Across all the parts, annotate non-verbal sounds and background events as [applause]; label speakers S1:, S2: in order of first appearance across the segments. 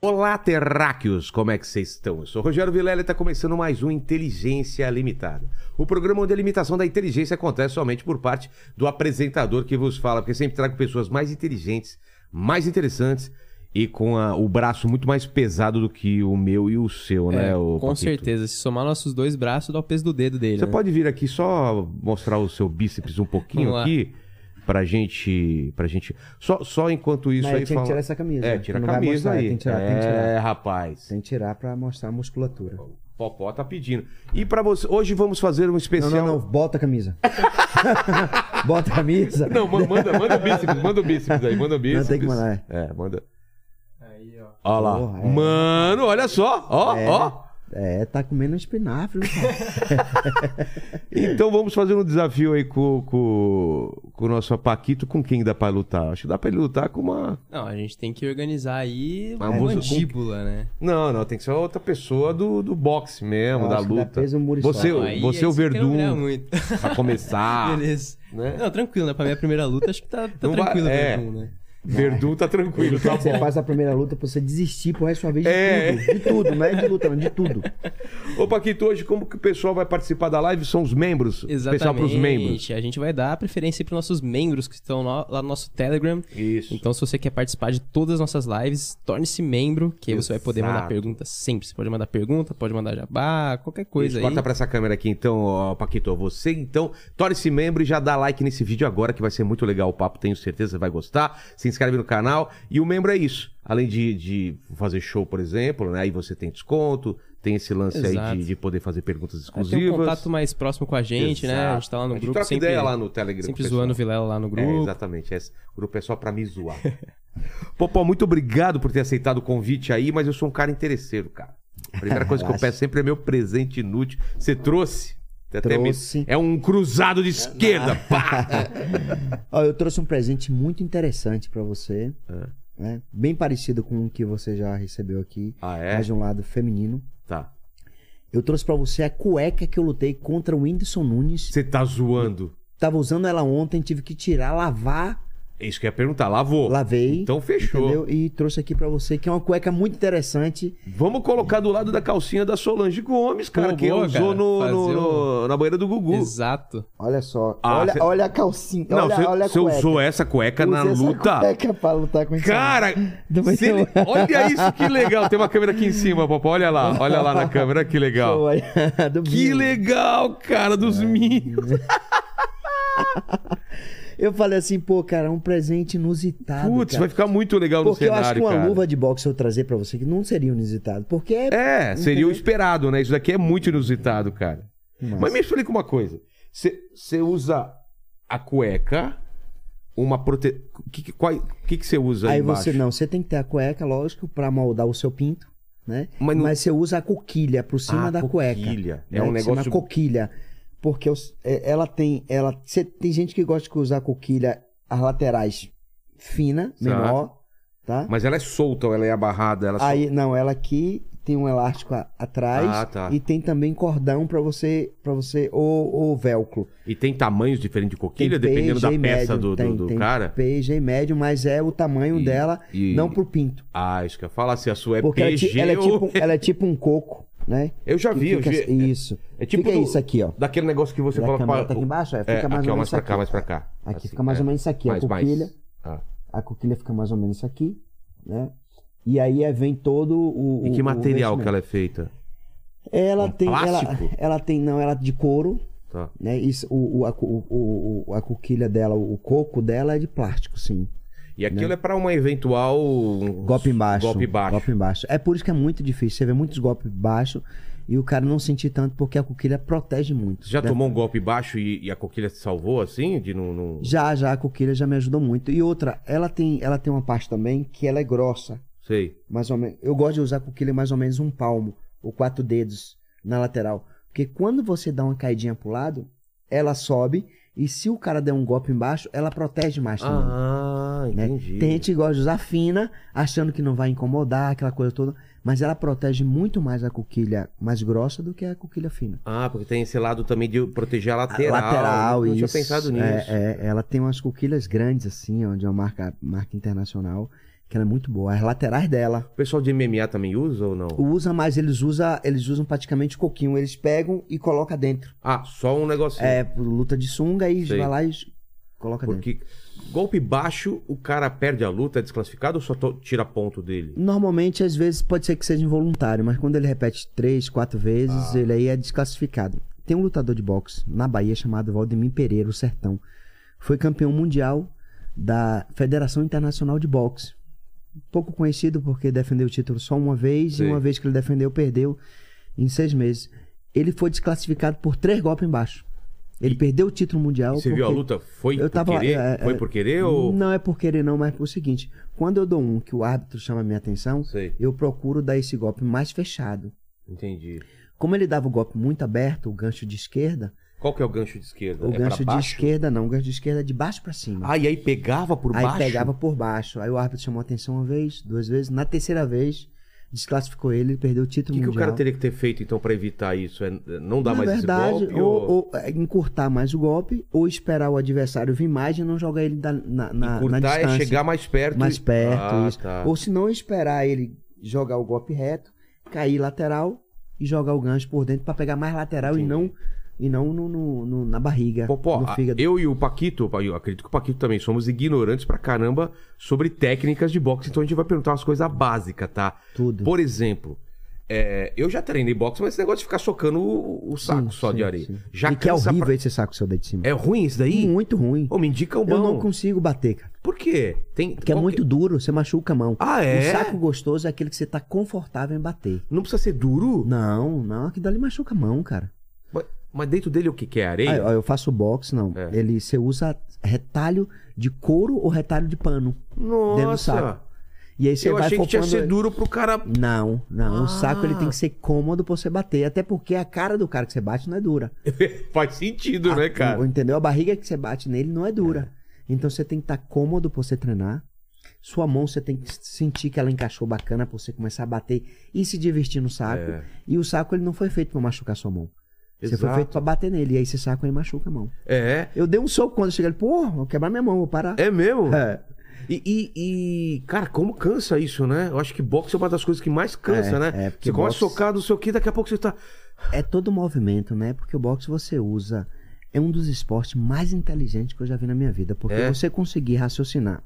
S1: Olá, terráqueos! Como é que vocês estão? Eu sou o Rogério Vilela e está começando mais um Inteligência Limitada. O programa onde a limitação da inteligência acontece somente por parte do apresentador que vos fala, porque sempre trago pessoas mais inteligentes, mais interessantes e com a- o braço muito mais pesado do que o meu e o seu, né?
S2: É,
S1: o
S2: com
S1: Paquito?
S2: certeza. Se somar nossos dois braços, dá o peso do dedo dele.
S1: Você
S2: né?
S1: pode vir aqui só mostrar o seu bíceps um pouquinho
S2: Vamos lá.
S1: aqui pra gente, pra gente. Só, só enquanto isso
S3: Mas
S1: aí
S3: eu tinha que
S1: fala-
S3: tirar essa camisa.
S1: É, tira a
S3: Não vai
S1: camisa
S3: mostrar,
S1: aí.
S3: Tem que tirar,
S1: é,
S3: tem que tirar.
S1: rapaz.
S3: Tem que tirar pra mostrar a musculatura.
S1: Popó tá pedindo. E pra você, hoje vamos fazer um
S3: Não,
S1: especial.
S3: não, não. Bota a camisa.
S1: [laughs]
S3: Bota a camisa.
S1: Não, ma- manda, manda o bíceps, manda o bíceps aí, manda o bíceps.
S3: tem que mandar,
S1: É, manda. Aí, ó. Olha lá.
S3: Porra, é.
S1: Mano, olha só, ó, ó.
S3: É, tá comendo um espinafre.
S1: Tá
S3: cara.
S1: Então vamos fazer um desafio aí com, com, com o nosso Paquito, com quem dá pra lutar? Acho que dá pra ele lutar com uma
S2: Não, a gente tem que organizar aí uma
S1: Mas vamos-
S2: mandíbula, né?
S1: Não, não, tem que ser outra pessoa do, do boxe mesmo,
S3: Eu
S1: da
S3: acho que dá
S1: luta.
S3: peso um muro e
S1: você
S3: só.
S2: Não, aí
S1: você é o
S2: eles querem olhar
S1: Verdun [laughs]
S2: muito.
S1: pra começar.
S2: [laughs] Beleza.
S1: né?
S2: Não, tranquilo, né? Pra minha primeira luta, acho que tá, tá
S1: Não vai-
S2: tranquilo o
S1: é.
S2: Verdun, né?
S1: Verdun tá tranquilo, tá
S3: Você
S1: bom.
S3: faz a primeira luta pra você desistir pro resto da sua vez de
S1: É.
S3: tudo. De tudo, não é de luta, não,
S1: [laughs]
S3: de tudo.
S1: Ô Paquito, hoje como que o pessoal vai participar da live? São os membros.
S2: Exatamente.
S1: Pessoal pros membros.
S2: A gente vai dar preferência para nossos membros que estão no- lá no nosso Telegram.
S1: Isso.
S2: Então, se você quer participar de todas as nossas lives, torne-se membro, que aí você vai poder mandar
S1: Exato.
S2: pergunta sempre. Você pode mandar pergunta, pode mandar jabá, qualquer coisa
S1: Isso,
S2: aí.
S1: Corta pra essa câmera aqui então, ó, Paquito. Você então, torne-se membro e já dá like nesse vídeo agora, que vai ser muito legal o papo, tenho certeza que você vai gostar. Se inscreve no canal. E o membro é isso. Além de, de fazer show, por exemplo, né? Aí você tem desconto, tem esse lance aí
S2: Exato.
S1: de, de poder fazer perguntas
S2: Aí Tem um
S1: exclusivas.
S2: contato mais próximo com a gente, né? A gente tá lá no
S1: A gente
S2: grupo
S1: troca
S2: sempre.
S1: ideia lá no Telegram. com
S2: Sempre
S1: o pessoal.
S2: zoando o Vilela lá no
S1: É,
S2: grupo.
S1: exatamente. Esse grupo é só pra me zoar. [laughs] Popó, muito obrigado por ter aceitado o convite aí, mas eu sou um cara interesseiro, cara. A primeira coisa
S3: [laughs]
S1: que eu peço sempre é meu presente inútil. Você trouxe? Você até
S3: Trouxe.
S1: É um cruzado de esquerda,
S3: [laughs]
S1: pá!
S3: Ó, eu trouxe um presente muito interessante pra você.
S1: É.
S3: né? Bem parecido com o que você já recebeu aqui.
S1: Ah, é?
S3: Mas de um lado feminino.
S1: Tá.
S3: Eu trouxe pra você a cueca que eu lutei contra o Whindersson Nunes.
S1: Você tá zoando.
S3: Tava usando ela ontem, tive que tirar, lavar.
S1: É isso que eu ia perguntar. Lavou.
S3: Lavei.
S1: Então fechou.
S3: Entendeu? E trouxe aqui pra você, que é uma cueca muito interessante.
S1: Vamos colocar do lado da calcinha da Solange Gomes, cara,
S2: Pô,
S1: que
S2: boa,
S1: usou
S2: cara.
S1: no,
S2: Fazer
S1: no-
S3: um
S1: no- na banheira do Gugu.
S2: Exato.
S3: Olha só.
S1: Ah,
S3: olha,
S1: cê-
S3: olha a calcinha.
S1: Não,
S3: olha,
S1: você,
S3: olha a
S1: você
S3: cueca.
S1: usou essa cueca na
S3: Usei essa
S1: luta.
S3: cueca pra lutar com isso. [laughs]
S1: Cara,
S3: Não vai
S1: se
S3: ter
S1: ele-
S3: uma-
S1: olha isso que legal. Tem uma câmera aqui em cima, Popó. Olha lá, olha lá na câmera, que legal.
S3: [laughs] Do
S1: Que
S3: Minions.
S1: legal, cara,
S3: É,
S1: dos Minions.
S3: Eu falei assim, pô, cara, um presente inusitado.
S1: Putz,
S3: cara.
S1: vai ficar muito legal no
S3: Porque eu
S1: cenário,
S3: acho que uma
S1: cara.
S3: luva de boxe eu trazer pra você que não seria inusitado. Porque é.
S1: É, seria o
S3: Entendeu?
S1: esperado, né? Isso daqui é muito inusitado, cara. Mas me explica uma coisa. Você usa a cueca, uma prote... O que, que, qual- que, que você usa aí,
S3: Aí
S1: embaixo?
S3: você não, você tem que ter a cueca, lógico, pra moldar o seu pinto, né?
S1: Mas
S3: Mas,
S1: não-
S3: você usa a coquilha por cima
S1: Ah,
S3: da cueca. Né,
S1: coquilha. É um
S3: que chama
S1: negócio...
S3: coquilha. Porque os- é, ela tem. Ela, cê- tem gente que gosta de usar coquilha as laterais fina,
S1: Tá.
S3: menor, tá?
S1: Mas ela é solta ou ela é abarrada? Ela
S3: Aí, não, ela aqui tem um elástico a- atrás
S1: Ah, tá.
S3: e tem também cordão pra você, para você ou, ou velcro.
S1: E tem tamanhos diferentes de
S3: Tem
S1: coquilha, dependendo da peça
S3: PG e médio,
S1: do, do-
S3: tem-
S1: do
S3: tem
S1: cara?
S3: PG médio, mas é o tamanho
S1: E-
S3: dela,
S1: e-
S3: não pro pinto.
S1: Ah, isso que eu ia falar, se a sua é
S3: porque ela é ti-
S1: PG
S3: ela, é
S1: ou...
S3: tipo, ela é tipo um coco, né?
S1: Eu já
S3: Que
S1: vi, eu
S3: fica
S1: vi.
S3: assim- Isso.
S1: É tipo
S3: fica
S1: do-
S3: isso aqui, ó.
S1: Daquele negócio que você
S3: Da
S1: coloca...
S3: câmera
S1: pra-
S3: tá aqui embaixo, é,
S1: É,
S3: fica
S1: aqui,
S3: mais ou
S1: ó,
S3: menos
S1: mais pra
S3: aqui.
S1: cá, mais pra cá.
S3: Aqui
S1: Assim,
S3: fica mais
S1: é.
S3: ou menos isso aqui,
S1: Mais
S3: a coquilha.
S1: baixo. Ah.
S3: A coquilha fica mais ou menos aqui, né? E aí é, vem todo o.
S1: E que
S3: o- o
S1: material
S3: vestimento.
S1: que ela é feita?
S3: Ela
S1: Um
S3: tem. Ela,
S1: plástico?
S3: ela tem. Não, ela é de couro.
S1: Tá.
S3: Né? Isso, o, o- a, co- o- o- a coquilha dela, o coco dela é de plástico, sim.
S1: E aquilo é pra uma eventual...
S3: Né? Golpe baixo.
S1: Golpe baixo.
S3: baixo. É por isso que é muito difícil. Você vê muitos golpes baixos e o cara não sentir tanto porque a coquilha protege muito.
S1: Você já
S3: né?
S1: tomou um golpe baixo e, e a coquilha te salvou, assim? De não... não-
S3: Já, já, a coquilha já me ajudou muito. E outra, ela tem, ela tem uma parte também que ela é grossa.
S1: Sei.
S3: mais ou menos. Eu gosto de usar coquilha mais ou menos um palmo ou quatro dedos na lateral, porque quando você dá uma caidinha pro lado, ela sobe E se o cara der um golpe embaixo, ela protege mais também.
S1: Ah,
S3: né?
S1: entendi.
S3: Tem gente que gosta de usar fina, achando que não vai incomodar, aquela coisa toda. Mas ela protege muito mais a coquilha mais grossa do que a coquilha fina.
S1: Ah, porque tem esse lado também de proteger a
S3: A
S1: lateral.
S3: lateral,
S1: não
S3: isso.
S1: tinha pensado nisso.
S3: É, é, ela tem umas coquilhas grandes, assim, onde é uma marca, marca internacional, que ela é muito boa. As laterais dela.
S1: O pessoal de MMA também usa ou não?
S3: Usa, mas eles, usa, eles usam praticamente coquinho. Eles pegam e colocam dentro.
S1: Ah, só um negocinho.
S3: É, luta de sunga e
S1: Sei.
S3: vai lá e coloca dentro.
S1: Porque golpe baixo, o cara perde a luta, é desclassificado ou só to- tira ponto dele?
S3: Normalmente, às vezes, pode ser que seja involuntário, mas quando ele repete três, quatro vezes,
S1: Ah.
S3: ele aí é desclassificado. Tem um lutador de boxe na Bahia chamado Valdemir Pereira, o Sertão. Foi campeão mundial da Federação Internacional de Boxe. Pouco conhecido porque defendeu o título só uma vez
S1: Sim.
S3: e uma vez que ele defendeu, perdeu em seis meses. Ele foi desclassificado por três golpes embaixo. Ele perdeu o título mundial.
S1: Você viu a
S3: porque-
S1: luta? Foi
S3: Eu
S1: por
S3: tava-
S1: querer?
S3: é, é,
S1: Foi por querer ou.
S3: Não é por querer, não, mas é o seguinte: quando eu dou um que o árbitro chama a minha atenção,
S1: Sei,
S3: eu procuro dar esse golpe mais fechado.
S1: entendi.
S3: Como ele dava o golpe muito aberto, o gancho de esquerda,
S1: Qual que é o gancho de esquerda?
S3: o
S1: é
S3: gancho
S1: pra
S3: de
S1: baixo?
S3: esquerda não, o gancho de esquerda é de baixo pra cima.
S1: Ah, e aí pegava por
S3: aí
S1: baixo?
S3: pegava por baixo. Aí o árbitro chamou a atenção uma vez, duas vezes, na terceira vez desclassificou ele, ele perdeu o
S1: O
S3: título
S1: que, que o
S3: mundial.
S1: cara teria que ter feito então pra evitar isso? É não dar
S3: Na
S1: mais
S3: verdade,
S1: esse golpe?
S3: ou, ou, é, encurtar mais o golpe, ou esperar o adversário vir mais e não jogar ele da- na, na, na
S1: Encurtar é
S3: distância.
S1: chegar mais perto.
S3: mais
S1: e-
S3: perto,
S1: Ah,
S3: isso.
S1: tá.
S3: Ou se não esperar ele jogar o golpe reto, cair lateral e jogar o gancho por dentro pra pegar mais lateral
S1: Entendi.
S3: e não e não no, no- no- na barriga,
S1: É. Popó,
S3: no
S1: a-
S3: fígado.
S1: eu e o Paquito, eu acredito que o Paquito também, somos ignorantes pra caramba sobre técnicas de boxe, então a gente vai perguntar umas coisas básicas, tá?
S3: Tudo.
S1: Por exemplo, é, eu já treinei boxe, mas esse negócio de ficar socando o, o saco
S3: Sim,
S1: só de
S3: sim,
S1: areia.
S3: sim.
S1: Já
S3: e que é
S1: cansa
S3: horrível
S1: pra-
S3: esse saco seu dedo de cima.
S1: É ruim isso daí?
S3: muito ruim.
S1: Ô, me indica um bom.
S3: Eu não consigo bater, cara.
S1: Por quê? Tem...
S3: Porque é
S1: qual que-
S3: muito duro, você machuca a mão.
S1: Ah, é?
S3: O saco gostoso é aquele que você tá confortável em bater.
S1: Não precisa ser duro?
S3: Não, não, aquilo ali machuca a mão, cara.
S1: Mas, mas dentro dele o que, que é areia?
S3: Ah, ó, eu faço boxe, não.
S1: É.
S3: Ele, você usa retalho de couro ou retalho de pano. dentro do
S1: Nossa!
S3: saco. E aí você
S1: eu
S3: vai
S1: achei que tinha que
S3: fofando-
S1: ser duro pro cara.
S3: Não, não.
S1: Ah.
S3: O saco ele tem que ser cômodo pra você bater. Até porque a cara do cara que você bate não é dura.
S1: Faz sentido, né,
S3: A-
S1: cara?
S3: o- Entendeu? A barriga que você bate nele não é dura. Então você tem que estar cômodo pra você treinar. Sua mão você tem que sentir que ela encaixou bacana pra você começar a bater e se divertir no saco.
S1: É.
S3: E o saco ele não foi feito pra machucar sua mão. Você foi
S1: Exato.
S3: feito pra bater nele. E aí esse saco aí machuca a mão.
S1: É.
S3: Eu dei um soco quando eu cheguei, ele, pô, vou quebrar minha mão, vou parar.
S1: É mesmo?
S3: É.
S1: E, e- e, cara, como cansa isso, né? Eu acho que boxe é uma das coisas que mais cansa,
S3: É,
S1: né?
S3: é,
S1: você
S3: porque
S1: começa a
S3: boxe-
S1: socar, não sei o que, daqui a pouco você tá.
S3: É todo movimento, né? Porque o boxe você usa. É um dos esportes mais inteligentes que eu já vi na minha vida. Porque
S1: É?
S3: você conseguir raciocinar,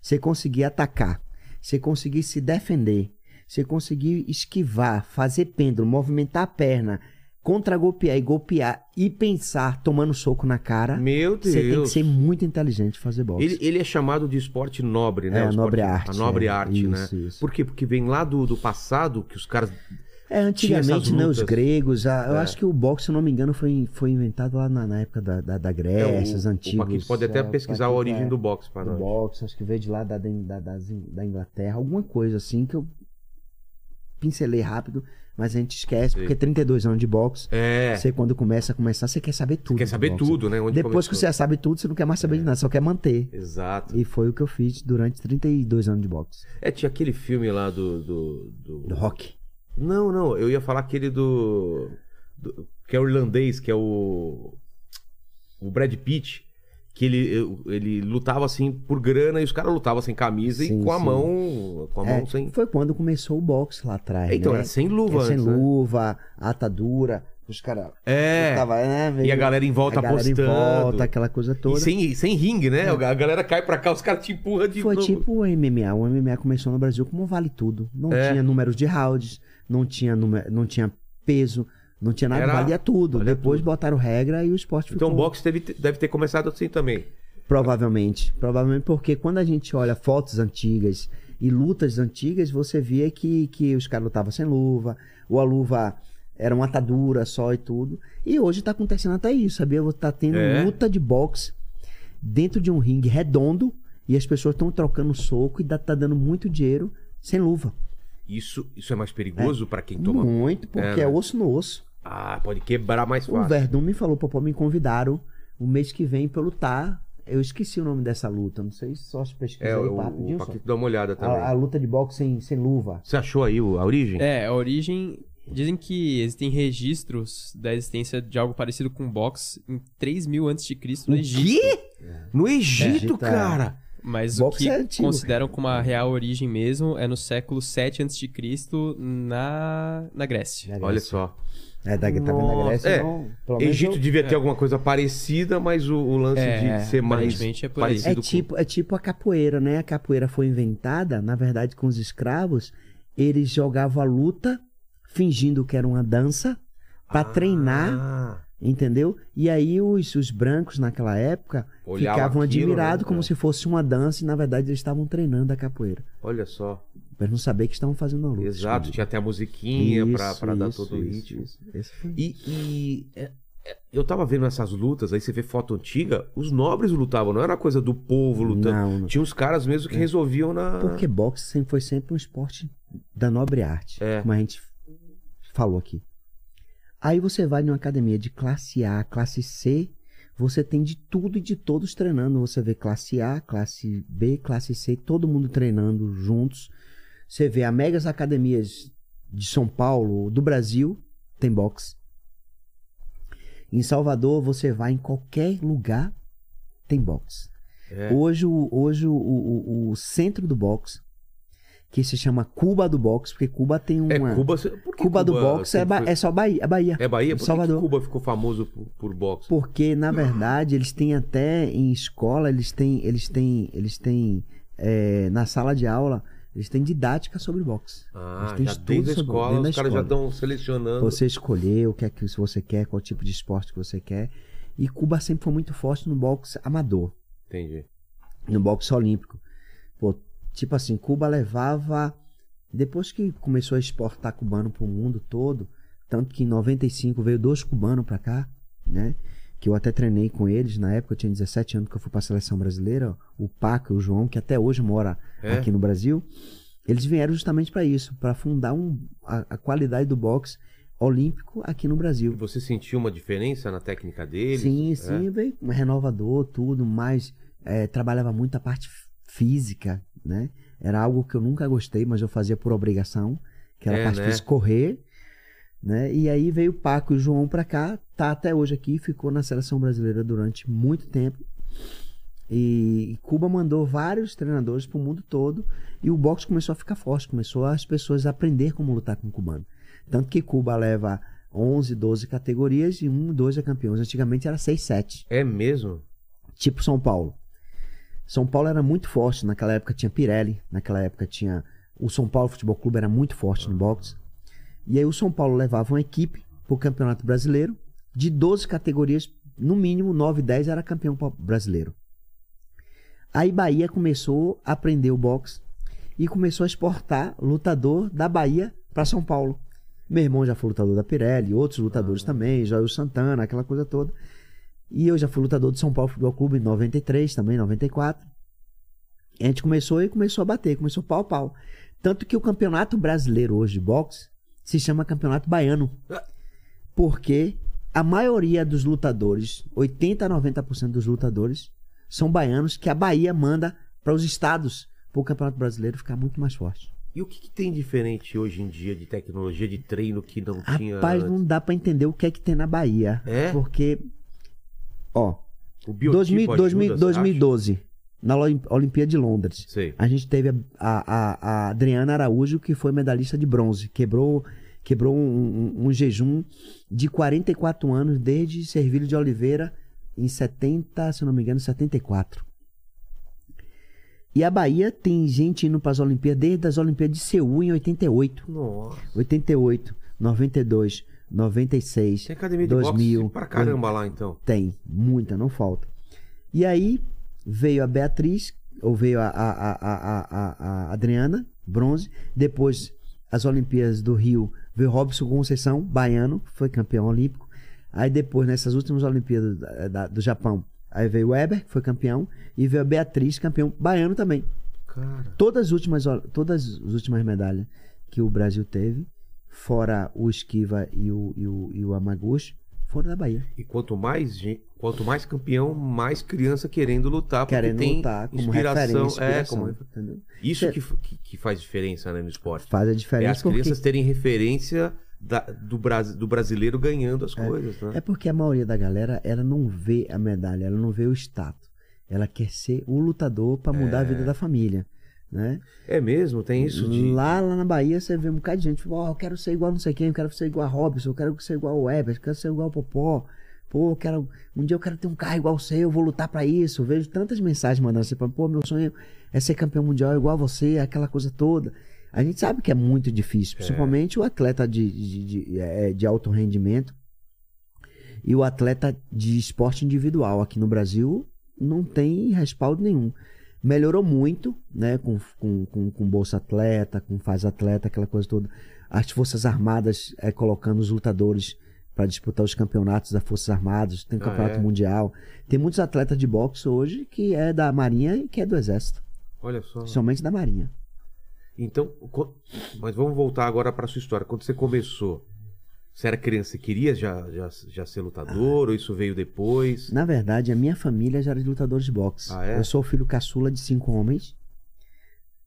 S3: você conseguir atacar, você conseguir se defender, você conseguir esquivar, fazer pêndulo, movimentar a perna, contra-golpear e golpear e pensar tomando soco na cara.
S1: Meu Deus.
S3: É? Você tem que ser muito inteligente pra fazer boxe.
S1: ele, ele é chamado de esporte nobre, né?
S3: É,
S1: O
S3: a
S1: esporte-
S3: nobre arte.
S1: A nobre
S3: é.
S1: arte,
S3: isso,
S1: né?
S3: Isso.
S1: Por quê? Porque vem lá do, do passado que os caras.
S3: É,
S1: Tinha essas
S3: antigamente, né, os
S1: lutas.
S3: gregos, a- eu
S1: É.
S3: acho que o boxe, se eu não me engano, foi, foi inventado lá na, na época da, da, da
S1: É, o-
S3: Grécia, os
S1: o
S3: antigos.
S1: Paquito pode até
S3: é, o
S1: pesquisar a
S3: Paquito,
S1: origem
S3: é,
S1: do boxe pra
S3: do
S1: nós.
S3: boxe, acho que veio de lá da, da, das In- da Inglaterra, alguma coisa assim que eu pincelei rápido, mas a gente esquece,
S1: Sim.
S3: porque 32 anos de boxe,
S1: É.
S3: você quando começa a começar, você quer saber tudo.
S1: quer
S3: do
S1: saber
S3: boxe.
S1: tudo, né? Onde
S3: Depois que
S1: começou. É.
S3: você sabe tudo, você não quer mais saber de nada, só quer manter.
S1: Exato.
S3: E foi o que eu fiz durante 32 anos de boxe.
S1: É, tinha aquele filme lá do. do, do-
S3: Do rock.
S1: Não, não, eu ia falar aquele do. do- que é o irlandês, que é o. O Brad Pitt. Que ele, ele lutava assim por grana e os caras lutavam sem camisa e
S3: Sim,
S1: com a
S3: sim.
S1: mão. Com a
S3: É,
S1: mão sem.
S3: Foi quando começou o boxe lá atrás.
S1: Então,
S3: né?
S1: era sem luva
S3: É, sem
S1: antes, né?
S3: luva, atadura, os caras.
S1: É.
S3: Tava, né, meio-
S1: E a galera em volta
S3: a galera em
S1: apostando.
S3: volta, aquela coisa toda. É.
S1: E sem, sem ringue, né? A galera cai pra cá, os caras te empurram de
S3: Foi
S1: novo.
S3: tipo o MMA. O MMA começou no Brasil como um vale tudo. Não
S1: É.
S3: tinha números de rounds, não tinha, número, não tinha peso, não tinha nada,
S1: Era-
S3: valia tudo.
S1: valia
S3: Depois
S1: tudo.
S3: botaram regra e o esporte ficou.
S1: Então o boxe deve, ter- deve ter começado assim também.
S3: Provavelmente. Provavelmente porque quando a gente olha fotos antigas e lutas antigas, você via que, que os caras lutavam sem luva, ou a luva era uma atadura só e tudo. E hoje tá acontecendo até isso, sabia? Tá tendo
S1: É.
S3: luta de boxe dentro de um ringue redondo e as pessoas estão trocando soco e dá- tá dando muito dinheiro sem luva.
S1: Isso, isso é mais perigoso pra quem toma.
S3: Muito, porque
S1: É, né?
S3: é, osso no osso.
S1: Ah, pode quebrar mais
S3: O
S1: fácil.
S3: Verdun me falou, Popó, me convidaram o mês que vem pra eu lutar. Eu esqueci o nome dessa luta, não sei se só se pesquisar
S1: É,
S3: aí,
S1: o,
S3: pá,
S1: o,
S3: rapidinho, um só.
S1: Paquito dá uma olhada também.
S3: a, a luta de boxe sem, sem luva.
S1: Você achou aí o- a origem?
S2: É, a origem. Dizem que existem registros da existência de algo parecido com box em 3 mil antes de Cristo no Egito.
S1: No Egito,
S3: É.
S1: cara!
S2: Mas
S3: Boxe é
S2: o que
S3: antigo.
S2: consideram como a real origem mesmo é no século 7 antes Cristo na, na Grécia.
S3: Na
S1: Olha
S3: Grécia.
S1: só.
S3: É, da, tá vendo
S1: Nossa,
S3: na Grécia,
S1: é.
S3: então, pelo menos
S1: Egito
S3: eu-
S1: devia ter alguma coisa parecida, mas o, o lance
S2: É,
S1: de ser mais
S2: aparentemente é por aí.
S1: parecido
S3: É tipo, é tipo a capoeira, né? A capoeira foi inventada, na verdade, com os escravos. Eles jogavam a luta, fingindo que era uma dança,
S1: Ah,
S3: pra treinar, entendeu? E aí os, os brancos naquela época
S1: Olhavam
S3: ficavam
S1: aquilo,
S3: admirados
S1: né?
S3: como
S1: É.
S3: se fosse uma dança, e na verdade eles estavam treinando a capoeira.
S1: Olha só.
S3: Mas não saber que estavam fazendo a luta.
S1: Exato.
S3: escondido.
S1: Tinha até a musiquinha pra,
S3: Isso,
S1: pra dar
S3: isso,
S1: todo o
S3: isso,
S1: ritmo.
S3: isso. Esse foi.
S1: E, e, é, é, eu tava vendo essas lutas, aí você vê foto antiga, os nobres lutavam, não era uma coisa do povo lutando.
S3: Não, não.
S1: Tinha uns caras mesmo que resolviam na.
S3: Porque boxe sempre foi sempre um esporte da nobre arte,
S1: É.
S3: como a gente falou aqui. Aí você vai numa academia de classe A, classe C, você tem de tudo e de todos treinando. Você vê classe A, classe B, classe C, todo mundo treinando juntos. Você vê as megas academias de São Paulo, do Brasil, tem boxe. Em Salvador, você vai em qualquer lugar, tem boxe.
S1: É.
S3: Hoje, o, hoje o, o- o- o centro do boxe, que se chama Cuba do Boxe, porque Cuba tem uma.
S1: É, Cuba. Por que Cuba,
S3: Cuba do boxe é,
S1: sempre
S3: ba-
S1: foi-
S3: é só Bahia, é Bahia.
S1: É Bahia? Por que que
S3: Salvador.
S1: Cuba ficou famoso por, por boxe?
S3: Porque, na verdade, eles têm até em escola, eles têm. Eles têm. Eles têm. é, na sala de aula, eles têm didática sobre boxe.
S1: Ah,
S3: Eles têm
S1: já
S3: estudo
S1: desde a
S3: sobre-
S1: escola,
S3: dentro da
S1: os caras já
S3: escola.
S1: estão selecionando.
S3: Você escolher o que é que você quer, qual tipo de esporte que você quer. E Cuba sempre foi muito forte no boxe amador.
S1: Entendi.
S3: no boxe olímpico. Pô, tipo assim, Cuba levava. Depois que começou a exportar cubano pro mundo todo, tanto que em 95 veio dois cubanos pra cá, né? Que eu até treinei com eles na época, eu tinha 17 anos que eu fui pra seleção brasileira, o Paco e o João, que até hoje mora
S1: É?
S3: aqui no Brasil. Eles vieram justamente pra isso, pra fundar um- a, a qualidade do boxe olímpico aqui no Brasil.
S1: Você sentiu uma diferença na técnica deles?
S3: Sim, sim, veio um renovador, tudo, mas é, trabalhava muito a parte f- física, né? Era algo que eu nunca gostei, mas eu fazia por obrigação, que era
S1: É,
S3: a parte
S1: né?
S3: física correr, né? E aí veio o Paco e o João pra cá, tá até hoje aqui, ficou na seleção brasileira durante muito tempo. E e Cuba mandou vários treinadores pro mundo todo e o boxe começou a ficar forte, começou as pessoas a aprender como lutar com o cubano. Tanto que Cuba leva 11, 12 categorias e um, dois é campeões. Antigamente era 6, 7
S1: É mesmo?
S3: tipo São Paulo. São Paulo era muito forte, naquela época tinha Pirelli, naquela época tinha. O São Paulo Futebol Clube era muito forte no boxe. E aí o São Paulo levava uma equipe pro Campeonato Brasileiro, de 12 categorias, no mínimo 9, 10 era campeão pa- brasileiro. Aí Bahia começou a aprender o boxe e começou a exportar lutador da Bahia para São Paulo. Meu irmão já foi lutador da Pirelli, outros lutadores também, Joel Santana, aquela coisa toda. E eu já fui lutador do São Paulo Futebol Clube em 93, também 94. E a gente começou e começou a bater, começou pau a pau. Tanto que o campeonato brasileiro hoje de boxe se chama Campeonato Baiano. Porque a maioria dos lutadores, 80 a 90% dos lutadores, são baianos que a Bahia manda para os estados para o Campeonato Brasileiro ficar muito mais forte.
S1: E o que, que tem diferente hoje em dia de tecnologia de treino que não tinha.
S3: Rapaz,
S1: antes?
S3: não dá para entender o que é que tem na Bahia.
S1: É?
S3: Porque, ó,
S1: O biotipo
S3: 2000,
S1: ajuda,
S3: 2000,
S1: você acha?
S3: 2012, na Olim- Olimpíada de Londres,
S1: Sei.
S3: a gente teve a, a- a- a Adriana Araújo, que foi medalhista de bronze, quebrou, quebrou um, um- um jejum de 44 anos desde Servilho de Oliveira em 70, se eu não me engano, 74. E a Bahia tem gente indo para as Olimpíadas desde as Olimpíadas de Seul em 88,
S1: Nossa.
S3: 88, 92, 96,
S1: Tem academia de
S3: 2000,
S1: boxe pra caramba lá então.
S3: tem, muita, não falta. E aí veio a Beatriz, ou veio a, a, a, a, a- a- a Adriana, bronze. Depois, as Olimpíadas do Rio, veio Robson Conceição, baiano, que foi campeão olímpico. Aí depois, nessas últimas Olimpíadas da- da- do Japão, aí veio o Weber, que foi campeão. E veio a Beatriz, campeão baiano também.
S1: Cara.
S3: Todas as últimas, ol- todas as últimas medalhas que o Brasil teve, fora o Esquiva e o, e o, e o Amaguchi, fora da Bahia.
S1: E quanto mais gen- quanto mais campeão, mais criança querendo lutar, porque
S3: Querendo
S1: tem
S3: lutar como referência,
S1: inspiração. É,
S3: inspiração,
S1: como...
S3: entendeu?
S1: Isso que, f- que, que faz diferença né, no esporte.
S3: Faz a
S1: É
S3: diferença
S1: as
S3: porque...
S1: crianças terem referência da- do, Brasi- do brasileiro ganhando as coisas, né?
S3: É porque a maioria da galera, ela não vê a medalha, ela não vê o status. Ela quer ser o lutador pra mudar a vida da família, né?
S1: É mesmo, tem isso de.
S3: Lá, lá na Bahia, você vê um bocado de gente, tipo, ó, eu quero ser igual não sei quem, eu quero ser igual a Robson, eu quero ser igual o Ebert, eu quero ser igual o Popó. Pô, eu quero, um dia eu quero ter um carro igual o seu, eu vou lutar pra isso. Eu vejo tantas mensagens mandando assim, pra mim, pô, meu sonho é ser campeão mundial igual a você, aquela coisa toda. A gente sabe que é muito difícil, principalmente o atleta de, de, de- é, de alto rendimento e o atleta de esporte individual aqui no Brasil não tem respaldo nenhum. Melhorou muito, né? Com, com, com, com Bolsa Atleta, com Faz Atleta, aquela coisa toda. As Forças Armadas é, colocando os lutadores para disputar os campeonatos das Forças Armadas, tem
S1: Ah,
S3: campeonato
S1: é?
S3: mundial. Tem muitos atletas de boxe hoje que é da Marinha e que é do Exército.
S1: Olha só.
S3: Principalmente da Marinha.
S1: Então, co- mas vamos voltar agora para sua história. Quando você começou, você era criança, você queria já, já, já ser
S3: Ah.
S1: lutador ou isso veio depois?
S3: Na verdade, a minha família já era de lutadores de boxe.
S1: Ah, é?
S3: Eu sou o filho caçula de cinco homens.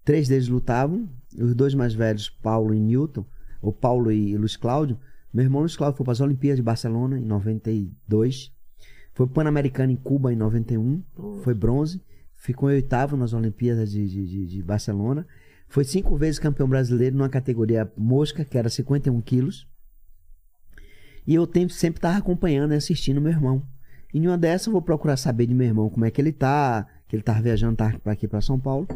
S3: Três deles lutavam. Os dois mais velhos, Paulo e Newton, ou Paulo e Luiz Cláudio. Meu irmão Luiz Cláudio foi para as Olimpíadas de Barcelona em 92. Foi Pan-Americano em Cuba em 91. Foi bronze. Ficou em oitavo nas Olimpíadas de, de- de- de Barcelona. Foi cinco vezes campeão brasileiro numa categoria mosca, que era 51 quilos. E eu tem- sempre estava acompanhando e assistindo meu irmão. E numa dessa eu vou procurar saber de meu irmão como é que ele tá, que ele tava viajando, tava pra aqui pra São Paulo.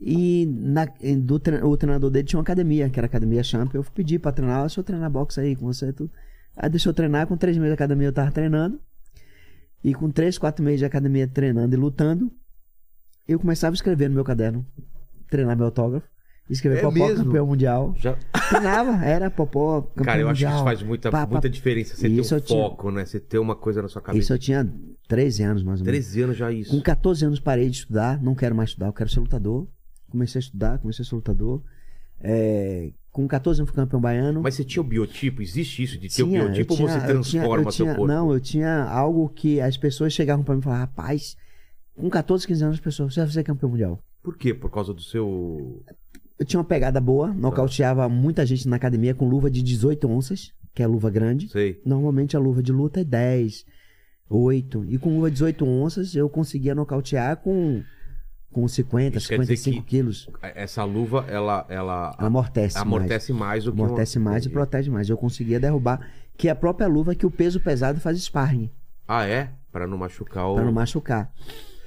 S3: E na- e do tre- o treinador dele tinha uma academia, que era a academia Champ. Eu pedi pra treinar, deixa eu treinar boxe aí com você e tudo. Aí deixou eu treinar, com três meses de academia eu tava treinando. E com três, quatro meses de academia treinando e lutando, eu começava a escrever no meu caderno, treinar meu autógrafo, escrever
S1: É
S3: Popó
S1: mesmo?
S3: campeão mundial.
S1: Já...
S3: Treinava, era Popó campeão
S1: Cara, eu acho que
S3: mundial.
S1: isso faz muita,
S3: Pá, pá,
S1: muita diferença. Você
S3: Isso
S1: ter
S3: eu
S1: um
S3: tinha-
S1: foco, né? Você ter uma coisa na sua
S3: Isso
S1: cabeça.
S3: eu tinha 13 anos mais ou menos.
S1: 13 anos já é isso.
S3: Com 14 anos parei de estudar, não quero mais estudar, eu quero ser lutador. Comecei a estudar, comecei a ser lutador. É, com 14 anos fui campeão baiano.
S1: Mas você tinha o biotipo? Existe isso de ter
S3: Tinha,
S1: o biotipo
S3: eu tinha-
S1: ou você
S3: eu tinha-
S1: transforma
S3: eu tinha-
S1: seu corpo?
S3: Não, eu tinha algo que as pessoas chegavam pra mim e falavam, rapaz, com 14, 15 anos as pessoas, você vai ser campeão mundial.
S1: Por quê? Por causa do seu.
S3: Eu tinha uma pegada
S1: Tá.
S3: boa, nocauteava muita gente na academia com luva de 18 onças, que é luva grande.
S1: Sei.
S3: Normalmente a luva de luta é 10, 8. E com luva de 18 onças eu conseguia nocautear com, com 50,
S1: Isso quer dizer
S3: 55
S1: que-
S3: quilos.
S1: Essa luva, ela, ela,
S3: Ela amortece. mais.
S1: amortece mais, o que. uma-
S3: Amortece mais e
S1: Entendi.
S3: protege mais. Eu conseguia derrubar. Que é a própria luva que o peso pesado faz sparring,
S1: Ah, é? Pra não machucar o.
S3: pra não machucar.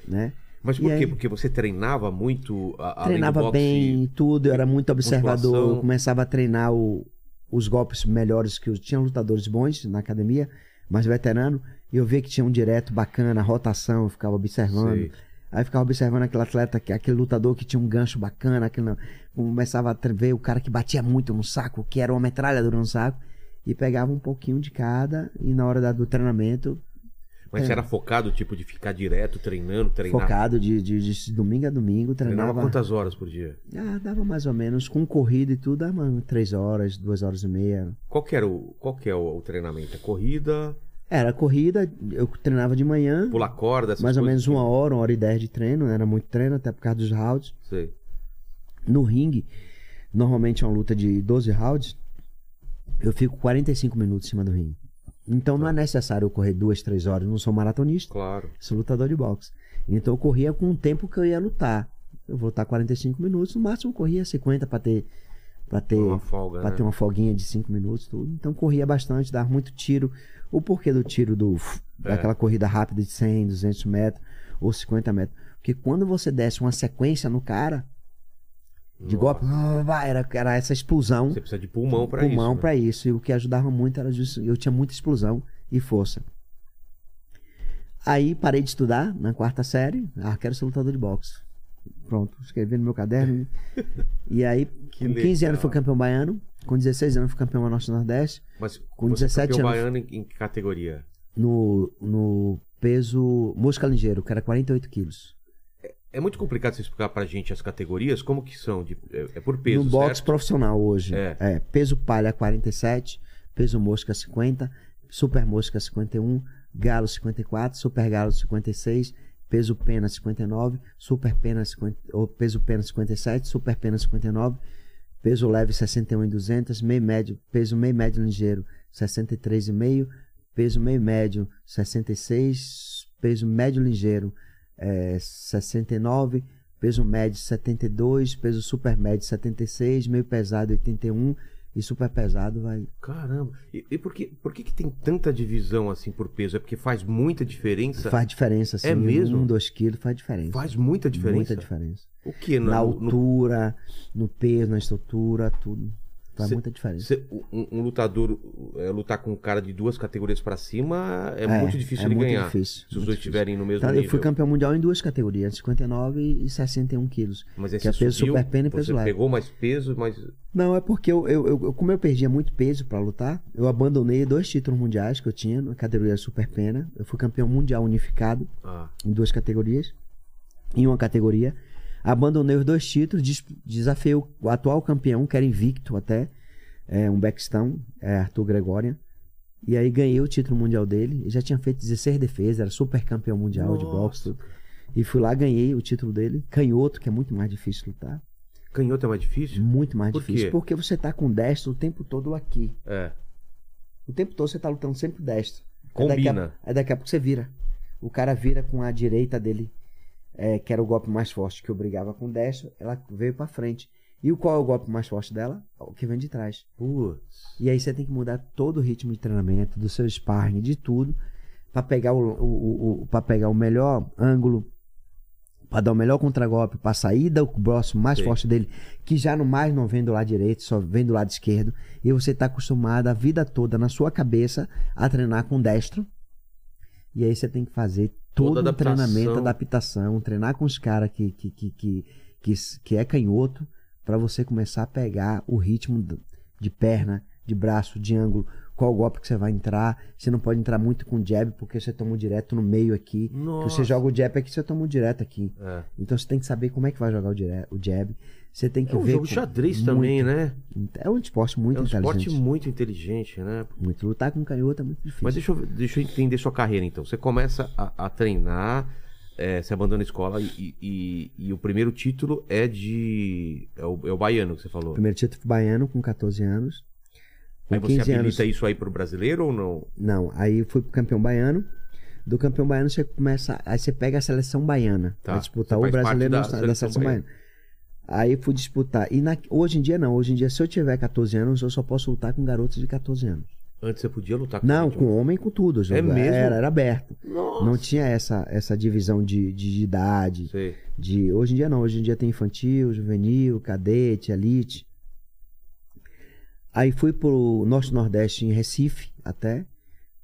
S3: Né?
S1: Mas
S3: E
S1: por quê?
S3: aí?
S1: Porque você treinava muito. A, além do
S3: Treinava
S1: boxe,
S3: bem, tudo, eu era muito observador,
S1: musculação.
S3: eu começava a treinar o- os golpes melhores que eu tinha lutadores bons na academia, mas veterano, e eu via que tinha um direto bacana, rotação, eu ficava observando.
S1: Sei.
S3: Aí ficava observando aquele atleta, que- aquele lutador que tinha um gancho bacana, aquele, não- começava a tre- ver o cara que batia muito no saco, que era uma metralhadora no saco, e pegava um pouquinho de cada, e na hora da- do treinamento,
S1: Mas você era focado, tipo, de ficar direto treinando, treinar.
S3: É. focado de, de- de domingo a domingo,
S1: Treinava
S3: treinava.
S1: quantas horas por dia?
S3: Ah, dava mais ou menos, com corrida e tudo, dava umas três horas, duas horas e meia.
S1: Qual que, era o, qual que é o, o treinamento? É corrida,
S3: Era corrida, eu treinava de manhã,
S1: pular corda, essas
S3: mais ou menos um
S1: coisas?
S3: uma hora, uma hora e dez de treino, não era muito treino, até por causa dos rounds.
S1: Sei.
S3: No ringue, normalmente é uma luta de 12 rounds, eu fico 45 minutos em cima do ringue. Então não é necessário eu correr duas, três horas. Eu não sou maratonista,
S1: Claro.
S3: sou lutador de boxe. Então eu corria com o tempo que eu ia lutar. Eu vou lutar 45 minutos, no máximo eu corria 50 para ter para ter
S1: Uma folga,
S3: pra
S1: né?
S3: ter uma folguinha de 5 minutos, tudo. Então corria bastante, dava muito tiro. O porquê do tiro do
S1: É.
S3: daquela corrida rápida de 100, 200 metros ou 50 metros? Porque quando você desce uma sequência no cara um de
S1: Nossa.
S3: golpe, era, era essa explosão
S1: Você precisa de pulmão pra isso.
S3: pulmão
S1: né?
S3: pra isso. E o que ajudava muito era justo, eu tinha muita explosão e força. Aí parei de estudar na quarta série. Ah, quero ser lutador de boxe. Pronto, escrevi no meu caderno. e
S1: [laughs]
S3: aí,
S1: né? Que
S3: com 15 anos
S1: legal.
S3: fui campeão baiano. Com 16 anos fui campeão norte nordeste.
S1: Mas
S3: Com
S1: você é
S3: 17
S1: campeão
S3: anos.
S1: baiano em, em que categoria?
S3: No, no peso mosca ligeiro, que era 48 quilos.
S1: É muito complicado você explicar pra gente as categorias, como que são? De, é, é por peso,
S3: no boxe É.
S1: certo?
S3: profissional hoje.
S1: É.
S3: peso palha 47, peso mosca 50, Super Mosca 51, Galo 54, Super Galo 56, Peso Pena 59, Super Pena 50, ou Peso Pena 57, Super Pena 59, Peso Leve 61 e 200, meio médio, Peso Meio Médio Ligeiro 63,5, Peso Meio Médio 66, Peso Médio Ligeiro é, 69, Peso Médio 72, Peso Super Médio 76, Meio Pesado 81 e um, Super Pesado vai
S1: Caramba. E, e por, que, por que, que tem tanta divisão assim por peso? É porque faz muita diferença?
S3: Faz diferença, sim.
S1: É mesmo?
S3: Um, dois quilos faz diferença.
S1: Faz muita diferença?
S3: Muita diferença.
S1: O que?
S3: na altura, no peso, na estrutura, tudo. Faz
S1: Cê-
S3: muita diferença.
S1: Cê- um, um lutador é, lutar com um cara de duas categorias pra cima é, muito difícil
S3: é
S1: de
S3: muito
S1: ganhar.
S3: difícil,
S1: se os
S3: muito
S1: dois
S3: difícil.
S1: estiverem no mesmo
S3: Tá,
S1: nível.
S3: eu fui campeão mundial em duas categorias, 59 e 61 quilos.
S1: Mas aí
S3: que é
S1: você
S3: peso
S1: subiu,
S3: super pena e peso
S1: você
S3: leve.
S1: pegou mais peso, mas
S3: Não, é porque eu, eu, eu- como eu perdia muito peso pra lutar, eu abandonei dois títulos mundiais que eu tinha na categoria super pena. Eu fui campeão mundial unificado
S1: ah,
S3: em duas categorias, em uma categoria. Abandonei os dois títulos, des- desafiei o o atual campeão, que era invicto até, é, um Beckstão, é, Arthur Gregorian. E aí ganhei o título mundial dele. Eu já tinha feito 16 defesas, era super campeão mundial de
S1: Nossa,
S3: boxe. tudo. E fui lá, ganhei o título dele. Canhoto, que é muito mais difícil lutar.
S1: canhoto é mais difícil?
S3: Muito mais
S1: Por
S3: difícil.
S1: quê?
S3: Porque você tá com destro o tempo todo aqui.
S1: É.
S3: O tempo todo você tá lutando sempre destro. Aí daqui,
S1: Combina.
S3: a, aí daqui a pouco você vira. O cara vira com a direita dele, é, que era o golpe mais forte que obrigava com destro, ela veio pra frente. E o qual é o golpe mais forte dela? O que vem de trás.
S1: Putz.
S3: E aí você tem que mudar todo o ritmo de treinamento, do seu sparring, de tudo, pra pegar o, o, o- o- pra pegar o melhor ângulo, pra dar o melhor contragolpe, pra sair do braço mais
S1: Sim.
S3: forte dele, que já no mais não vem do lado direito, só vem do lado esquerdo. E você tá acostumado a vida toda na sua cabeça a treinar com destro. E aí você tem que fazer todo
S1: Toda
S3: o
S1: adaptação.
S3: treinamento, adaptação, treinar com os caras que, que, que, que, que, que é canhoto, pra você começar a pegar o ritmo do- de perna, de braço, de ângulo, qual golpe que você vai entrar. Você não pode entrar muito com jab, porque você toma um direto no meio aqui.
S1: Nossa.
S3: Você joga o jab aqui, você toma um direto aqui.
S1: É,
S3: Então você tem que saber como é que vai jogar o, dire... o jab. Você tem que
S1: é um
S3: ver.
S1: jogo
S3: com-
S1: xadrez
S3: muito-
S1: também, né?
S3: É um esporte muito
S1: é um
S3: inteligente.
S1: esporte muito inteligente, né?
S3: Muito. Lutar com canhoto é muito difícil.
S1: Mas deixa eu, deixa eu entender sua carreira, então. Você começa a, a treinar, é, você abandona a escola e, e- e o primeiro título é de. É o, é o baiano que você falou.
S3: Primeiro título foi baiano com 14 anos. Com
S1: Aí você
S3: 15
S1: habilita
S3: anos.
S1: isso aí pro brasileiro ou não?
S3: Não, aí eu fui pro campeão baiano. Do campeão baiano você começa. Aí você pega a seleção baiana.
S1: Tá.
S3: Pra disputar
S1: Você
S3: o
S1: faz
S3: brasileiro
S1: parte
S3: da,
S1: da
S3: da seleção,
S1: seleção
S3: baiana. Aí eu fui disputar. E na- hoje em dia não. Hoje em dia, se eu tiver 14 anos, eu só posso lutar com garotos de 14 anos.
S1: Antes você podia lutar com
S3: Não,
S1: gente.
S3: com homem com tudo. o jogo
S1: É mesmo?
S3: Era, era aberto.
S1: Nossa.
S3: Não tinha essa, essa divisão de, de, de idade.
S1: Sei.
S3: De, hoje em dia não, hoje em dia tem infantil, juvenil, cadete, elite. Aí fui pro Norte Nordeste em Recife até.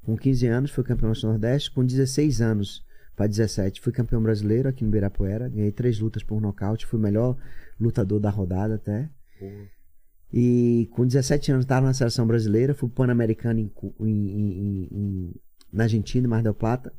S3: Com 15 anos fui campeão Norte Nordeste, com 16 anos para 17 fui campeão brasileiro aqui no Ibirapuera, ganhei três lutas por nocaute, fui o melhor lutador da rodada até.
S1: Pô,
S3: E com 17 anos estava na seleção brasileira, fui pan-americano em Cu- em- em- em- em- na Argentina, em Mar del Plata.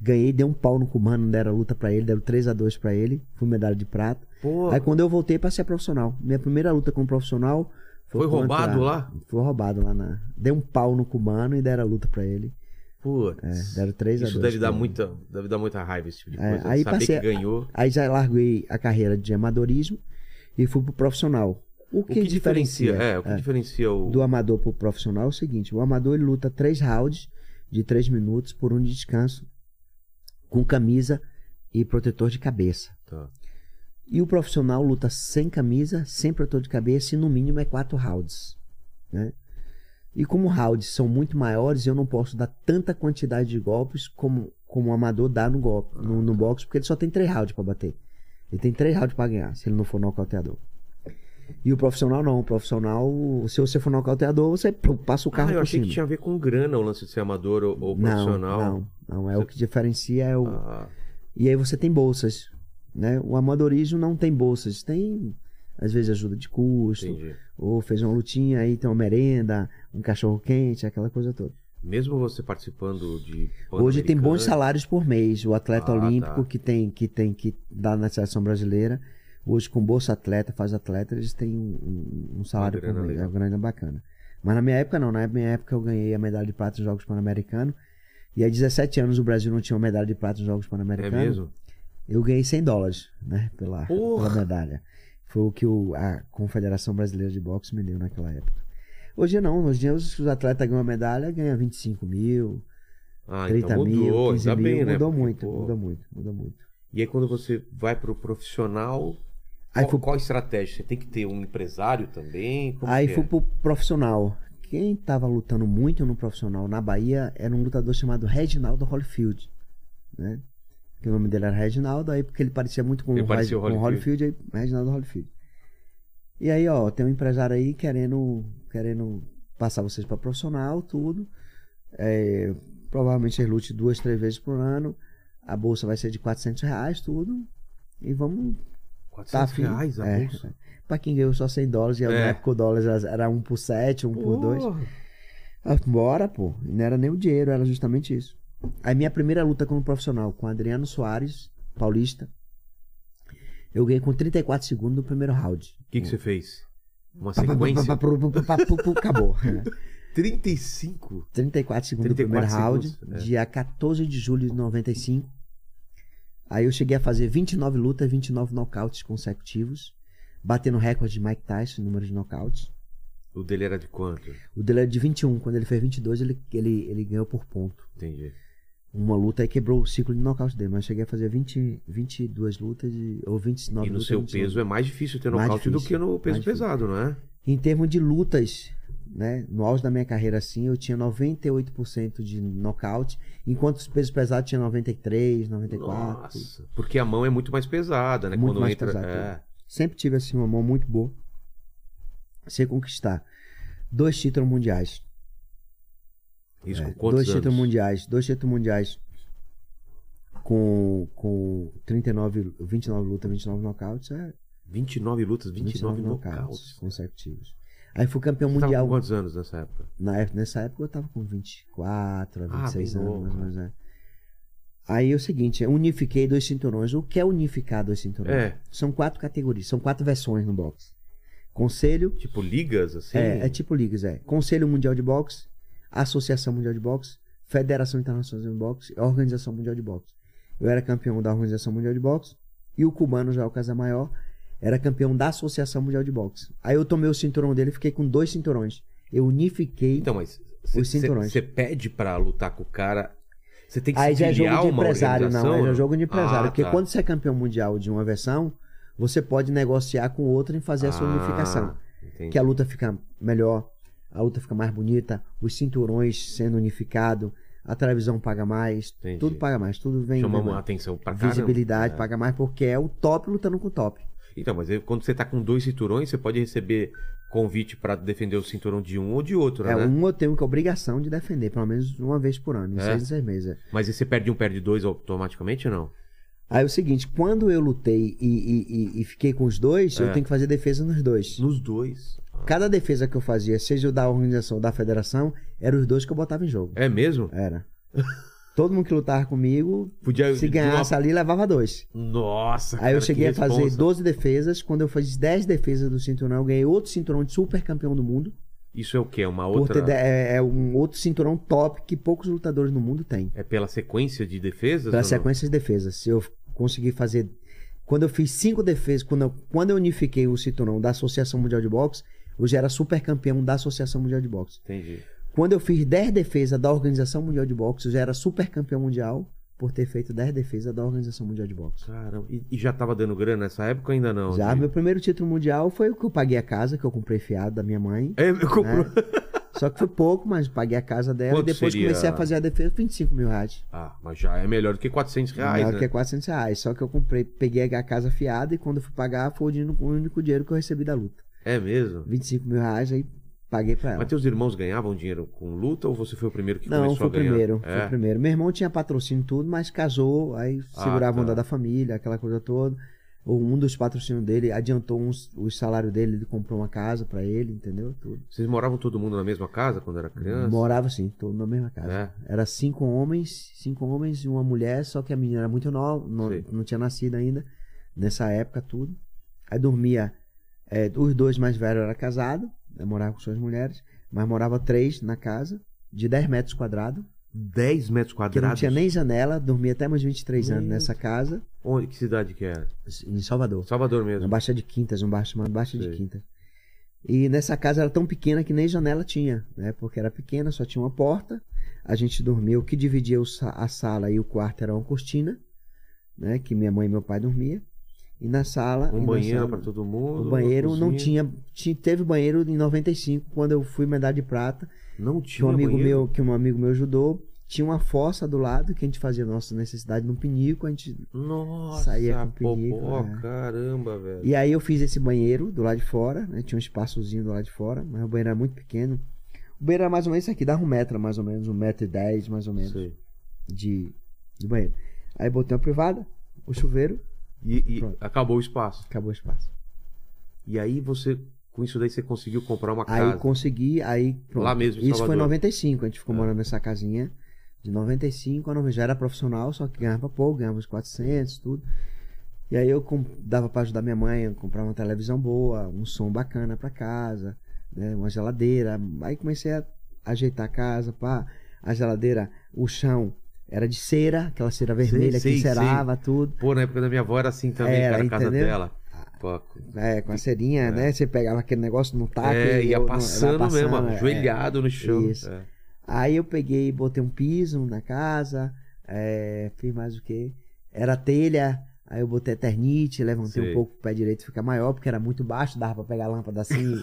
S3: Ganhei, dei um pau no cubano, não deram luta pra ele, deram 3 a 2 pra ele, fui medalha de prata.
S1: Pô,
S3: Aí quando eu voltei pra ser profissional, minha primeira luta como profissional foi,
S1: foi
S3: contra-
S1: roubado lá?
S3: Foi roubado lá na. Dei um pau no cubano e deram a luta pra ele.
S1: Putz.
S3: É, Deram 3 a 2
S1: isso deve dar,
S3: pra ele.
S1: muita, deve dar muita raiva esse tipo de
S3: É,
S1: coisa.
S3: aí
S1: Saber
S3: passei-
S1: que ganhou.
S3: Aí já larguei a carreira de amadorismo e fui pro profissional. O
S1: O
S3: que,
S1: que, diferencia? É, o que
S3: é.
S1: diferencia o.
S3: do amador pro profissional é o seguinte: o amador ele luta três rounds de três minutos por um de descanso, com camisa e protetor de cabeça.
S1: Tá.
S3: E o profissional luta sem camisa, sem protetor de cabeça e no mínimo é quatro rounds. Né? E como rounds são muito maiores, eu não posso dar tanta quantidade de golpes como, como o amador dá no, golpe, no, no box, porque ele só tem três rounds para bater. Ele tem três rounds para ganhar, se ele não for nocauteador. E o profissional não. O profissional, se você for nocauteador, você plum, passa o carro
S1: ah, eu
S3: por
S1: achei
S3: cima.
S1: que tinha a ver com grana o lance de ser amador ou, ou
S3: não,
S1: profissional.
S3: não, não. É o
S1: Você-
S3: que diferencia é o,
S1: Ah,
S3: e aí você tem bolsas, né? O amadorismo não tem bolsas, tem às vezes ajuda de custo,
S1: entendi.
S3: ou fez uma lutinha, aí tem uma merenda, um cachorro quente, aquela coisa toda.
S1: Mesmo você participando de.
S3: Hoje tem bons
S1: Pan-Americano,
S3: salários por mês, o atleta
S1: né? Ah,
S3: olímpico
S1: tá.
S3: que tem que tem que dá na seleção brasileira, hoje com bolsa atleta, faz atleta, eles têm um, um- um salário por
S1: grana
S3: mês, é
S1: legal.
S3: uma grana bacana. Mas na minha época não, na minha época eu ganhei a medalha de prata nos Jogos Pan-Americanos. E há 17 anos o Brasil não tinha uma medalha de prata nos Jogos
S1: É
S3: Pan-Americanos.
S1: mesmo?
S3: Eu ganhei 100 dólares, né? Pela,
S1: Porra!
S3: pela medalha. Foi o que o- a Confederação Brasileira de Boxe me deu naquela época. Hoje não, hoje em dia os os atletas ganham a medalha, ganham 25 mil,
S1: Ah,
S3: 30 mil, 15
S1: ainda
S3: mil.
S1: bem, né?
S3: mudou
S1: Porque,
S3: muito,
S1: pô,
S3: mudou muito, mudou muito.
S1: E aí quando você vai pro profissional,
S3: Aí
S1: qual,
S3: fui-
S1: qual a estratégia? Você tem que ter um empresário também? Como
S3: Aí
S1: que é?
S3: fui pro profissional. Quem tava lutando muito no profissional na Bahia era um lutador chamado Reginaldo Holyfield, né? Que o nome dele era Reginaldo, aí porque ele parecia muito com,
S1: Ele
S3: o,
S1: parecia o
S3: Reg- com o
S1: Holyfield.
S3: Holyfield, aí Reginaldo Holyfield. E aí, ó, tem um empresário aí querendo, querendo passar vocês pra profissional, tudo. É, provavelmente ele lute duas, três vezes por ano. A bolsa vai ser de 400 reais, tudo. E vamos
S1: 400
S3: afim.
S1: reais a
S3: É.
S1: bolsa?
S3: Pra quem ganhou só 100 dólares, e na
S1: É.
S3: época o dólar era- era 1 por 7, 1 por 2.
S1: Porra.
S3: Ah, Bora, pô. E Não era nem o dinheiro, era justamente isso. Aí minha primeira luta como profissional, com Adriano Soares, paulista. Eu ganhei com 34 segundos no primeiro round.
S1: O que, que você fez?
S3: [laughs]
S1: Uma
S3: Pá, pá, pá,
S1: sequência?
S3: pá, pá, pá, pá, pá, pá,
S1: [laughs]
S3: Acabou.
S1: 35?
S3: 34 segundos
S1: 34
S3: do primeiro round,
S1: segundos, é.
S3: dia 14 de julho de 95. Aí eu cheguei a fazer 29 lutas, 29 nocautes consecutivos, batendo recorde de Mike Tyson, número de nocautes.
S1: O dele era de quanto?
S3: O dele era de 21, quando ele fez 22, ele, ele, ele ganhou por ponto.
S1: Entendi.
S3: Uma luta aí quebrou o ciclo de nocaute dele, mas eu cheguei a fazer 20, 22 lutas e- ou 29
S1: E no
S3: lutas.
S1: seu
S3: 29.
S1: peso é mais difícil ter
S3: Mais
S1: nocaute do
S3: difícil,
S1: que no peso
S3: mais difícil.
S1: pesado, não é?
S3: Em termos de lutas, né, no auge da minha carreira assim, eu tinha 98% de nocaute, enquanto os pesos pesados tinha 93, 94.
S1: Nossa, porque a mão é muito mais pesada, né?
S3: Muito
S1: Quando
S3: mais
S1: entra.
S3: pesada.
S1: é.
S3: Sempre tive assim uma mão muito boa. Sei conquistar dois títulos mundiais.
S1: Isso com quantos
S3: É, dois
S1: anos?
S3: títulos mundiais, dois títulos mundiais com, com 39, 29 lutas, 29 nocautes, é
S1: 29 lutas, 29,
S3: 29 nocautes
S1: nocautes.
S3: consecutivos. Aí fui campeão
S1: Você tava
S3: mundial. Tá
S1: com quantos anos nessa época?
S3: Na, época- nessa época eu tava com 24, a
S1: Ah,
S3: 26
S1: bem
S3: anos,
S1: novo,
S3: mais ou
S1: né?
S3: menos, né? Aí é o seguinte, eu unifiquei dois cinturões. O que é unificar dois cinturões?
S1: É.
S3: São quatro categorias, são quatro versões no boxe. Conselho,
S1: Tipo ligas, assim?
S3: É, é tipo ligas, é. Conselho Mundial de Boxe, Associação Mundial de Boxe, Federação Internacional de Boxe e Organização Mundial de Boxe. Eu era campeão da Organização Mundial de Boxe e o cubano Joel Casamaior era campeão da Associação Mundial de Boxe. Aí eu tomei o cinturão dele e fiquei com dois cinturões. Eu unifiquei.
S1: Então, mas
S3: Os cinturões.
S1: você pede pra lutar com o cara. Você tem que
S3: aí
S1: se
S3: já é
S1: filiar
S3: jogo de
S1: a uma
S3: empresário, não.
S1: organização,
S3: Aí já é jogo de empresário.
S1: Ah,
S3: porque
S1: tá.
S3: quando você é campeão mundial de uma versão, você pode negociar com outra e fazer essa
S1: Ah,
S3: unificação.
S1: entendi.
S3: que a luta fica melhor, a luta fica mais bonita, os cinturões sendo unificados, a televisão paga mais,
S1: Entendi.
S3: tudo paga mais, tudo vem.
S1: Chamamos a
S3: vem-
S1: atenção pra caramba.
S3: visibilidade
S1: É.
S3: paga mais porque é o top lutando com o top.
S1: Então, mas aí, quando você tá com dois cinturões, você pode receber convite pra defender o cinturão de um ou de outro,
S3: É
S1: né?
S3: um eu tenho que a obrigação de defender, pelo menos uma vez por ano, em
S1: É?
S3: seis em seis meses. é.
S1: Mas e você perde um, perde dois automaticamente ou não?
S3: Aí é o seguinte, quando eu lutei e, e- e- e fiquei com os dois,
S1: É.
S3: eu tenho que fazer defesa nos dois.
S1: Nos dois.
S3: Cada defesa que eu fazia, seja o da organização ou da federação, eram os dois que eu botava em jogo.
S1: É mesmo?
S3: Era.
S1: [laughs]
S3: Todo mundo que lutava comigo,
S1: Podia
S3: se ganhasse ali, levava dois.
S1: Nossa,
S3: Aí
S1: cara,
S3: eu
S1: que
S3: cheguei a fazer
S1: responsa.
S3: 12 defesas. Quando eu fiz 10 defesas do cinturão, eu ganhei outro cinturão de super campeão do mundo.
S1: Isso é o quê? Uma
S3: Por ter
S1: outra.
S3: de- é, é um outro cinturão top que poucos lutadores no mundo têm.
S1: É pela sequência de defesas?
S3: Pela
S1: ou não?
S3: sequência de defesas. Se eu conseguir fazer. Quando eu fiz 5 defesas, quando eu, quando eu unifiquei o cinturão da Associação Mundial de Boxe, eu já era super campeão da Associação Mundial de Boxe.
S1: Entendi.
S3: Quando eu fiz 10 defesas da Organização Mundial de Boxe, eu já era super campeão mundial por ter feito 10 defesas da Organização Mundial de Boxe.
S1: Caramba. E, e já tava dando grana nessa época ou ainda não?
S3: Já,
S1: De-
S3: meu primeiro título mundial foi o que eu paguei a casa, que eu comprei fiado da
S1: [laughs]
S3: minha mãe.
S1: É, eu compro-
S3: né? Só que foi pouco, mas paguei a casa dela.
S1: Quanto
S3: e depois
S1: seria?
S3: comecei a fazer a defesa 25 mil reais.
S1: Ah, mas já é melhor do que 400 reais,
S3: Melhor
S1: né?
S3: que é 400 reais. Só que eu comprei, peguei a casa fiada e quando eu fui pagar foi o din- o único dinheiro que eu recebi da luta.
S1: É mesmo?
S3: 25 mil reais, aí paguei pra ela.
S1: Mas teus irmãos ganhavam dinheiro com luta ou você foi o primeiro que
S3: Não,
S1: começou
S3: foi
S1: a
S3: o
S1: ganhar?
S3: primeiro. Foi
S1: É.
S3: o primeiro. Meu irmão tinha patrocínio e tudo, mas casou, aí
S1: Ah,
S3: segurava a
S1: tá.
S3: onda da família, aquela coisa toda. Ou Um dos patrocínios dele adiantou uns, o salário dele, ele comprou uma casa pra ele, entendeu? Tudo.
S1: Vocês moravam todo mundo na mesma casa quando era criança?
S3: Morava assim, todo na mesma casa.
S1: É.
S3: Era cinco homens, cinco homens e uma mulher, só que a menina era muito nova, não,
S1: Sim.
S3: não tinha nascido ainda, nessa época tudo. é, Aí dormia, eh, os dois mais velhos eram casados, né, moravam com suas mulheres. Mas morava três na casa, de 10 metros quadrados,
S1: 10 metros
S3: que não
S1: quadrados?
S3: tinha nem janela, dormia até meus 23 anos
S1: Meu
S3: nessa casa,
S1: Onde, que cidade que era?
S3: em Salvador.
S1: Salvador
S3: Na
S1: mesmo.
S3: Baixa de Quintas, um baixo chamado Baixa
S1: Sei.
S3: de Quintas. E nessa casa era tão pequena que nem janela tinha, né? Porque era pequena, só tinha uma porta. A gente dormia, o que dividia o sa- a sala e o quarto era uma cortina, né? Que minha mãe e meu pai dormia. E na sala... e
S1: Um
S3: na
S1: banheiro
S3: sala-
S1: pra todo mundo.
S3: O
S1: uma
S3: banheiro não
S1: cozinha.
S3: tinha, ti- Teve banheiro em 95, quando eu fui medalha de prata.
S1: Não
S3: Que
S1: tinha
S3: um amigo
S1: banheiro?
S3: meu, que um amigo meu ajudou. Tinha uma fossa do lado que a gente fazia nossa necessidade num pinico, a gente
S1: Nossa,
S3: Saía com perigo,
S1: popó,
S3: né?
S1: caramba, velho.
S3: E aí eu fiz esse banheiro do lado de fora, né? Tinha um espaçozinho do lado de fora, mas o banheiro era muito pequeno. O banheiro era mais ou menos isso aqui, dava um metro, mais ou menos, um metro e dez, mais ou menos,
S1: Sei.
S3: de, de banheiro. Aí botei uma privada, o chuveiro,
S1: E, e
S3: Pronto.
S1: acabou o espaço.
S3: acabou o espaço.
S1: E aí você, com isso daí, você conseguiu comprar uma
S3: Aí
S1: casa.
S3: consegui, aí pronto.
S1: Lá mesmo em
S3: Isso foi em
S1: Salvador.
S3: 95, a gente ficou
S1: É.
S3: morando nessa casinha. De 95 a 90, já era profissional, só que ganhava pouco, ganhava uns 400, tudo. E aí eu com- dava pra ajudar minha mãe a comprar uma televisão boa, um som bacana pra casa, né, uma geladeira. Aí comecei a ajeitar a casa, pá. A geladeira, o chão era de cera, aquela cera vermelha
S1: sei,
S3: que
S1: sei.
S3: encerava tudo.
S1: Pô, na época da minha avó era assim também,
S3: Era,
S1: cara, a casa
S3: entendeu?
S1: dela. Pô,
S3: É, com a cerinha, né? Você pegava aquele negócio no taco
S1: é,
S3: e
S1: ia
S3: ah, eu não-
S1: passando, mesmo,
S3: é.
S1: ajoelhado no chão.
S3: Isso.
S1: É.
S3: Aí eu peguei e botei um piso na casa, é, fiz mais o quê? Era telha, aí eu botei ternite, levantei
S1: Sei.
S3: um pouco o pé direito ficar maior, porque era muito baixo, dava pra pegar a lâmpada assim.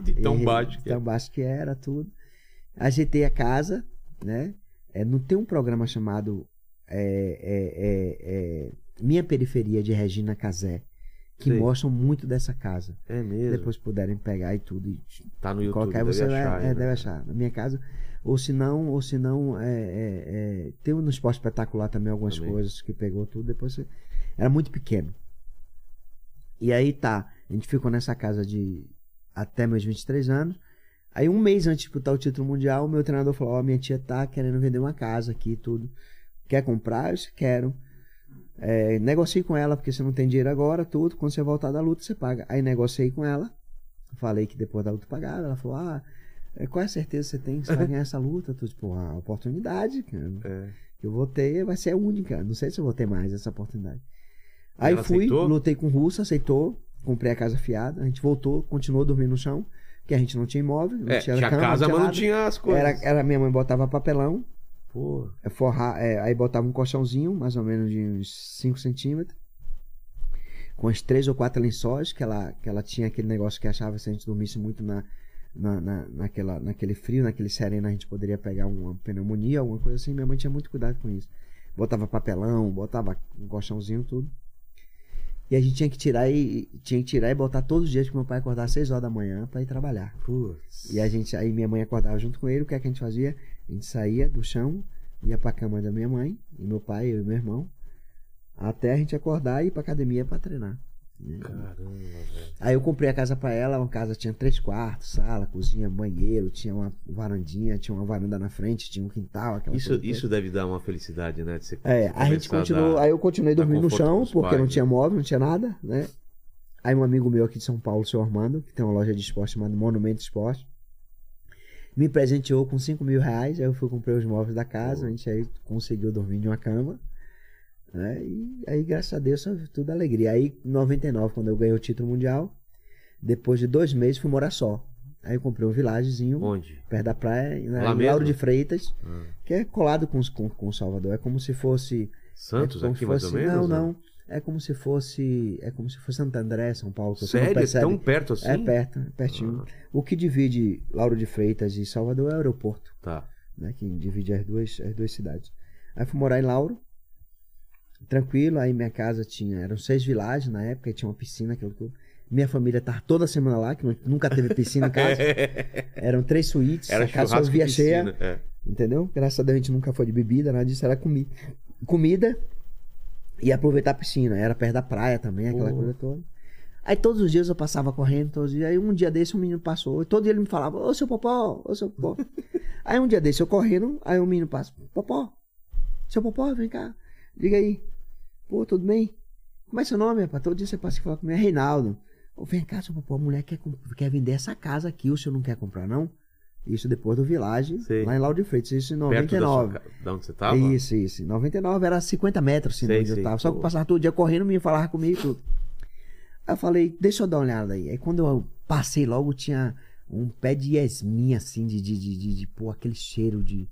S1: De [laughs] tão
S3: e-
S1: baixo
S3: de
S1: que é.
S3: Tão baixo que era, tudo. Ajeitei a casa, né? É, não tem um programa chamado é, é, é, é, Minha Periferia de Regina Casé, que
S1: Sei.
S3: mostram muito dessa casa.
S1: é. É mesmo.
S3: Depois puderem pegar e tudo e
S1: tá no YouTube,
S3: colocar aí você
S1: deve
S3: vai-
S1: achar.
S3: é,
S1: ainda. né?
S3: deve achar. Na minha casa. Ou se não, ou se não, é, é, é, tem no esporte espetacular também algumas
S1: Também.
S3: coisas que pegou tudo, depois você... Era muito pequeno. E aí tá, a gente ficou nessa casa de até meus 23 anos. Aí um mês antes de disputar o título mundial, o meu treinador falou, ó, minha tia tá querendo vender uma casa aqui e tudo. Quer comprar? Eu disse, quero. É, negocie com ela, porque você não tem dinheiro agora, tudo. Quando você voltar da luta, você paga. Aí negociei com ela. Falei que depois da luta pagava. Ela falou, ah, é, qual é a certeza que você tem que você vai ganhar essa luta? Tu, tipo, a oportunidade, cara.
S1: É.
S3: Eu vou ter, vai ser a única. Não sei se eu vou ter mais essa oportunidade. Aí
S1: ela
S3: fui,
S1: aceitou?
S3: lutei com o Russo, aceitou. Comprei a casa fiada. A gente voltou, continuou dormindo no chão. Porque a gente não tinha imóvel, não
S1: É,
S3: tinha
S1: tinha,
S3: cama,
S1: casa, mas
S3: não
S1: não
S3: tinha
S1: tinha as
S3: nada.
S1: coisas.
S3: Era, era, minha mãe botava papelão,
S1: Pô,
S3: forrar, é, aí botava um colchãozinho, mais ou menos de uns 5 centímetros, com as três ou quatro lençóis, que ela, que ela tinha aquele negócio que achava se a gente dormisse muito na, na, na- naquela, naquele frio, naquele sereno, a gente poderia pegar uma pneumonia, alguma coisa assim. Minha mãe tinha muito cuidado com isso. Botava papelão, botava um colchãozinho, tudo. E a gente tinha que tirar e tinha que tirar e botar todos os dias que meu pai acordar às 6 horas da manhã para ir trabalhar.
S1: putz.
S3: E a gente, aí minha mãe acordava junto com ele, o que é que a gente fazia? A gente saía do chão, ia pra cama da minha mãe, e meu pai, eu e meu irmão, até a gente acordar e ir pra academia pra treinar. né?
S1: Caramba, velho.
S3: Aí eu comprei a casa pra ela, uma casa tinha três quartos, sala, cozinha, banheiro, tinha uma varandinha, tinha uma varanda na frente, tinha um quintal, aquela
S1: Isso,
S3: coisa toda.
S1: isso deve dar uma felicidade, né? De você
S3: É, a gente
S1: começar
S3: continuou,
S1: dar-
S3: aí eu continuei
S1: dar
S3: dormindo no
S1: conforto
S3: chão,
S1: pros
S3: porque
S1: pais,
S3: não
S1: né?
S3: tinha móvel, não tinha nada, né? Aí um amigo meu aqui de São Paulo, o seu Armando, que tem uma loja de esporte chamada Monumento Esporte, me presenteou com 5 mil reais, aí eu fui comprei os móveis da casa,
S1: Pô.
S3: a gente aí conseguiu dormir em uma cama, né? E aí, graças a Deus, foi tudo alegria. Aí, em 99, quando eu ganhei o título mundial, depois de dois meses, fui morar só. Aí eu comprei um vilagezinho,
S1: Onde?
S3: perto da praia, na
S1: Lá
S3: em
S1: mesmo?
S3: Lauro de Freitas,
S1: Ah.
S3: que é colado com, os- com, com Salvador. É como se fosse.
S1: Santos,
S3: é como
S1: aqui
S3: se
S1: mais ou
S3: fosse-
S1: menos? né?
S3: Não, não. É como se fosse. É como se fosse Santo André, São Paulo. que você não
S1: Sério? É
S3: percebe.
S1: tão perto assim? Ah.
S3: É perto, é pertinho. O que divide Lauro de Freitas e Salvador é o aeroporto,
S1: Tá.
S3: [laughs] né? Que divide as duas, as duas cidades. Aí fui morar em Lauro. Tranquilo, aí minha casa tinha. Eram seis vilagens na época, e tinha uma piscina, aquilo tudo. Minha família tava toda semana lá, que não- nunca teve
S1: [laughs]
S3: piscina em casa. Eram três suítes,
S1: É. Era
S3: a casa
S1: churrasco
S3: só
S1: e
S3: via cheia.
S1: piscina, é.
S3: Entendeu? Graças a Deus a gente nunca foi de bebida, nada disso, era comi comida e aproveitar a piscina. Era perto da praia também, aquela
S1: Pô.
S3: coisa toda. Aí todos os dias eu passava correndo, todos os dias. Aí um dia desse um menino passou, e todo dia ele me falava, ô seu Popó, ô seu Popó. aí um dia desse eu correndo, aí um menino passa, Popó, seu Popó, vem cá, liga aí. Pô, tudo bem? Como é seu nome, rapaz? Todo dia você passa e fala comigo, é Reinaldo. Ô, vem cá, seu Popó, a mulher quer, com- quer vender essa casa aqui, o senhor não quer comprar, não? Isso depois do Village,
S1: Sei.
S3: lá em Lauro de Freitas, isso em
S1: Perto da sua
S3: 99.
S1: casa. Da onde você tava?
S3: É Isso, isso. Em 99 era 50 metros, assim,
S1: Sei,
S3: onde
S1: sei.
S3: eu tava. Só que
S1: Pô.
S3: eu passava todo dia correndo, me falava comigo e tudo. Aí eu falei, deixa eu dar uma olhada aí. Aí quando eu passei logo, tinha um pé de yasmin, assim, de, de, de, de, de pô, aquele cheiro de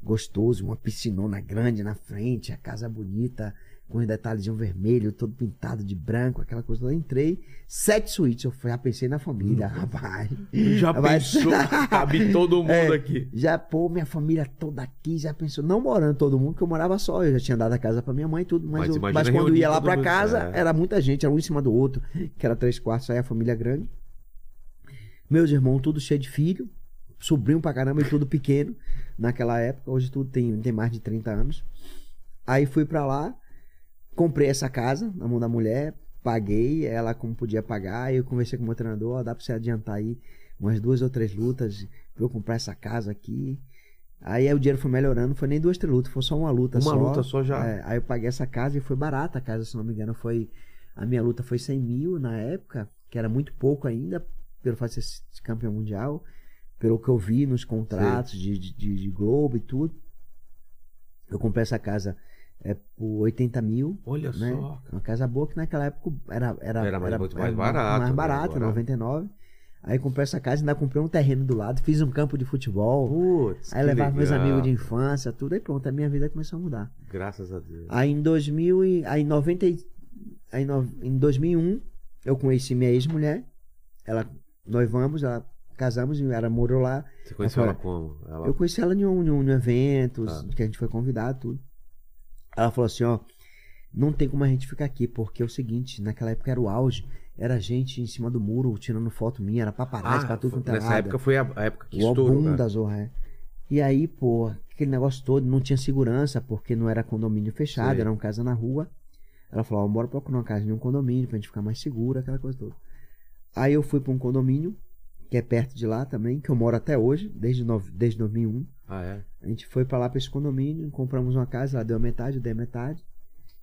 S3: gostoso, uma piscinona grande na frente, a casa bonita, com os detalhes de um vermelho, todo pintado de branco, aquela coisa. toda. Eu entrei, sete suítes, eu já pensei na
S1: [laughs]
S3: família, rapaz.
S1: Já
S3: Mas- [laughs]
S1: pensou? Cabe todo mundo
S3: É.
S1: aqui.
S3: Já, pô, minha família toda aqui, já pensou, não morando todo mundo, que eu morava só, eu já tinha dado a casa pra minha mãe e tudo, mas,
S1: Mas
S3: eu-
S1: imagina
S3: mas quando eu
S1: reunir
S3: ia lá
S1: todo
S3: pra
S1: mundo,
S3: casa,
S1: é.
S3: era muita gente, era um em cima do outro, que era três quartos, aí a família grande. Meus irmãos, tudo cheio de filho, sobrinho pra caramba e tudo pequeno, naquela época, hoje tudo tem, tem mais de 30 anos. Aí fui pra lá, comprei essa casa na mão da mulher, paguei ela como podia pagar, aí eu conversei com o meu treinador, ó, dá pra você adiantar aí umas duas ou três lutas pra eu comprar essa casa aqui. Aí, aí o dinheiro foi melhorando, não foi nem duas, três lutas, foi só uma luta
S1: Uma
S3: Tá só.
S1: luta só já.
S3: É, aí eu paguei essa casa e foi barata a casa, se não me engano, foi... A minha luta foi 100 mil na época, que era muito pouco ainda, pelo fato de ser campeão mundial, pelo que eu vi nos contratos de, de, de- de Globo e tudo. Eu comprei essa casa é, por 80 mil,
S1: Olha
S3: né?
S1: só.
S3: Uma casa boa que naquela época era era
S1: Era mais- muito mais
S3: era
S1: barato, né?
S3: mais barato,
S1: Agora-
S3: 99. Aí comprei essa casa, ainda comprei um terreno do lado, fiz um campo de futebol.
S1: Putz,
S3: Aí
S1: que
S3: levava meus
S1: legal.
S3: amigos de infância, tudo, aí pronto, a minha vida começou a mudar.
S1: Graças a Deus.
S3: Aí em 2000 e, aí em 90 e- aí no- em 2001 eu conheci minha ex-mulher. Ela noivamos, ela casamos e ela morou lá.
S1: Você conheceu
S3: Ela
S1: ela como? Ela...
S3: Eu conheci ela em um, em um evento
S1: Tá.
S3: que a gente foi convidado, tudo. Ela falou assim, ó, não tem como a gente ficar aqui, porque é o seguinte, naquela época era o auge, era gente em cima do muro tirando foto minha, era paparazzi pra tudo
S1: Ah, foi-
S3: quanto é
S1: nessa
S3: lado.
S1: época foi a, a época que
S3: o
S1: estourou.
S3: álbum
S1: né?
S3: da Zorra, é. E aí, pô, aquele negócio todo, não tinha segurança, porque não era condomínio fechado,
S1: Sei.
S3: era uma casa na rua. Ela falou, ó, bora procurar uma casa em um condomínio pra gente ficar mais seguro, aquela coisa toda. Aí eu fui pra um condomínio, que é perto de lá também, que eu moro até hoje, desde, nove- desde 2001.
S1: Ah, é?
S3: A gente foi pra lá pra esse condomínio, compramos uma casa, ela deu a metade, eu dei a metade.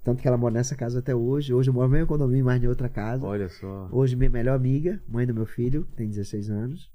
S3: Tanto que ela mora nessa casa até hoje. Hoje eu moro no mesmo condomínio, mas em outra casa.
S1: Olha só.
S3: Hoje minha melhor amiga, mãe do meu filho, tem 16 anos.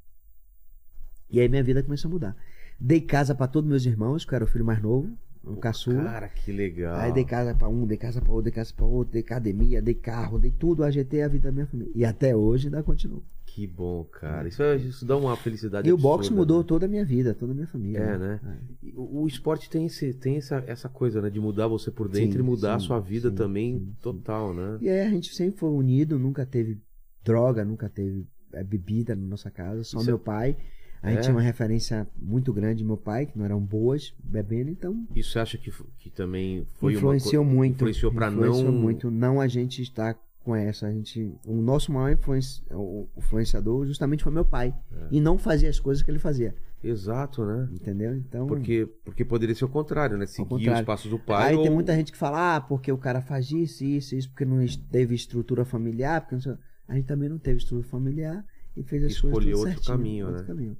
S3: E aí minha vida começou a mudar. Dei casa pra todos meus irmãos, que eu era o filho mais novo, o caçula.
S1: Cara, que legal.
S3: Aí dei casa pra um, dei casa pra outro, dei casa pra outro, dei academia, dei carro, dei tudo, ajeitei a vida da minha família. E até hoje ainda continua.
S1: Que bom, cara. Isso, é- isso dá uma felicidade
S3: E o boxe
S1: absurda,
S3: mudou
S1: né?
S3: toda a minha vida, toda a minha família.
S1: É, né? E O, o esporte tem, esse, tem essa, essa coisa, né? De mudar você por dentro
S3: Sim,
S1: e mudar a
S3: sim,
S1: sua vida
S3: sim,
S1: também
S3: sim, sim.
S1: total, né?
S3: É. E aí a gente sempre foi unido, nunca teve droga, nunca teve eh, bebida na nossa casa, só
S1: Isso é-
S3: meu pai. A
S1: É?
S3: gente tinha uma referência muito grande, meu pai, que não eram boas bebendo, então
S1: Isso você acha que, f- que também foi
S3: influenciou
S1: uma co-
S3: muito.
S1: Influenciou pra
S3: influenciou
S1: não.
S3: muito. Não a gente está com essa. A gente, o nosso maior influenci- o- o influenciador justamente foi meu pai.
S1: É.
S3: E não fazia as coisas que ele fazia,
S1: Exato, né?
S3: entendeu? Então.
S1: Porque, porque poderia ser o contrário, né? Seguir os
S3: contrário.
S1: passos do pai.
S3: Aí tem
S1: ou-
S3: muita gente que fala, ah, porque o cara faz isso, isso, isso, porque não es- teve estrutura familiar, porque não sei... a gente também não teve estrutura familiar e fez as
S1: Escolheu
S3: coisas tudo
S1: outro
S3: certinho,
S1: caminho, né?
S3: caminho.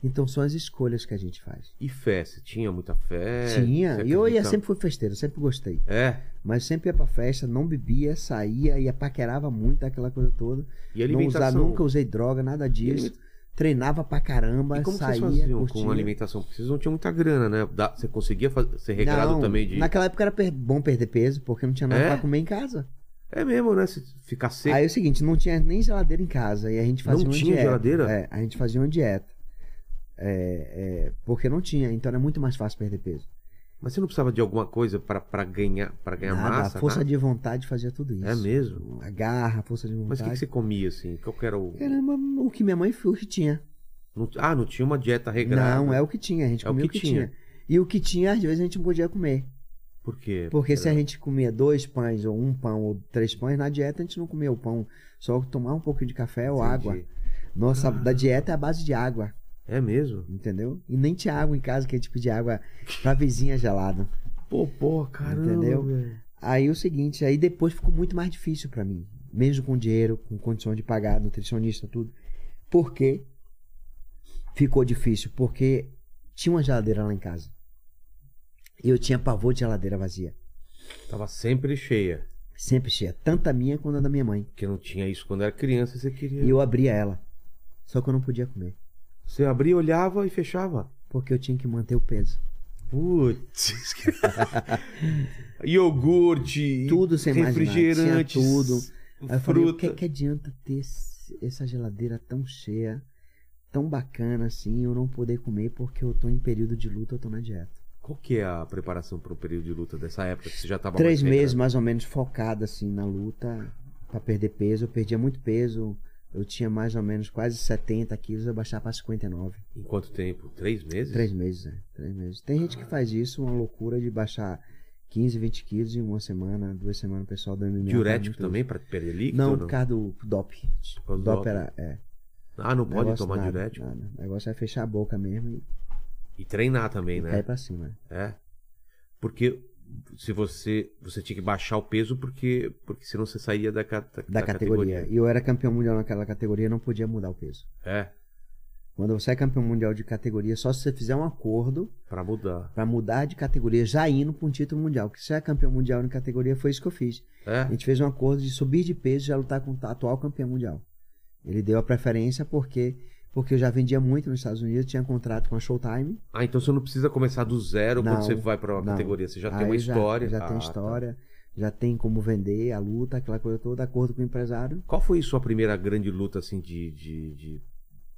S3: Então são as escolhas que a gente faz.
S1: E fé? Você tinha muita fé?
S3: Tinha,
S1: Você
S3: e eu ia,
S1: acreditava-
S3: sempre fui festeiro, sempre gostei.
S1: É,
S3: Mas sempre ia pra festa, não bebia, saía, ia paquerava muito, aquela coisa toda.
S1: e
S3: Não usava,
S1: alimentação.
S3: nunca usei droga, nada disso. Treinava pra caramba,
S1: E como vocês
S3: saía,
S1: faziam com
S3: curtia.
S1: a alimentação? Porque vocês não tinham muita grana, né? Dá- Você conseguia fazer, ser regrado
S3: Não,
S1: também de.
S3: Naquela época era per- bom perder peso, porque não tinha nada
S1: É?
S3: pra comer em casa.
S1: É mesmo, né? Se ficar seco.
S3: Aí é o seguinte, não tinha nem geladeira em casa e a gente fazia
S1: Não
S3: uma
S1: tinha
S3: dieta.
S1: geladeira?
S3: É, a gente fazia uma dieta. É, é, porque não tinha, então era muito mais fácil perder peso.
S1: Mas você não precisava de alguma coisa pra, pra ganhar, pra ganhar
S3: Nada,
S1: massa?
S3: a força
S1: nada?
S3: de vontade fazia tudo isso.
S1: É mesmo?
S3: A garra, a força de vontade.
S1: Mas o que, que você comia, assim? Qual que era o...
S3: Caramba, o que minha mãe fez, o que tinha.
S1: Não- Ah, não tinha uma dieta regrada?
S3: Não, é o que tinha, a gente
S1: É o
S3: comia o
S1: que
S3: que,
S1: tinha.
S3: tinha. E o que tinha, às vezes, a gente não podia comer.
S1: Por quê?
S3: Porque se a
S1: Era-
S3: gente comia dois pães, ou um pão, ou três pães, na dieta a gente não comia o pão. Só tomar um pouquinho de café ou água.
S1: Entendi.
S3: Nossa, da dieta é a base de água.
S1: É mesmo?
S3: Entendeu? E nem tinha água em casa que a gente pedia água pra vizinha gelada.
S1: Pô, pô, caramba,
S3: Entendeu?
S1: velho.
S3: Aí o seguinte, aí depois ficou muito mais difícil pra mim. Mesmo com dinheiro, com condição de pagar, nutricionista, tudo. Por quê? Ficou difícil, porque tinha uma geladeira lá em casa. E eu tinha pavor de geladeira vazia.
S1: Tava sempre cheia.
S3: Sempre cheia. Tanto a minha quanto a da minha mãe.
S1: Porque não tinha isso quando era criança, você queria...
S3: E eu abria ela. Só que eu não podia comer.
S1: Você abria, olhava e fechava.
S3: Porque eu tinha que manter o peso.
S1: Putz. [laughs] Iogurte,
S3: Tudo sem imaginar.
S1: refrigerantes,
S3: Tinha tudo. Aí eu falei, o
S1: fruta.
S3: que, que adianta ter esse- essa geladeira tão cheia, tão bacana assim, e eu não poder comer porque eu tô em período de luta, eu tô na dieta.
S1: Qual que é a preparação para o período de luta dessa época que você já tava
S3: Três
S1: mais
S3: meses mais ou menos focado assim na luta pra perder peso. Eu perdia muito peso. Eu tinha mais ou menos quase 70 quilos, eu baixava pra 59.
S1: Em quanto tempo? Três meses?
S3: Três meses, é. Três meses. Tem gente que faz isso, uma loucura de baixar 15, 20 quilos em uma semana, duas semanas, o pessoal dando MMA.
S1: Diurético
S3: faz muito
S1: também para perder
S3: isso.
S1: líquido?
S3: Não,
S1: ou
S3: por causa do DOP.
S1: causa do
S3: DOP
S1: dop.
S3: era. É,
S1: Ah, não pode
S3: negócio
S1: tomar
S3: nada,
S1: diurético?
S3: nada. O negócio é fechar a boca mesmo e
S1: E treinar também, né?
S3: cair pra cima.
S1: É. Porque se você. Você tinha que baixar o peso porque, porque senão você saía da, ca-
S3: Da categoria. E eu era campeão mundial naquela categoria, não podia mudar o peso.
S1: É,
S3: Quando você é campeão mundial de categoria, só se você fizer um acordo
S1: pra mudar.
S3: pra mudar de categoria, já indo pra um título mundial. Porque se é campeão mundial em categoria, foi isso que eu fiz. A
S1: É.
S3: gente fez um acordo de subir de peso e já lutar com o atual campeão mundial. Ele deu a preferência porque porque eu já vendia muito nos Estados Unidos, tinha contrato com a Showtime.
S1: Ah, então você não precisa começar do zero quando
S3: Não,
S1: você vai pra uma
S3: não.
S1: categoria. Você já
S3: Aí
S1: tem uma história.
S3: Já,
S1: Ah, tá.
S3: tem história, já tem como vender a luta, aquela coisa toda, acordo com o empresário.
S1: Qual foi sua primeira grande luta, assim, de, de, de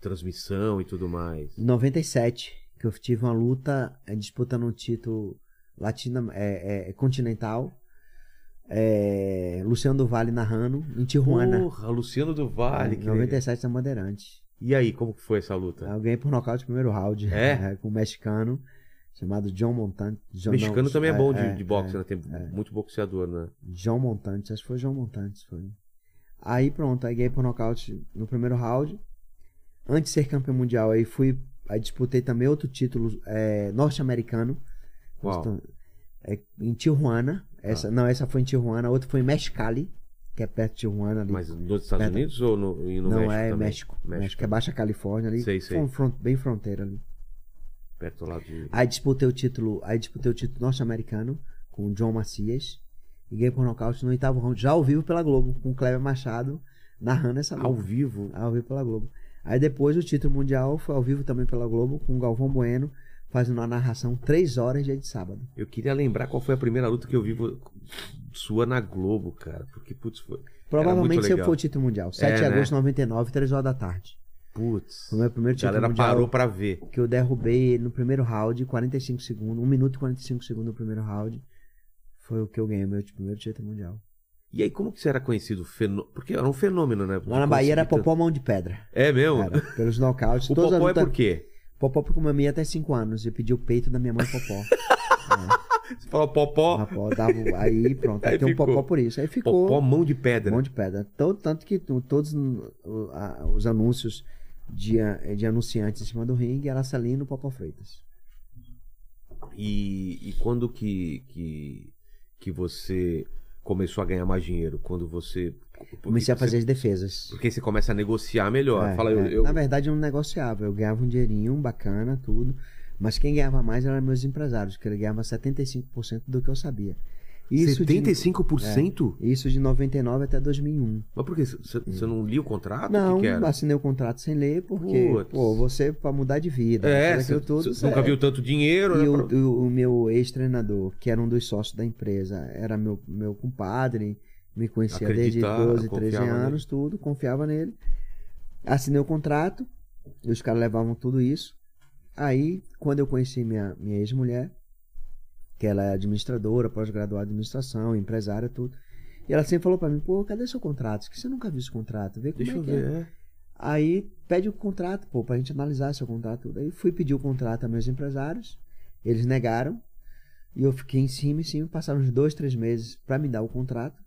S1: transmissão e tudo mais?
S3: Em 97, que eu tive uma luta eh, disputando um título latino, é, continental. eh, Luciano do Vale narrando, em Tijuana.
S1: Porra, Luciano do Vale.
S3: em
S1: que
S3: 97 na Bandeirante.
S1: legal. E aí, como que foi essa luta?
S3: Tá. Eu ganhei por nocaute no primeiro round. [laughs]
S1: É?
S3: com um mexicano chamado John Montante. John-
S1: Mexicano
S3: não,
S1: também é bom de, de boxe,
S3: é.
S1: né? Tem muito boxeador, né?
S3: John Montante, acho que foi John Montante. Foi. Aí pronto, aí ganhei por nocaute no primeiro round. Antes de ser campeão mundial, aí fui. Aí disputei também outro título eh, norte-americano.
S1: Qual? Ah.
S3: Então, é, em Tijuana. Essa, Não, essa foi em Tijuana, a outra foi em Mexcali, que é perto de Tijuana ali.
S1: Mas nos Estados
S3: Perdão.
S1: Unidos ou no, e no
S3: não
S1: México
S3: é
S1: também?
S3: México.
S1: México.
S3: México. é Baixa Califórnia ali.
S1: Sei, sei.
S3: fron- fron- bem fronteira ali.
S1: Perto lá de...
S3: Aí disputei o título, aí disputei o título norte-americano com o John Macias. E ganhei por nocaute no oitavo round, já ao vivo pela Globo, com o Kleber Machado narrando essa luta.
S1: Ao vivo?
S3: Ao vivo pela Globo. Aí depois o título mundial foi ao vivo também pela Globo, com o Galvão Bueno fazendo uma narração três horas dia de sábado.
S1: Eu queria lembrar qual foi a primeira luta que eu vi vo- sua na Globo, cara. Porque, putz, foi...
S3: Provavelmente
S1: muito
S3: se eu
S1: legal.
S3: for o título mundial. 7 de
S1: né?
S3: agosto de 99, 3 horas da tarde.
S1: Putz.
S3: Foi o meu primeiro
S1: A
S3: título
S1: galera
S3: mundial.
S1: parou pra ver.
S3: Que eu derrubei no primeiro round, 45 segundos, 1 minuto e 45 segundos no primeiro round. Foi o que eu ganhei, meu primeiro título mundial.
S1: E aí, como que você era conhecido? Fenô- Porque era um fenômeno, né?
S3: Lá na Bahia era
S1: Conseguir tanto-
S3: Popó Mão de Pedra.
S1: É mesmo?
S3: Era, pelos
S1: [laughs]
S3: nocautes.
S1: O
S3: todas as
S1: Popó é
S3: lutas-
S1: por quê?
S3: Popó porque eu mamei até 5 anos e pedi o peito da minha mãe
S1: [laughs]
S3: Popó.
S1: Você fala Popó,
S3: Popó dava, aí pronto, aí,
S1: Aí
S3: tem um
S1: ficou.
S3: Popó por isso. Aí ficou
S1: Popó mão de
S3: um
S1: pedra.
S3: monte de pedra. Tanto, tanto que tu- todos o- a- os anúncios de, a- de anunciantes em cima do ringue era Celino Popó Freitas.
S1: E, e quando que, que, que você começou a ganhar mais dinheiro? Quando você. porque
S3: Comecei a
S1: você-
S3: fazer as defesas.
S1: Porque você começa a negociar melhor.
S3: É,
S1: Fala, eu,
S3: é.
S1: eu-
S3: Na verdade, eu não negociava. Eu ganhava um dinheirinho bacana, tudo. Mas quem ganhava mais eram meus empresários, que ele ganhava 75% do que eu sabia. Isso de, É.
S1: 75%?
S3: isso de 99 até 2001.
S1: Mas por quê? Você você não lia o contrato?
S3: não,
S1: O Ah,
S3: assim,
S1: que que era?
S3: assinei o contrato sem ler, porque,
S1: Putz.
S3: pô, você, pra mudar de vida,
S1: É,
S3: fazer
S1: você,
S3: aquilo tudo,
S1: você nunca
S3: é.
S1: viu tanto dinheiro,
S3: E
S1: né?
S3: o,
S1: pra-
S3: o- o meu ex-treinador, que era um dos sócios da empresa, era meu, meu compadre, me conhecia desde
S1: Acreditar,
S3: 12, 13
S1: confiava nele.
S3: anos, tudo, confiava nele. Assinei o contrato, e os caras levavam tudo isso. Aí, quando eu conheci minha, minha ex-mulher, que ela é administradora, pós-graduada em administração, empresária, tudo, e ela sempre falou pra mim, pô, cadê seu contrato? Acho que você nunca viu esse contrato, vê como
S1: Deixa
S3: é
S1: eu
S3: que é.
S1: ver. é.
S3: Aí pede o contrato, pô, pra gente analisar seu contrato. tudo. Aí fui pedir o contrato a meus empresários, eles negaram. E eu fiquei em cima, em cima, passaram uns dois, três meses pra me dar o contrato.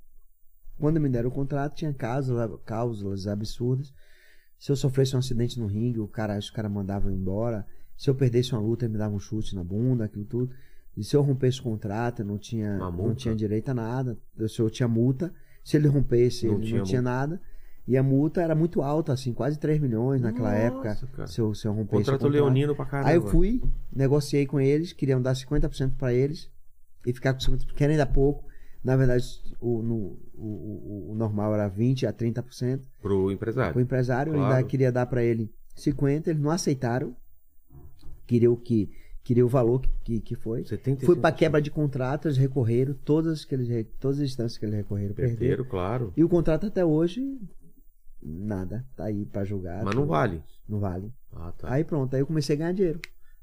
S3: Quando me deram o contrato, tinha cláusula, cláusulas absurdas. Se eu sofresse um acidente no ringue, o cara, os caras mandavam eu embora. Se eu perdesse uma luta, ele me dava um chute na bunda, aquilo tudo. E se eu rompesse o contrato, eu não tinha,
S1: Uma
S3: não
S1: multa?
S3: tinha direito a nada. Eu, se eu tinha multa. Se ele rompesse,
S1: Não
S3: ele
S1: tinha
S3: não tinha nada. E a multa era muito alta, assim, quase 3 milhões naquela
S1: Nossa,
S3: época.
S1: cara.
S3: Se eu, se eu rompesse o
S1: Contrato
S3: contrato.
S1: leonino né, pra caramba.
S3: Aí eu fui, negociei com eles, queriam dar 50% pra eles e ficar com 50%, querem dar pouco. Na verdade, o, no- o- o- o normal era 20% a 30%
S1: Pro empresário.
S3: pro empresário, eu
S1: Ah, Claro.
S3: ainda queria dar pra ele 50, eles não aceitaram. Queriam que queria o valor que, que, que foi.
S1: 75%.
S3: Foi para quebra de contrato, eles recorreram, todas, que eles, re- todas as instâncias que eles recorreram, perderam.
S1: Perderam, claro.
S3: E o contrato até hoje, nada. Tá aí para julgar.
S1: Mas não vale.
S3: Não vale.
S1: Ah, tá.
S3: Aí pronto, aí eu comecei a ganhar dinheiro.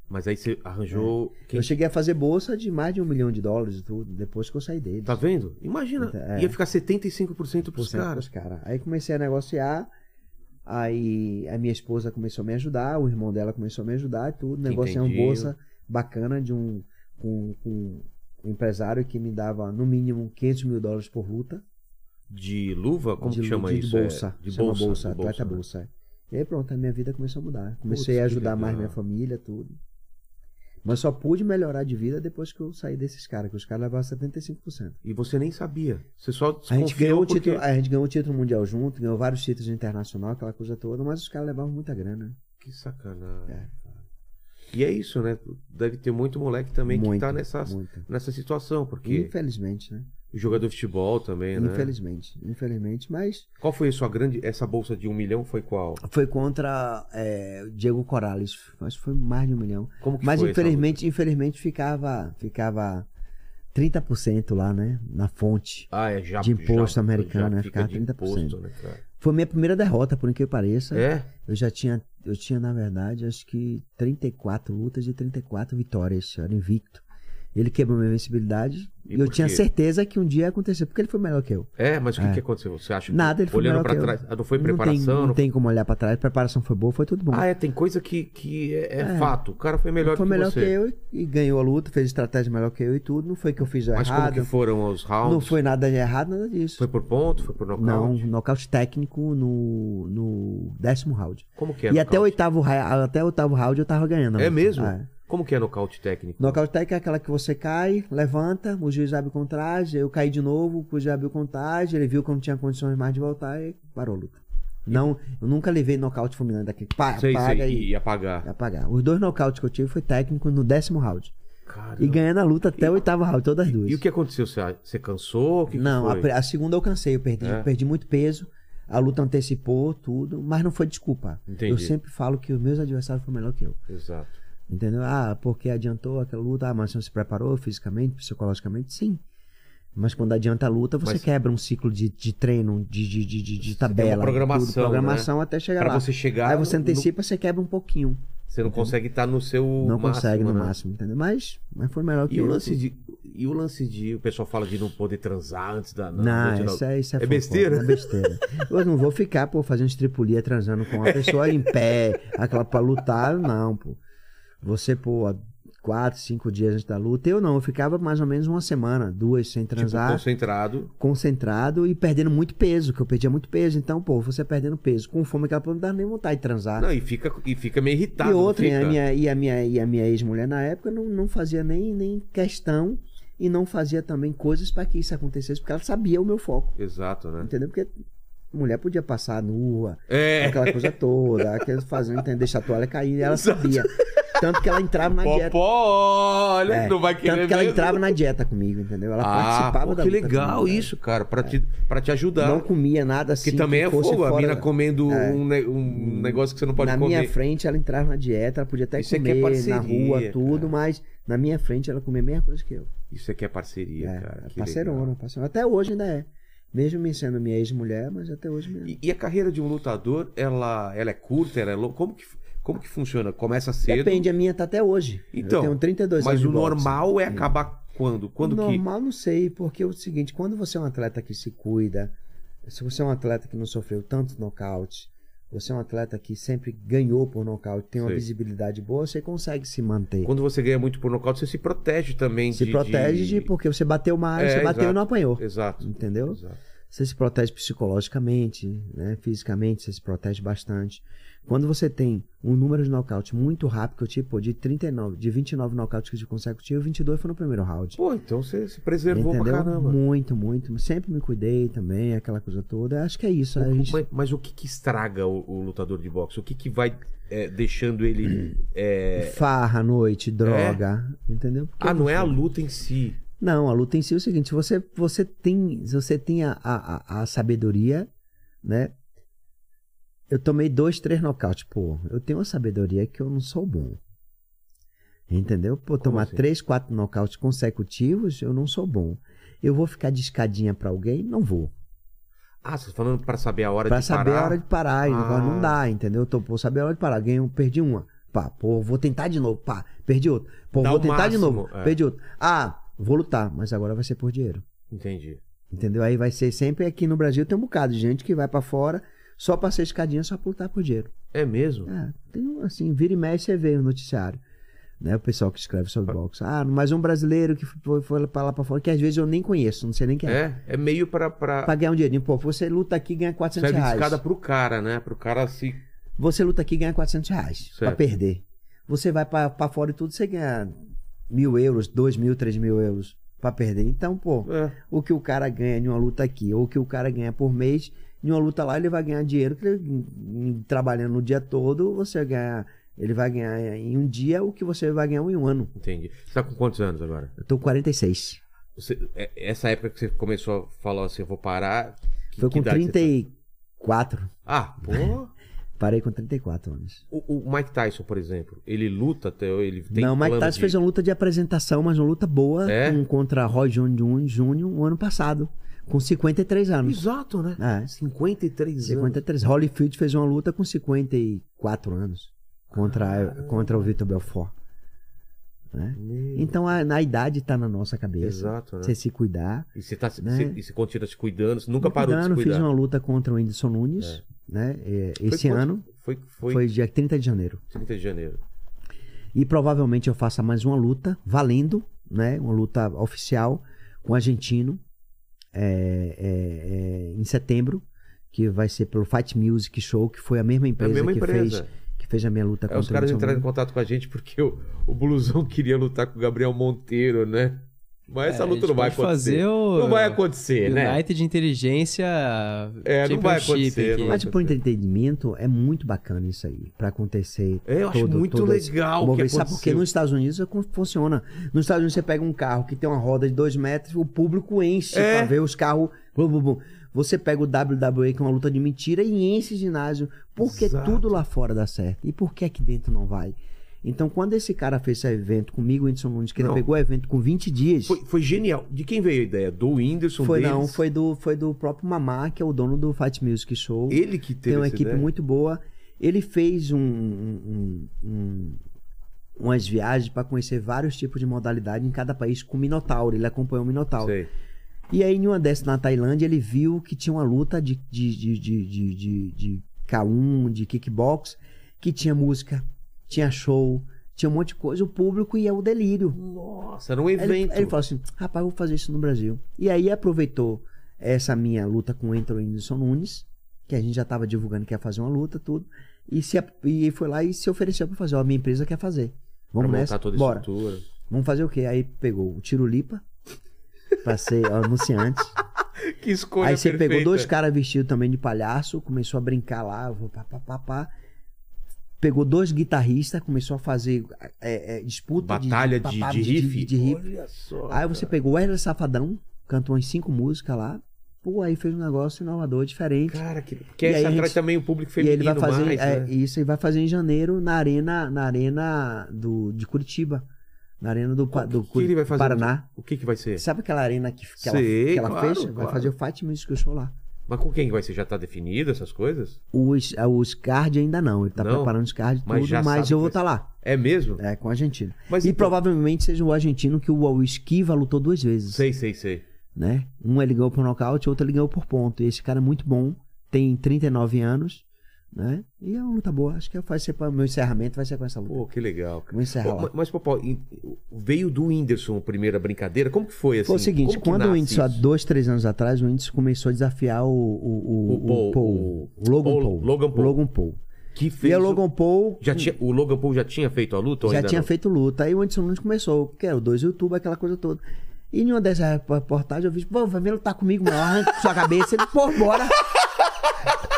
S1: Mas aí você arranjou. Quem...
S3: É. Eu cheguei a fazer bolsa de mais de um milhão de dólares e tudo, depois que eu saí deles.
S1: Tá vendo? Imagina.
S3: É.
S1: Ia ficar 75%
S3: Por
S1: pros
S3: cento
S1: caras.
S3: pros cara. Aí comecei a negociar. Aí a minha esposa começou a me ajudar, o irmão dela começou a me ajudar e tudo. Negociamos
S1: Entendi.
S3: bolsa bacana de um com, com um empresário que me dava no mínimo 500 mil dólares por luta.
S1: De luva? Como
S3: de,
S1: que chama
S3: de
S1: isso? É,
S3: Bolsa,
S1: De
S3: Chama
S1: bolsa.
S3: bolsa,
S1: de
S3: atleta
S1: né?
S3: bolsa. é. E aí pronto, a minha vida começou a mudar. Comecei
S1: Putz,
S3: a
S1: que
S3: ajudar mais
S1: legal.
S3: minha família, tudo. Mas só pude melhorar de vida depois que eu saí desses caras, que os caras levavam 75%.
S1: E você nem sabia. Você só
S3: A gente,
S1: desconfiou
S3: ganhou o
S1: porque...
S3: título, a gente ganhou o título mundial junto, ganhou vários títulos internacional, aquela coisa toda, mas os caras levavam muita grana.
S1: Que sacanagem.
S3: É.
S1: cara. E é isso, né? Deve ter muito moleque também que
S3: Muito,
S1: tá nessa,
S3: muita.
S1: nessa situação, porque
S3: Infelizmente, né?
S1: jogador de futebol também, né?
S3: Infelizmente, infelizmente. Mas
S1: Qual foi a sua grande. Essa bolsa de um milhão foi qual?
S3: foi contra é, o Diego Corrales, acho que foi mais de um milhão.
S1: Como que
S3: Mas
S1: foi essa
S3: infelizmente, infelizmente ficava, ficava 30% lá, né? Na fonte.
S1: luta? Ah, é já.
S3: de imposto
S1: já-
S3: americano,
S1: já
S3: né?
S1: fica
S3: Ficava
S1: de
S3: 30%.
S1: imposto, né, cara?
S3: Foi minha primeira derrota, por incrível que pareça.
S1: É?
S3: Eu já tinha, eu tinha, na verdade, acho que 34 lutas e 34 vitórias. Eu era invicto. Ele quebrou minha invencibilidade
S1: E
S3: e, eu
S1: por
S3: tinha
S1: quê?
S3: certeza que um dia ia acontecer, porque ele foi melhor que eu.
S1: É, mas o que,
S3: É.
S1: que aconteceu? Você acha que
S3: Nada, ele foi
S1: olhando
S3: melhor
S1: pra
S3: que eu.
S1: trás. Ah, não foi
S3: Não
S1: preparação?
S3: tem, não
S1: não-
S3: tem como olhar pra trás, a preparação foi boa, foi tudo bom.
S1: Ah, é, tem coisa que, que é, é
S3: É.
S1: fato. O cara foi melhor
S3: foi
S1: que
S3: melhor
S1: você.
S3: que eu e, e ganhou a luta, fez estratégia melhor que eu e tudo. Não foi que eu fiz
S1: Mas como que
S3: errado,
S1: foram os rounds?
S3: não foi nada de errado, nada disso.
S1: Foi por ponto? Foi por
S3: não,
S1: nocaute?
S3: nocaute técnico no, no décimo round.
S1: Como que é
S3: e até o,
S1: nocaute?
S3: oitavo, ra- até o oitavo round eu tava ganhando. a
S1: É
S3: luta.
S1: mesmo?
S3: É.
S1: Como que é nocaute técnico?
S3: Nocaute técnico é aquela que você cai, levanta, o juiz abre contagem, eu caí de novo, o juiz abriu contagem, ele viu que eu não tinha condições mais de voltar e parou a luta. Não, eu nunca levei nocaute fulminante daquele. Pá,
S1: Sei,
S3: apaga É.
S1: sei,
S3: e
S1: e apagar.
S3: apagar. Os dois nocautes que eu tive foi técnico no décimo round.
S1: Caramba.
S3: E ganhando a luta até o oitavo round, todas as duas.
S1: E o que aconteceu? Você, você cansou? O que que
S3: não, a,
S1: foi?
S3: pri- a segunda eu cansei, eu perdi,
S1: É?
S3: perdi muito peso, a luta antecipou tudo, mas não foi desculpa.
S1: Entendi.
S3: Eu sempre falo que os meus adversários foram melhor que eu.
S1: Exato.
S3: Entendeu? Ah, porque adiantou aquela luta, ah, mas você não se preparou fisicamente, psicologicamente, sim. Mas quando adianta a luta, você
S1: Mas-
S3: quebra um ciclo de, de treino, de, de, de, de, de
S1: Você tem uma
S3: tabela. de
S1: programação, né?
S3: tudo, programação até chegar
S1: Pra
S3: lá.
S1: você chegar.
S3: Aí você
S1: no-
S3: antecipa, você quebra um pouquinho.
S1: Você não consegue estar no seu.
S3: Não
S1: máximo,
S3: consegue no
S1: né?
S3: máximo, entendeu? Mas, mas foi melhor que
S1: E o
S3: eu.
S1: lance de. E o lance de. O pessoal fala de não poder transar antes da. na
S3: Não,
S1: noite da-
S3: isso é, isso é,
S1: É
S3: fofoca,
S1: besteira?
S3: É besteira. Eu não vou ficar, pô, fazendo estripulia transando com uma pessoa em pé, aquela pra lutar, não, pô. Você, pô, há quatro, cinco dias antes da luta, eu não, eu ficava mais ou menos uma semana, duas sem
S1: tipo,
S3: transar,
S1: concentrado.
S3: concentrado e perdendo muito peso, que eu perdia muito peso. Então, pô, você perdendo peso, com fome, aquela porra, não dá nem vontade de transar.
S1: Não, e fica, e fica meio irritado.
S3: e
S1: não
S3: outra, e a
S1: fica?
S3: minha, e a minha, e a minha ex-mulher na época não, não fazia nem, nem questão e não fazia também coisas pra que isso acontecesse, porque ela sabia o meu foco.
S1: Exato, né?
S3: Entendeu? Porque mulher podia passar nua,
S1: É.
S3: aquela coisa toda, aqueles fazendo, entendeu? deixar a toalha cair, e ela sabia. Tanto que ela entrava na dieta.
S1: Popó, olha,
S3: É,
S1: não vai querer
S3: Tanto que ela
S1: mesmo.
S3: entrava na dieta comigo, entendeu? Ela
S1: Ah,
S3: participava
S1: pô,
S3: da
S1: que
S3: luta
S1: legal
S3: comigo,
S1: isso, cara. Pra te, pra te ajudar.
S3: cara. Não comia nada assim.
S1: que também é
S3: fosse
S1: fogo. A
S3: fora
S1: mina
S3: da- É. Hum,
S1: comendo um, ne- um negócio que você não pode
S3: na
S1: comer.
S3: minha frente ela entrava na dieta, ela podia até
S1: Isso aqui é
S3: comer
S1: parceria,
S3: na rua, tudo,
S1: cara.
S3: mas na minha frente ela comia a mesma coisa que eu.
S1: Isso aqui é parceria,
S3: É,
S1: cara. que
S3: parceirona,
S1: legal.
S3: parceirona. Até hoje ainda é. Mesmo me sendo minha ex-mulher, mas até hoje mesmo.
S1: E, e a carreira de um lutador, ela, ela é curta, ela é longa? Como que, como que funciona? Começa cedo,
S3: Depende, a minha tá até hoje.
S1: Então,
S3: eu tenho 32 anos.
S1: mas
S3: de
S1: o
S3: boxe. Hum.
S1: normal é acabar quando? Quando que...
S3: Normal, não sei, porque é o seguinte, quando você é um atleta que se cuida, se você é um atleta que não sofreu tanto nocaute, você é um atleta que sempre ganhou por nocaute, tem uma
S1: Sei.
S3: visibilidade boa, você consegue se manter.
S1: Quando você ganha muito por nocaute, você se protege também
S3: se
S1: de-
S3: protege de... porque você bateu mais,
S1: É,
S3: você bateu
S1: exato.
S3: e não apanhou.
S1: Exato.
S3: Entendeu?
S1: Exato.
S3: Você se protege psicologicamente, né? fisicamente, você se protege bastante. Quando você tem um número de nocaute muito rápido, que eu tive, pô, de 39, de 29 nocautes que eu tive consecutivo, 22 foi no primeiro round.
S1: Pô, então você se preservou
S3: Entendeu?
S1: pra caramba.
S3: Muito, muito. Sempre me cuidei também, aquela coisa toda. Acho que é isso. A gente...
S1: Mas, mas o que, que estraga o, o lutador de boxe? O que, que vai é, deixando ele. é,
S3: Farra, noite, droga. Entendeu? Porque-
S1: Ah, não é a luta em si.
S3: Não, a luta em si é o seguinte: se você, você tem, se você tem a, a, a- a sabedoria, né? Eu tomei dois, três nocautes. Pô, eu tenho uma sabedoria que eu não sou bom. Entendeu? Pô, tomar
S1: assim?
S3: três, quatro nocautes consecutivos, eu não sou bom. Eu vou ficar de escadinha pra alguém? Não vou.
S1: Ah, você tá falando pra saber a hora
S3: Pra
S1: de
S3: saber
S1: parar?
S3: a hora de parar. e
S1: Ah.
S3: Não dá, entendeu? Eu tô, pô, saber a hora de parar. Ganhei, um, perdi uma. Pá, pô, vou tentar de novo. Pá, perdi outro. Pô,
S1: Dá
S3: vou
S1: o
S3: tentar de
S1: máximo,
S3: novo.
S1: é.
S3: Perdi outro. Ah, vou lutar, mas agora vai ser por dinheiro.
S1: Entendi.
S3: Entendeu? Aí vai ser sempre aqui no Brasil tem um bocado de gente que vai pra fora só pra ser escadinha, só pra lutar por dinheiro.
S1: É mesmo?
S3: É, tem um, assim, vira e mexe você vê o noticiário. Né? O pessoal que escreve sobre boxe. Ah, mas um brasileiro que foi, foi pra lá pra fora, que às vezes eu nem conheço, não sei nem quem é.
S1: É, é meio pra... pra...
S3: Pra ganhar um dinheirinho. Pô, você luta aqui e ganha 400
S1: Serve de
S3: reais.
S1: escada pro cara, né? Pro cara se...
S3: Você luta aqui e ganha 400 reais pra
S1: Certo.
S3: perder. Você vai pra, pra fora e tudo, você ganha mil euros, dois mil, três mil euros pra perder. Então, pô,
S1: É,
S3: o que o cara ganha em uma luta aqui, ou o que o cara ganha por mês, em uma luta lá ele vai ganhar dinheiro que ele, em- em- trabalhando o dia todo, você ganha, ele vai ganhar em um dia o que você vai ganhar em um ano.
S1: entendi. Você tá com quantos anos agora?
S3: Eu tô com 46.
S1: Você- é- essa época que você começou a falar assim, eu vou parar... Que,
S3: Foi
S1: que
S3: com
S1: idade você tá?
S3: 34.
S1: Ah, pô...
S3: Parei com 34 anos.
S1: O, o Mike Tyson, por exemplo, ele luta até... Ele tem
S3: não, o Mike
S1: plano
S3: Tyson
S1: de-
S3: fez um uma luta de apresentação, mas uma luta boa
S1: É?
S3: com- contra Roy Jones Jr. um ano passado, com 53 anos.
S1: Exato, né?
S3: É,
S1: 53 anos.
S3: 53. Holyfield fez uma luta com 54 anos contra, contra o Vitor Belfort.
S1: Meu,
S3: Então a, na idade tá na nossa cabeça.
S1: Exato, né?
S3: Você se cuidar.
S1: E você, tá,
S3: né?
S1: você- e você continua se cuidando, você nunca
S3: Me
S1: parou de se
S3: cuidando,
S1: cuidar.
S3: fiz uma luta contra o Whindersson Nunes, né? é, Esse
S1: quando?
S3: ano
S1: Foi, foi,
S3: foi dia 30 de janeiro.
S1: 30 de janeiro.
S3: E provavelmente eu faça mais uma luta valendo, né? Uma luta oficial com o argentino é, é, é, em setembro, que vai ser pelo Fight Music Show, que foi a
S1: É
S3: mesma
S1: a
S3: empresa
S1: mesma
S3: que
S1: empresa.
S3: fez que fez a minha luta
S1: Aí
S3: contra
S1: É, os
S3: o
S1: caras
S3: Whindersson
S1: entraram em
S3: Nunes.
S1: contato com a gente porque o, o Blusão queria lutar com o Gabriel Monteiro, né? Mas essa
S2: É, a
S1: luta
S2: gente
S1: não vai
S2: pode
S1: acontecer.
S2: fazer o-
S1: Não vai acontecer, né?
S2: United de Inteligência.
S1: É, não vai
S2: Championship
S1: acontecer,
S2: aqui.
S1: não vai
S3: Mas pro entretenimento é muito bacana isso aí, pra acontecer.
S1: É, eu acho
S3: todo-
S1: muito
S3: todo esse
S1: legal Ah, o que
S3: mover. Sabe
S1: aconteceu.
S3: porque nos Estados Unidos é como funciona. Nos Estados Unidos você pega um carro que tem uma roda de dois metros, o público enche
S1: É.
S3: pra ver os carros. Bum, bum, bum. Você pega o WWE, que é uma luta de mentira, e enche o ginásio. Porque
S1: Exato.
S3: tudo lá fora dá certo. E por que aqui dentro não vai? Então, quando esse cara fez esse evento comigo, o Whindersson Nunes, que
S1: Não.
S3: ele pegou o evento com 20 dias.
S1: Foi, foi genial. De quem veio a ideia? Do Whindersson
S3: Foi
S1: deles?
S3: não, foi do, foi do próprio Mamá, que é o dono do Fight Music Show.
S1: Ele que teve
S3: Tem uma
S1: essa
S3: equipe
S1: ideia?
S3: muito boa. Ele fez um, um- um- umas viagens para conhecer vários tipos de modalidade em cada país com o Minotauro. Ele acompanhou o Minotauro.
S1: Sei.
S3: E aí, em uma dessas na Tailândia, ele viu que tinha uma luta de, de, de, de, de, de, de K1, de kickbox, que tinha música, tinha show, tinha um monte de coisa. O público ia ao delírio.
S1: Nossa, era um
S3: Aí Ele,
S1: evento.
S3: aí ele falou assim: rapaz, eu vou fazer isso no Brasil. E aí aproveitou essa minha luta com o Anthony Whindersson Nunes, que a gente já estava divulgando que ia fazer uma luta, tudo. E, se, ap- e foi lá e se ofereceu para fazer: ó, minha empresa quer fazer.
S1: pra
S3: Vamos
S1: montar
S3: nessa,
S1: toda a
S3: bora.
S1: estrutura.
S3: Vamos fazer o quê? Aí pegou o Tiro Lipa, pra ser
S1: [laughs]
S3: anunciante.
S1: [laughs] Que escolha
S3: Aí você
S1: perfeita.
S3: pegou dois caras vestidos também de palhaço, começou a brincar lá, vou pá, pá, pá, pá. Pegou dois guitarristas, começou a fazer é, é, disputa de-
S1: Batalha
S3: pá,
S1: de,
S3: pá,
S1: de riff.
S3: de riff.
S1: Olha só.
S3: Aí você
S1: cara.
S3: pegou o Wesley Safadão, cantou umas cinco músicas lá. Pô, aí fez um negócio inovador, diferente.
S1: Cara, que,
S3: E
S1: que
S3: aí
S1: essa
S3: a gente-
S1: atrai também o público
S3: e aí
S1: feminino
S3: ele vai fazer
S1: mais,
S3: é,
S1: né?
S3: isso e vai fazer em janeiro na arena, na arena do, de Curitiba, na arena do, Pa-
S1: O
S3: do
S1: que que ele vai fazer?
S3: Paraná.
S1: O que que vai ser?
S3: Sabe aquela arena que, que ela,
S1: Sei,
S3: que ela
S1: claro,
S3: fecha?
S1: claro.
S3: Vai fazer o Fight Music Show lá.
S1: Mas com quem vai ser? Já tá definido essas coisas?
S3: Os, é, os card ainda não, ele tá
S1: Não?
S3: preparando os card e
S1: Mas já
S3: tudo,
S1: sabe
S3: mas eu
S1: que
S3: vou
S1: vai
S3: estar lá,
S1: É mesmo?
S3: é, com a Argentina.
S1: Mas
S3: e
S1: então-
S3: provavelmente seja o argentino que o, o Esquiva lutou duas vezes.
S1: Sei, sei, sei.
S3: né? Um ele ganhou por nocaute, outro ele ganhou por ponto. E esse cara é muito bom, tem 39 anos, né? E é uma luta boa. Acho que vai ser para meu encerramento, vai ser com essa luta.
S1: Pô, que legal. cara.
S3: Vamos encerrar
S1: Pô,
S3: lá.
S1: ma- mas, Popó, e- veio do Whindersson a primeira brincadeira? Como que foi assim?
S3: Foi o seguinte,
S1: Como que
S3: quando o
S1: nasce
S3: Whindersson, há
S1: isso?
S3: dois, três anos atrás, o Whindersson começou a desafiar o, o, o,
S1: O Paul,
S3: o Paul,
S1: o-
S3: o Logan
S1: Paul-
S3: Paul.
S1: Logan Paul.
S3: Logan Paul.
S1: Que
S3: E
S1: fez.
S3: o
S1: o-
S3: Logan Paul
S1: Já tinha... O Logan Paul já tinha feito a luta? ou
S3: já
S1: ainda
S3: tinha
S1: não?
S3: feito luta. Aí o Anderson Nunes começou, que era o dois YouTube, aquela coisa toda. E em uma dessas reportagens eu vi, pô, vai vir lutar comigo, mano, arranca sua cabeça. Ele, pô,
S1: [laughs]
S3: bora.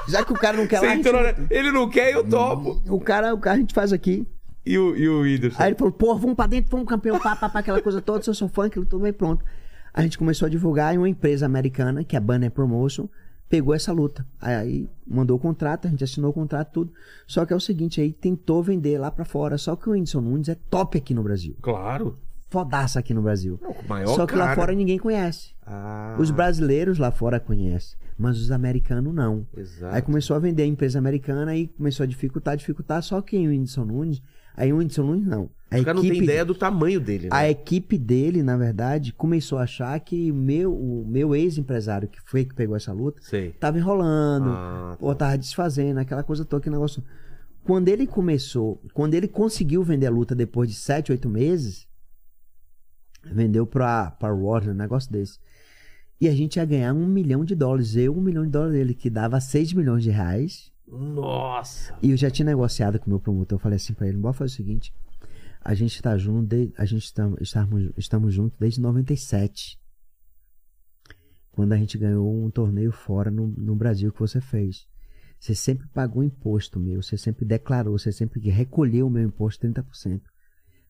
S3: Já que o cara não quer
S1: Você
S3: lá, a Hum. gente-
S1: entrou na- então, Ele não quer, eu topo.
S3: o cara, o cara a gente faz aqui.
S1: E o, e o Whindersson?
S3: Aí ele falou, pô, vamos pra dentro, vamos campeão, pá, pá, pá, aquela coisa toda, se eu sou fã, aquilo tudo bem, pronto. A gente começou a divulgar e uma empresa americana, que é a Banner Promotion, pegou essa luta. Aí mandou o contrato, a gente assinou o contrato, tudo. Só que é o seguinte, aí tentou vender lá pra fora. Só que o Whindersson Nunes é top aqui no Brasil.
S1: Claro.
S3: Fodaça aqui no Brasil.
S1: É o maior
S3: Só que lá
S1: cara.
S3: fora ninguém conhece.
S1: Ah,
S3: Os brasileiros lá fora conhecem, mas os americanos não.
S1: Exato.
S3: Aí começou a vender a empresa americana e começou a dificultar, dificultar. Só que o Whindersson Nunes, aí o Whindersson Nunes não. A
S1: Os caras não têm
S3: equipe-
S1: ideia do tamanho dele, né?
S3: a equipe dele, na verdade, começou a achar que meu, o meu ex-empresário, que foi que pegou essa luta,
S1: Sei.
S3: tava enrolando,
S1: Ah,
S3: ou tava desfazendo, aquela coisa toda, que negócio. Quando ele começou, quando ele conseguiu vender a luta depois de 7, 8 meses, vendeu pra, pra Warner, um negócio desse. E a gente ia ganhar um milhão de dólares. Eu, um milhão de dólares dele, que dava 6 milhões de reais.
S1: Nossa.
S3: E eu já tinha negociado com o meu promotor. Eu falei assim pra ele: bora fazer o seguinte. A gente tá junto, de- a gente tam, estamos, estamos juntos desde 97. Quando a gente ganhou um torneio fora no, no Brasil que você fez. Você sempre pagou imposto meu, você sempre declarou, você sempre recolheu o meu imposto 30%.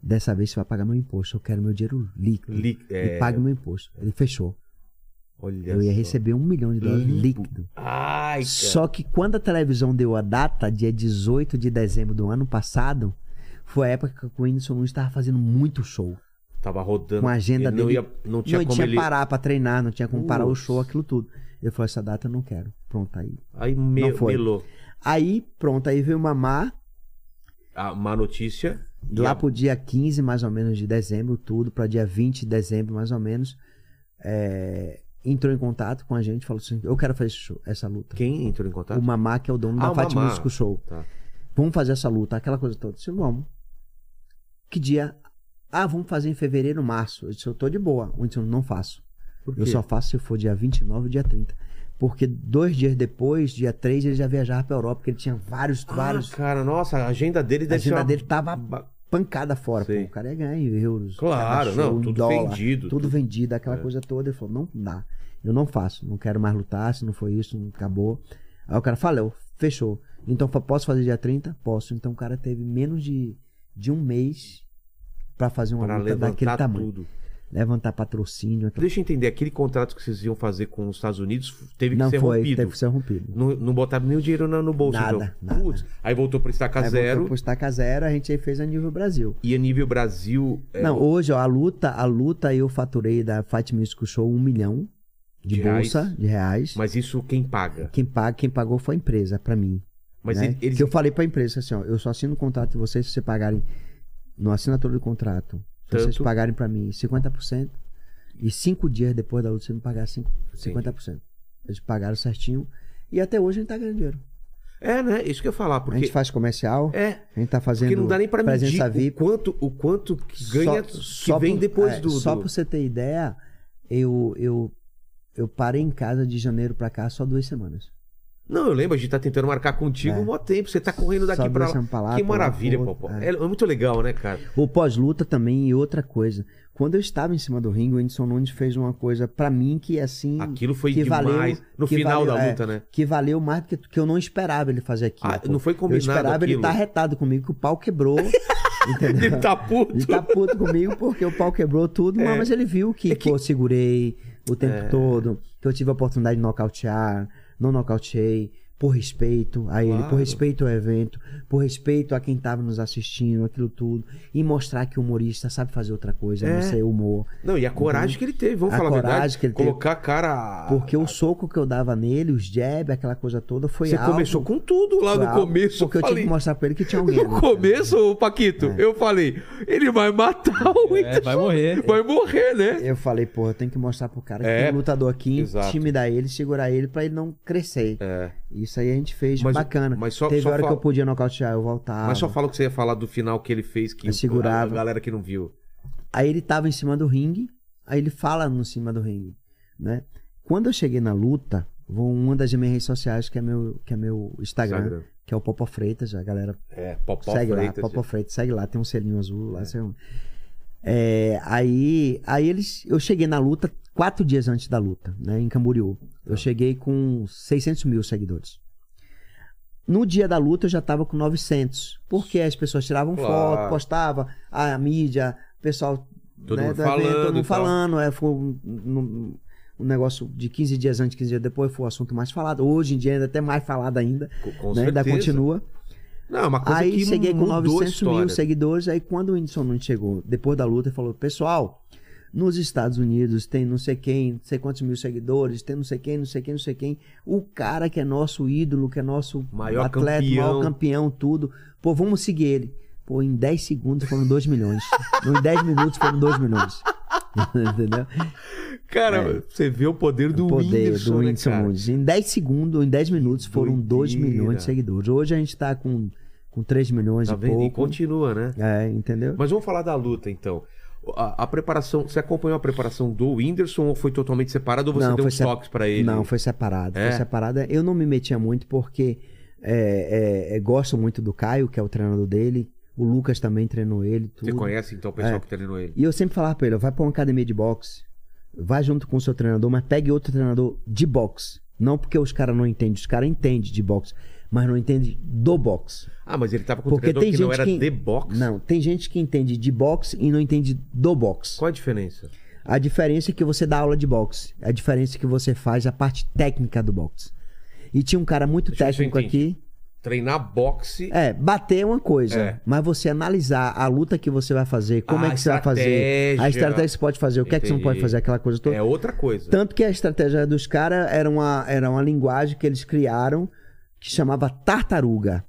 S3: Dessa vez você vai pagar meu imposto, eu quero meu dinheiro líquido.
S1: Li...
S3: E
S1: É...
S3: pague meu imposto. Ele fechou.
S1: Olha
S3: eu ia
S1: só.
S3: receber um milhão de dólares
S1: Limpo.
S3: líquido.
S1: Ai, cara.
S3: Só que quando a televisão deu a data, dia 18 de dezembro do ano passado, foi a época que o Whindersson Nunes estava fazendo muito show.
S1: Tava rodando.
S3: com a
S1: Ele
S3: agenda
S1: não
S3: dele-
S1: Ia... Não tinha
S3: não
S1: como
S3: tinha
S1: ele...
S3: parar pra treinar, não tinha como parar o
S1: Putz.
S3: show, aquilo tudo. Eu falei, essa data eu não quero. Pronto, aí.
S1: Aí me...
S3: Não foi.
S1: melou.
S3: Aí, pronto, aí veio o Mamá,
S1: A má notícia. e
S3: lá
S1: a-
S3: pro dia 15 mais ou menos de dezembro, tudo, pra dia 20 de dezembro mais ou menos, é, entrou em contato com a gente, falou assim, eu quero fazer esse show, essa luta.
S1: Quem entrou em contato?
S3: O Mamá, que é o dono
S1: Ah,
S3: da
S1: o
S3: Fátima
S1: Mamá.
S3: Music Show.
S1: Tá.
S3: Vamos fazer essa luta, aquela coisa toda. Eu disse, vamos. Que dia? Ah, vamos fazer em fevereiro, março. Eu disse, eu tô de boa. O Whindersson, não faço.
S1: Por
S3: Eu
S1: quê? Ah,
S3: só faço se for dia 29 e dia 30. Porque dois dias depois, dia 3, ele já viajava pra Europa, porque ele tinha vários,
S1: Ah,
S3: vários.
S1: cara, nossa, a agenda dele
S3: A
S1: deve ser
S3: agenda
S1: uma...
S3: dele tava
S1: ba-
S3: pancada fora. Pô,
S1: Sei.
S3: o cara ia ganhar em euros.
S1: Claro,
S3: cada
S1: não,
S3: show, em
S1: tudo
S3: dólar,
S1: vendido,
S3: Tudo vendido, aquela
S1: É.
S3: coisa toda. Ele falou, não dá. Eu não faço, não quero mais lutar, se não foi isso, não acabou. Aí o cara falou, fechou. Então fa- posso fazer dia 30? Posso. Então o cara teve menos de, de um mês pra fazer uma
S1: Pra
S3: luta tá daquele
S1: levantar
S3: tamanho.
S1: tudo.
S3: Levantar patrocínio, aquela...
S1: Deixa eu entender, aquele contrato que vocês iam fazer com os Estados Unidos f- teve que
S3: não
S1: ser
S3: foi,
S1: rompido.
S3: teve que ser rompido.
S1: Não, não botaram nenhum dinheiro na- no bolso,
S3: Nada,
S1: então.
S3: nada.
S1: Putz, aí voltou pra estaca
S3: Aí
S1: Tá zero
S3: voltou pro Estaca Zero, a gente aí fez a nível Brasil.
S1: e a nível Brasil. é,
S3: Não, hoje, ó, a luta, a luta eu faturei da Fight Music Show um milhão de,
S1: De reais.
S3: bolsa, de reais.
S1: Mas isso quem paga?
S3: Quem, paga, quem pagou foi a empresa, pra mim.
S1: Mas
S3: né?
S1: ele- eles.
S3: Que eu falei pra empresa assim, ó, eu só assino o contrato de vocês se vocês pagarem no assinatura do contrato. Se vocês
S1: Tanto.
S3: pagarem pra mim 50% e cinco dias depois da luta você não pagar cinco- 50%. Eles pagaram certinho e até hoje a gente tá ganhando dinheiro.
S1: É, né? Isso que eu ia falar,
S3: A
S1: porque.
S3: gente faz comercial,
S1: É,
S3: a gente tá fazendo
S1: porque não dá nem pra medir
S3: presença
S1: o
S3: VIP.
S1: quanto, o quanto que ganha, que vem
S3: por-
S1: depois
S3: é,
S1: do.
S3: Só
S1: do-
S3: pra você ter ideia, eu, eu, eu parei em casa de janeiro pra cá só duas semanas.
S1: Não, eu lembro, a gente tá tentando marcar contigo
S3: É.
S1: um bom tempo. Você tá correndo
S3: Só
S1: daqui pra
S3: duas
S1: lá.
S3: semanas pra lá.
S1: Que
S3: pra lá,
S1: maravilha,
S3: pra
S1: Popó.
S3: outra.
S1: É. é muito legal, né, cara?
S3: O pós-luta também e outra coisa. Quando eu estava em cima do ringue, o Whindersson Nunes fez uma coisa pra mim que assim
S1: Aquilo foi
S3: que valeu-
S1: demais. no
S3: que
S1: final
S3: valeu,
S1: da
S3: é.
S1: luta, né?
S3: que valeu mais do que, que eu não esperava ele fazer aquilo.
S1: Ah,
S3: pô.
S1: não foi
S3: eu
S1: combinado
S3: esperava [laughs] ele tá
S1: aquilo.
S3: estar retado comigo, que o pau
S1: [laughs]
S3: quebrou. entendeu?
S1: Ele tá puto.
S3: Ele tá puto comigo porque o pau quebrou tudo,
S1: É.
S3: mas- mas ele viu que, pô, eu segurei o tempo todo, que eu tive a oportunidade de nocautear, não nocauteei, por respeito a ele,
S1: Claro.
S3: por respeito ao evento, por respeito a quem tava nos assistindo, aquilo tudo, e mostrar que o humorista sabe fazer outra coisa,
S1: É.
S3: não ser humor.
S1: Não, e a coragem que ele teve, vamos
S3: Uhum. A
S1: falar a
S3: coragem
S1: verdade.
S3: que ele teve.
S1: colocar a cara.
S3: Porque o soco que eu dava nele, os jab, aquela coisa toda, foi
S1: ah, Você
S3: algo...
S1: começou com tudo lá
S3: foi
S1: no
S3: algo,
S1: começo.
S3: Porque eu
S1: falei,
S3: tive que mostrar pra ele que tinha alguém. ali, né?
S1: No
S3: cara. É.
S1: começo, ô Paquito, eu falei, ele vai matar o
S2: É,
S1: Whindersson.
S2: vai morrer.
S1: [laughs] Vai morrer, né?
S3: Eu falei, porra, eu tenho que mostrar pro cara que
S1: É,
S3: tem um lutador aqui,
S1: exato. É.
S3: intimidar ele, segurar ele pra ele não crescer. Isso aí a gente fez
S1: Mas-
S3: bacana.
S1: mas só-
S3: Teve
S1: só
S3: hora
S1: fala-
S3: que eu podia nocautear, eu voltava.
S1: Mas só fala o que você ia falar do final que ele fez, que
S3: Eu segurava.
S1: a galera que não viu.
S3: Aí ele tava em cima do ringue, aí ele fala no cima do ringue, né? Quando eu cheguei na luta, vou uma das minhas redes sociais, que é meu, que é meu Instagram,
S1: Instagram.
S3: que é o Popo Freitas, a galera
S1: É, Popó
S3: segue
S1: Freitas.
S3: lá, Popó Freitas, segue lá, tem um selinho azul lá. você- É, aí, aí eles, eu cheguei na luta quatro dias antes da luta, né, em Camboriú.
S1: Tá.
S3: Eu cheguei com 600 mil seguidores. No dia da luta eu já tava com 900, porque as pessoas tiravam
S1: Claro.
S3: foto, postavam, a mídia, o pessoal
S1: Todo
S3: né,
S1: mundo
S3: do evento,
S1: falando
S3: todo
S1: e tal.
S3: mundo falando, é, foi um, um- um negócio de 15 dias antes, 15 dias depois, foi o assunto mais falado. Hoje em dia ainda até mais falado ainda.
S1: Com, com
S3: né? Ainda
S1: certeza.
S3: continua.
S1: Não, é uma coisa
S3: aí
S1: que
S3: cheguei com
S1: mudou a
S3: 900 mil
S1: história.
S3: seguidores. Aí quando o Whindersson Nunes chegou, depois da luta, ele falou: Pessoal, nos Estados Unidos tem não sei quem, não sei quantos mil seguidores, tem não sei quem, não sei quem, não sei quem. O cara que é nosso ídolo, que é nosso
S1: Maior
S3: atleta,
S1: campeão.
S3: maior campeão, tudo. Pô, vamos seguir ele. Pô, em 10 segundos foram 2 milhões. Não, em 10 minutos foram 2 milhões. [laughs] Entendeu?
S1: Cara, você vê o poder do
S3: É. o poder
S1: Whindersson,
S3: do
S1: né,
S3: Whindersson
S1: cara?
S3: Nunes. Em 10 segundos, em 10 minutos, foram 2
S1: Doideira.
S3: milhões de seguidores. Hoje a gente tá com, com 3 milhões
S1: Tá
S3: e
S1: vendo? E
S3: pouco.
S1: continua, né?
S3: É, entendeu?
S1: Mas vamos falar da luta, então. A, a preparação, você acompanhou a preparação do Whindersson ou foi totalmente separado ou você
S3: Não,
S1: deu
S3: foi
S1: uns
S3: se-
S1: toques pra ele?
S3: Não, foi separado.
S1: É?
S3: Foi separado. Eu não me metia muito porque é, é, é, gosto muito do Caio, que é o treinador dele. O Lucas também treinou ele. Tudo.
S1: Você conhece então o pessoal
S3: É.
S1: que treinou ele?
S3: E eu sempre falava pra ele, ó, vai pra uma academia de boxe, vai junto com o seu treinador, mas pegue outro treinador de boxe. Não porque os caras não entendem, os caras entendem de boxe, mas não entendem do boxe.
S1: Ah, mas ele tava com um
S3: Porque
S1: treinador
S3: tem
S1: que
S3: gente
S1: não era
S3: que...
S1: de boxe?
S3: Não, tem gente que entende de boxe e não entende do boxe.
S1: Qual a diferença?
S3: A diferença é que você dá aula de boxe. A diferença é que você faz a parte técnica do boxe. E tinha um cara muito
S1: Deixa eu ver se eu
S3: técnico aqui.
S1: Treinar boxe...
S3: É, bater é uma coisa,
S1: É.
S3: mas você analisar a luta que você vai fazer, como
S1: A
S3: é que você vai fazer,
S1: estratégia.
S3: a estratégia que você pode fazer, o que é que você não pode
S1: Entendi.
S3: fazer, aquela coisa toda.
S1: É outra coisa.
S3: Tanto que a estratégia dos caras era uma, era uma linguagem que eles criaram que chamava tartaruga.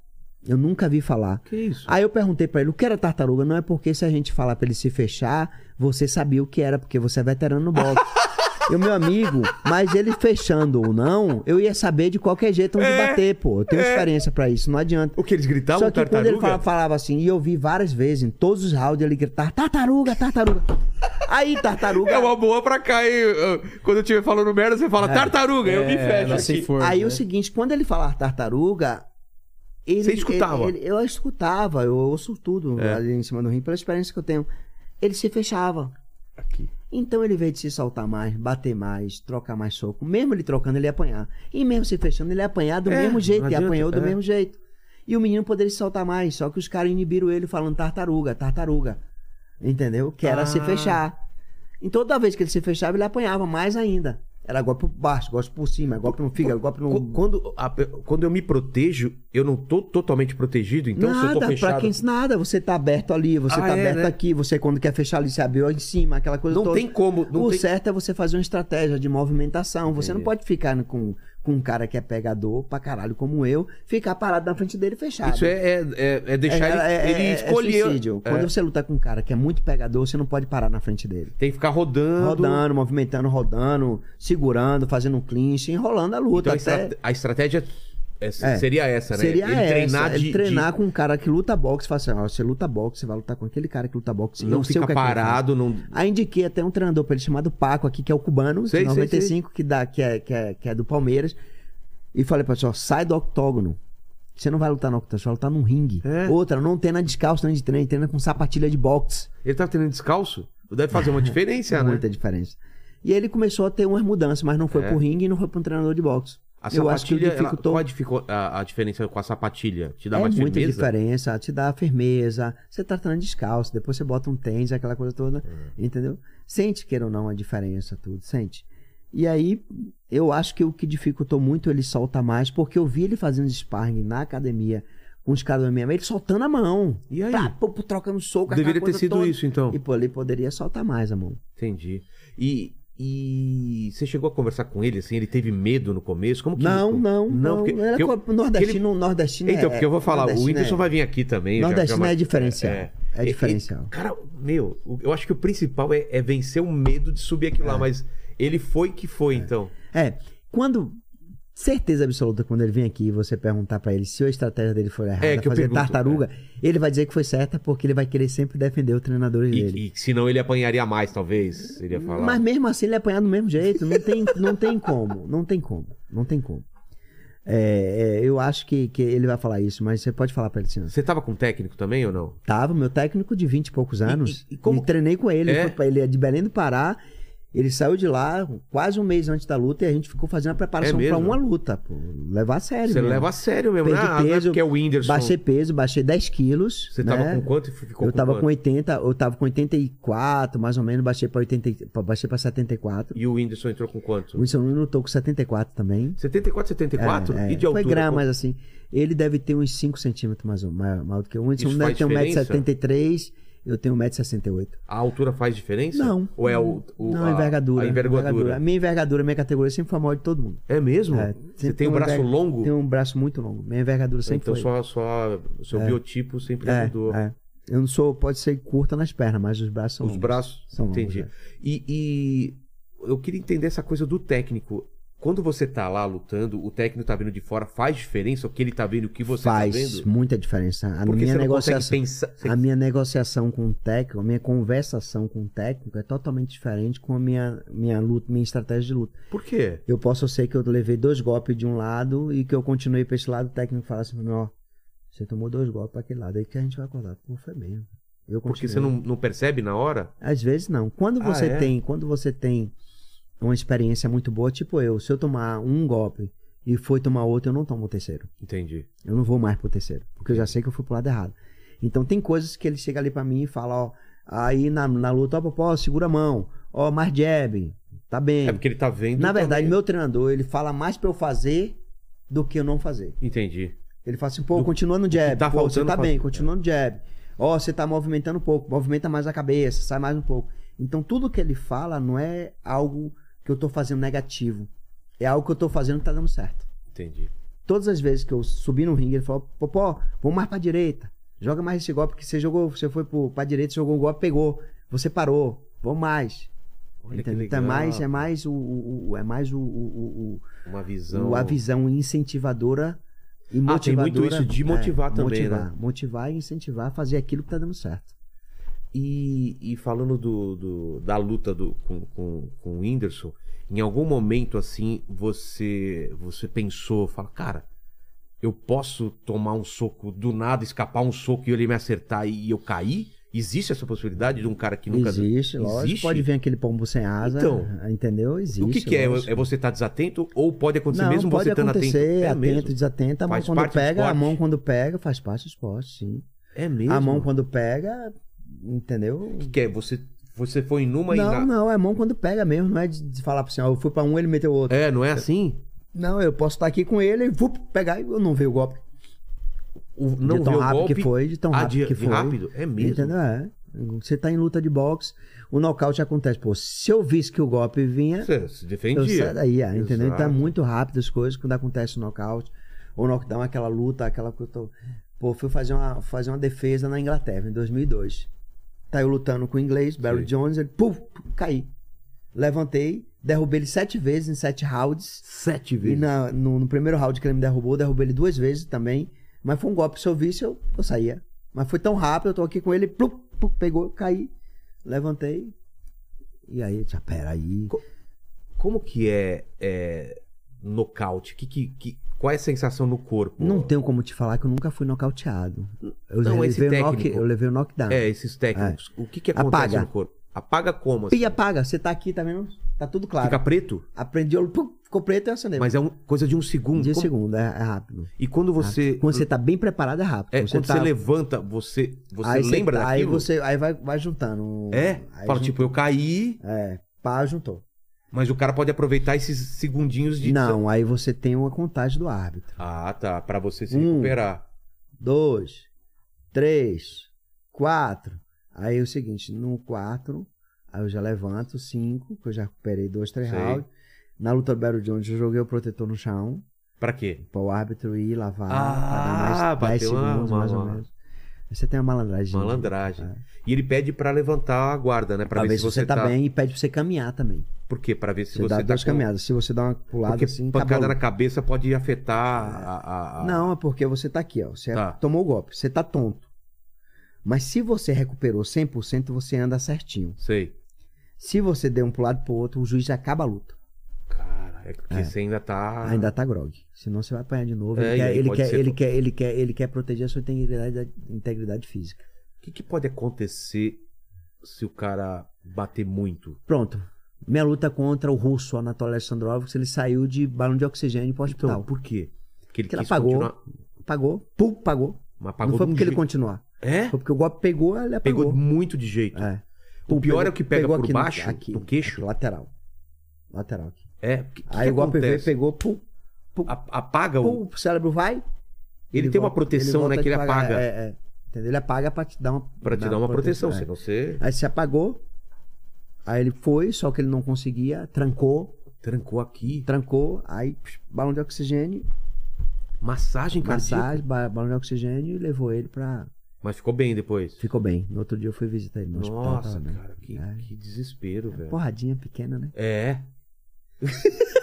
S3: Eu nunca vi falar.
S1: Que isso?
S3: Aí eu perguntei pra ele, o que era tartaruga? Não é porque se a gente falar pra ele se fechar, você sabia o que era, porque você é veterano no boxe. E o meu amigo, mas ele fechando ou não, eu ia saber de qualquer jeito onde
S1: É.
S3: bater, pô. Eu tenho experiência pra isso, não adianta.
S1: O que eles gritavam?
S3: Só que quando
S1: um tartaruga?
S3: ele fala- falava assim, e eu vi várias vezes, em todos os rounds, ele gritar, tartaruga, tartaruga. Aí, tartaruga...
S1: É uma boa pra cá, hein? Eu- Quando eu estiver falando merda, você
S3: É.
S1: fala tartaruga, eu me fecho
S2: ela
S1: aqui.
S2: É, se for,
S3: Aí
S2: né?
S3: o seguinte, quando ele falar tartaruga, ele,
S1: Você escutava? É.
S3: ele- ele- eu escutava, eu ouço tudo ali em cima do ringue, pela experiência que eu tenho. Ele se fechava.
S1: Aqui.
S3: Então ele veio de se soltar mais, bater mais, trocar mais soco. Mesmo ele trocando, ele ia apanhar. E mesmo se fechando, ele ia apanhar do
S1: É,
S3: mesmo jeito.
S1: não
S3: E
S1: adianta,
S3: apanhou do
S1: é.
S3: mesmo jeito. E o menino poderia se soltar mais, só que os caras inibiram ele falando tartaruga, tartaruga. Entendeu? Que era se
S1: Ah.
S3: fechar. E toda vez que ele se fechava, ele apanhava mais ainda. Era golpe por baixo, golpe por cima, golpe no fígado, golpe no.
S1: Qu- Quando, a pe- quando eu me protejo, eu não tô totalmente protegido, então se eu tô
S3: nada, pra
S1: fechado.
S3: quem nada, você tá aberto ali, você
S1: Ah,
S3: tá
S1: é,
S3: aberto
S1: né?
S3: aqui, você quando quer fechar ali, você abriu em cima, aquela coisa
S1: Não
S3: toda.
S1: tem como. Não
S3: o
S1: tem... É.
S3: certo é você fazer uma estratégia de movimentação. Você não
S1: Entendi.
S3: pode ficar com, com um cara que é pegador pra caralho como eu, ficar parado na frente dele fechado.
S1: Isso é, é, é- é deixar ele, ele
S3: É
S1: escolher.
S3: suicídio.
S1: É.
S3: Quando você luta com um cara que é muito pegador, você não pode parar na frente dele.
S1: Tem que ficar rodando. Então,
S3: Rodando, movimentando, rodando, segurando, fazendo um clinch, enrolando a
S1: Então
S3: luta.
S1: a,
S3: até...
S1: estra- a estratégia é- seria essa, né?
S3: Seria
S1: ele
S3: essa,
S1: treinar
S3: ele
S1: de.
S3: treinar
S1: de-
S3: com um cara que luta boxe, fala assim, ó, você luta boxe, você vai lutar com aquele cara que luta boxe. e
S1: Não
S3: eu sei o
S1: fica
S3: que é que ele faz.
S1: parado, não.
S3: Aí indiquei até um treinador pra ele chamado Paco aqui, que é o cubano,
S1: Sei,
S3: de
S1: sei,
S3: 95, Que, dá, que, é, que, é, que é do Palmeiras. E falei pra ele, só sai do octógono. Você não vai lutar no octógono, você vai lutar num ringue.
S1: É.
S3: Outra, não treina descalço, treina de treino, treina com sapatilha de boxe.
S1: Ele tá treinando descalço? Deve fazer
S3: [laughs]
S1: uma diferença, né?
S3: Muita diferença. E aí ele começou a ter umas mudanças, mas não foi
S1: É.
S3: pro ringue e não foi pro treinador de boxe.
S1: A
S3: Eu acho que
S1: sapatilha, ela-
S3: dificultou-
S1: qual a, dificu- a- a diferença com a sapatilha? Te dá
S3: é
S1: mais
S3: muita
S1: firmeza?
S3: diferença, te dá firmeza. Você tá treinando descalço, depois você bota um tênis, aquela coisa toda,
S1: É.
S3: entendeu? Sente, queira ou não, a diferença, tudo, sente. E aí, eu acho que o que dificultou muito ele solta mais, porque eu vi ele fazendo sparring na academia com os caras do MMA, ele soltando a mão.
S1: E aí?
S3: Pá, pô, pô, trocando soco, aquela
S1: Deveria ter
S3: coisa
S1: sido
S3: toda.
S1: isso, então.
S3: E pô, ele poderia soltar mais a mão.
S1: Entendi. E, e você chegou a conversar com ele, assim? Ele teve medo no começo? Como que
S3: Não,
S1: ele-
S3: não, não.
S1: porque,
S3: Era
S1: porque eu-
S3: co- nordestino, nordestino
S1: Então,
S3: é-
S1: porque eu vou falar, o
S3: nordestino
S1: Whindersson
S3: é-
S1: vai vir aqui também. eu já-
S3: Nordestino
S1: já-
S3: é diferencial.
S1: É.
S3: É diferencial.
S1: E- cara, meu, o- eu acho que o principal é, é vencer o medo de subir aquilo lá, mas ele foi que foi, então.
S3: É, quando. Certeza absoluta, quando ele vem aqui e você perguntar pra ele se a estratégia dele for errada,
S1: É, que eu
S3: fazer
S1: pergunto,
S3: tartaruga, ele vai dizer que foi certa porque ele vai querer sempre defender o treinador dele.
S1: E, e senão ele apanharia mais, talvez. Ele ia falar.
S3: Mas mesmo assim ele é apanhado do mesmo jeito, não tem, não tem como, não tem como, não tem como. É, é, eu acho que, que ele vai falar isso, mas você pode falar pra ele assim, ó,
S1: Você tava com técnico também ou não?
S3: Tava, meu técnico de 20 e poucos anos.
S1: e
S3: E,
S1: como-
S3: treinei com ele.
S1: É?
S3: Foi pra- ele é de Belém do Pará. Ele saiu de lá quase um mês antes da luta e a gente ficou fazendo a preparação pra
S1: É mesmo?
S3: uma luta, pô. Levar a sério.
S1: Você
S3: mesmo.
S1: leva a sério mesmo, né? Ah,
S3: Perdi
S1: não é
S3: peso,
S1: porque é o Whindersson.
S3: Baixei peso, baixei 10 quilos.
S1: Você tava
S3: né?
S1: com quanto e ficou
S3: Eu
S1: com
S3: tava
S1: quanto?
S3: com 80, eu tava com 84, mais ou menos, baixei pra, 80, e- pra- baixei pra 74.
S1: E o Whindersson entrou com quanto?
S3: O Wilson Nunes tô com 74 também.
S1: 74, 74?
S3: É,
S1: E
S3: é.
S1: de altura?
S3: Foi grama, mas assim, ele deve ter uns 5 centímetros mais, ou- maior, maior do que eu. O Wilson
S1: Isso
S3: Nunes deve
S1: faz
S3: ter
S1: diferença?
S3: 1,73m, eu tenho 1,68m.
S1: A altura faz diferença?
S3: Não.
S1: Ou é o, o-
S3: Não,
S1: a,
S3: envergadura,
S1: A envergadura.
S3: A minha envergadura, minha categoria sempre foi a maior de todo mundo.
S1: É mesmo?
S3: É,
S1: Você
S3: sempre
S1: tem um
S3: uma
S1: braço
S3: enverga-
S1: longo?
S3: Tenho um braço muito longo. Minha envergadura sempre
S1: então
S3: foi.
S1: só, só o seu biotipo sempre
S3: É,
S1: ajudou.
S3: é. Eu não sou, pode ser curta nas pernas, mas os braços são
S1: Os
S3: longos.
S1: braços.
S3: São longos,
S1: entendi.
S3: é.
S1: E, e eu queria entender essa coisa do técnico. Quando você tá lá lutando, o técnico tá vindo de fora, faz diferença o que ele tá vendo, o que você tá
S3: Faz
S1: vendo?
S3: muita diferença. A
S1: Porque
S3: minha é
S1: você não consegue
S3: negociação.
S1: pensar. você-
S3: A minha negociação com o técnico, a minha conversação com o técnico é totalmente diferente com a minha, minha luta, minha estratégia de luta.
S1: Por quê?
S3: Eu posso ser que eu levei dois golpes de um lado e que eu continuei pra esse lado, o técnico fala assim pra mim, ó, você tomou dois golpes pra aquele lado, aí que a gente vai acordar. Pô, foi mesmo. Eu
S1: Porque
S3: continuei.
S1: você não, não percebe na hora?
S3: Às vezes não. Quando
S1: Ah,
S3: você
S1: é?
S3: tem, quando você tem uma experiência muito boa, tipo eu, se eu tomar um golpe e for tomar outro, eu não tomo o terceiro.
S1: Entendi.
S3: Eu não vou mais pro terceiro, porque eu já sei que eu fui pro lado errado. Então tem coisas que ele chega ali pra mim e fala, ó, aí na, na luta, ó, popó, segura a mão, ó, mais jab, tá bem.
S1: É porque ele tá vendo.
S3: na verdade,
S1: também.
S3: meu treinador, ele fala mais pra eu fazer do que eu não fazer.
S1: Entendi.
S3: Ele fala assim, pô,
S1: Do-
S3: continua no
S1: que
S3: jab,
S1: tá
S3: pô, você
S1: faltando
S3: tá bem,
S1: fazer.
S3: continua no jab. Ó, você tá movimentando um pouco, movimenta mais a cabeça, sai mais um pouco. Então tudo que ele fala não é algo que eu tô fazendo negativo. É algo que eu tô fazendo que tá dando certo.
S1: Entendi.
S3: Todas as vezes que eu subi no ringue, ele falou, Popó, vamos mais pra direita. Joga mais esse golpe que você jogou, você foi pro, pra direita, jogou um golpe, pegou. Você parou, vamos mais.
S1: Olha que
S3: Entendeu?
S1: legal.
S3: Então é mais, é mais o, o- o- é mais o- o- o, o
S1: Uma visão.
S3: a visão incentivadora e
S1: Então, Ah, muito
S3: motivadora. né?
S1: isso de motivar também, né?
S3: motivar, Motivar e incentivar a fazer aquilo que tá dando certo.
S1: E, e falando do, do- da luta do, com, com, com o Whindersson, em algum momento assim você você pensou, fala, cara, eu posso tomar um soco do nada, escapar um soco e ele me acertar e eu cair? Existe essa possibilidade de um cara que nunca.
S3: existe, lógico.
S1: Existe?
S3: Pode vir aquele pombo sem asa,
S1: Então.
S3: entendeu? Existe.
S1: o que, que é?
S3: lógico.
S1: É você estar desatento ou pode acontecer
S3: Não,
S1: mesmo
S3: pode
S1: você estando atento?
S3: acontecer,
S1: É
S3: atento,
S1: mesmo.
S3: desatento. A mão
S1: Faz
S3: quando
S1: parte do
S3: pega, a
S1: esporte.
S3: mão quando pega, faz parte do esporte, sim.
S1: É mesmo.
S3: A mão quando pega, entendeu?
S1: O que, que é? Você, você foi numa e.
S3: Não,
S1: na-
S3: não, é a mão quando pega mesmo. Não é de de falar pro senhor, eu fui pra um, ele meteu o outro.
S1: É, não é assim?
S3: Não, eu posso estar aqui com ele e vou pegar e eu não vejo o golpe.
S1: O, não
S3: de tão
S1: vê o
S3: rápido
S1: golpe.
S3: que foi, de tão
S1: Ah,
S3: rápido
S1: de-
S3: que
S1: de
S3: foi.
S1: rápido? É mesmo.
S3: Entendeu? É. Você tá em luta de boxe, o nocaute acontece. Pô, se eu visse que o golpe vinha,
S1: Você se
S3: eu
S1: defendia.
S3: saio daí, é, entendeu? Então é
S1: Exato.
S3: muito rápido as coisas quando acontece o nocaute. Ou knockdown, aquela luta, aquela que eu tô... Pô, fui fazer uma, fazer uma defesa na Inglaterra, em 2002. Tá eu lutando com o inglês, Barry
S1: Sim.
S3: Jones, ele, puf, caí. Levantei, derrubei ele sete vezes em sete rounds.
S1: Sete
S3: E
S1: vezes.
S3: na- no, no primeiro round que ele me derrubou, eu derrubei ele duas vezes também. Mas foi um golpe. Se eu visse, eu, eu saía. Mas foi tão rápido, eu tô aqui com ele, plup, plup, pegou, eu caí, levantei. E aí, eu já, peraí.
S1: Como que é, é nocaute? Que, que, que- qual é a sensação no corpo?
S3: Não tenho como te falar que eu nunca fui nocauteado. Eu,
S1: Não, esse
S3: levei, o knock,
S1: técnico.
S3: eu levei o knockdown.
S1: É, esses técnicos. O que, que acontece
S3: Apaga.
S1: no corpo? Apaga como? assim?
S3: E apaga, você tá aqui, tá vendo? Tá tudo claro.
S1: Fica preto?
S3: Aprendi, eu, pum, ficou preto e eu acionei.
S1: Mas é um- coisa de um segundo.
S3: de
S1: Como-
S3: segundo, é, é rápido.
S1: E quando você.
S3: Quando você tá bem preparado, é rápido.
S1: é, quando você
S3: tá-
S1: levanta, você, você
S3: aí você- tá-
S1: lembra
S3: Aí
S1: daquilo?
S3: você aí vai, vai juntando.
S1: É?
S3: Aí
S1: Fala,
S3: jun-
S1: tipo, eu caí,
S3: É, pá, juntou.
S1: mas o cara pode aproveitar esses segundinhos de.
S3: Não, aí você tem uma contagem do árbitro.
S1: Ah, tá. Pra você se
S3: Um.
S1: recuperar.
S3: Dois, três, quatro. Aí é o seguinte, no quatro, aí eu já levanto cinco, que eu já recuperei dois, três
S1: Sei.
S3: rounds. Na luta do Battle Jones, eu joguei o protetor no chão,
S1: Pra quê?
S3: para o árbitro ir lavar,
S1: Ah,
S3: pra dar mais 10
S1: bateu uma-
S3: segundos,
S1: uma-
S3: mais ou
S1: uma-
S3: menos. Aí você tem uma malandragem.
S1: Malandragem.
S3: É.
S1: E ele pede pra levantar a guarda, né? Pra
S3: Pra
S1: ver se você,
S3: tá, bem e pede pra você caminhar também.
S1: Por quê? Pra ver se
S3: Você,
S1: você
S3: dá
S1: tá
S3: duas
S1: com-
S3: caminhadas. Se você dá uma pulada
S1: Porque
S3: assim,
S1: pancada
S3: acabou.
S1: na cabeça pode afetar a, a- a-
S3: Não, é porque você tá aqui, ó. Você
S1: Ah. Tá.
S3: tomou o golpe, você tá tonto. Mas se você recuperou 100%, você anda certinho.
S1: Sei.
S3: Se você der um pro lado e pro outro, o juiz acaba a luta.
S1: Cara, é porque você ainda tá.
S3: Ainda tá grog. Senão você vai apanhar de novo.
S1: É,
S3: ele,
S1: e
S3: quer,
S1: aí
S3: ele,
S1: pode
S3: quer,
S1: ser
S3: ele,
S1: to-
S3: quer, ele, quer, ele quer proteger a sua integridade, integridade física.
S1: O que, que pode acontecer se o cara bater muito?
S3: Pronto. Minha luta contra o russo Anatoly Alexandrovich, ele saiu de balão de oxigênio para o
S1: Então,
S3: hospital.
S1: por quê? Porque ele
S3: Porque ela
S1: quis
S3: pagou.
S1: continuar.
S3: Pagou, pum, pagou.
S1: Mas
S3: não
S1: Então. pagou
S3: foi
S1: de um
S3: porque ele
S1: jeito.
S3: continuar.
S1: É?
S3: Foi porque o golpe pegou, ele
S1: Pegou
S3: apagou.
S1: muito de jeito.
S3: É.
S1: Então, O
S3: Pum,
S1: pior
S3: pegou-
S1: é o que pega
S3: pegou
S1: por
S3: aqui no-
S1: baixo,
S3: aqui,
S1: no queixo.
S3: aqui, lateral. Lateral aqui.
S1: É. O que, que
S3: Aí o golpe veio,
S1: acontece?
S3: pegou, pum, pum,
S1: A- apaga o.
S3: pum, o cérebro vai.
S1: Ele tem uma
S3: volta-
S1: proteção,
S3: volta
S1: né, que
S3: a
S1: ele
S3: apagar,
S1: apaga.
S3: É, é. Entendeu? Ele apaga pra te dar uma,
S1: Pra te dar uma proteção,
S3: é.
S1: senão você
S3: Aí se apagou. Aí ele foi, só que ele não conseguia, trancou,
S1: trancou aqui.
S3: trancou, aí psh, balão de oxigênio,
S1: Massagem cardíaca.
S3: massagem, ba- balão de oxigênio e levou ele pra.
S1: Mas ficou bem depois.
S3: Ficou bem. No outro dia eu fui visitar ele no hospital.
S1: Nossa,
S3: tava bem.
S1: cara, que,
S3: É.
S1: que desespero, velho.
S3: Porradinha pequena, né?
S1: É.
S3: [laughs]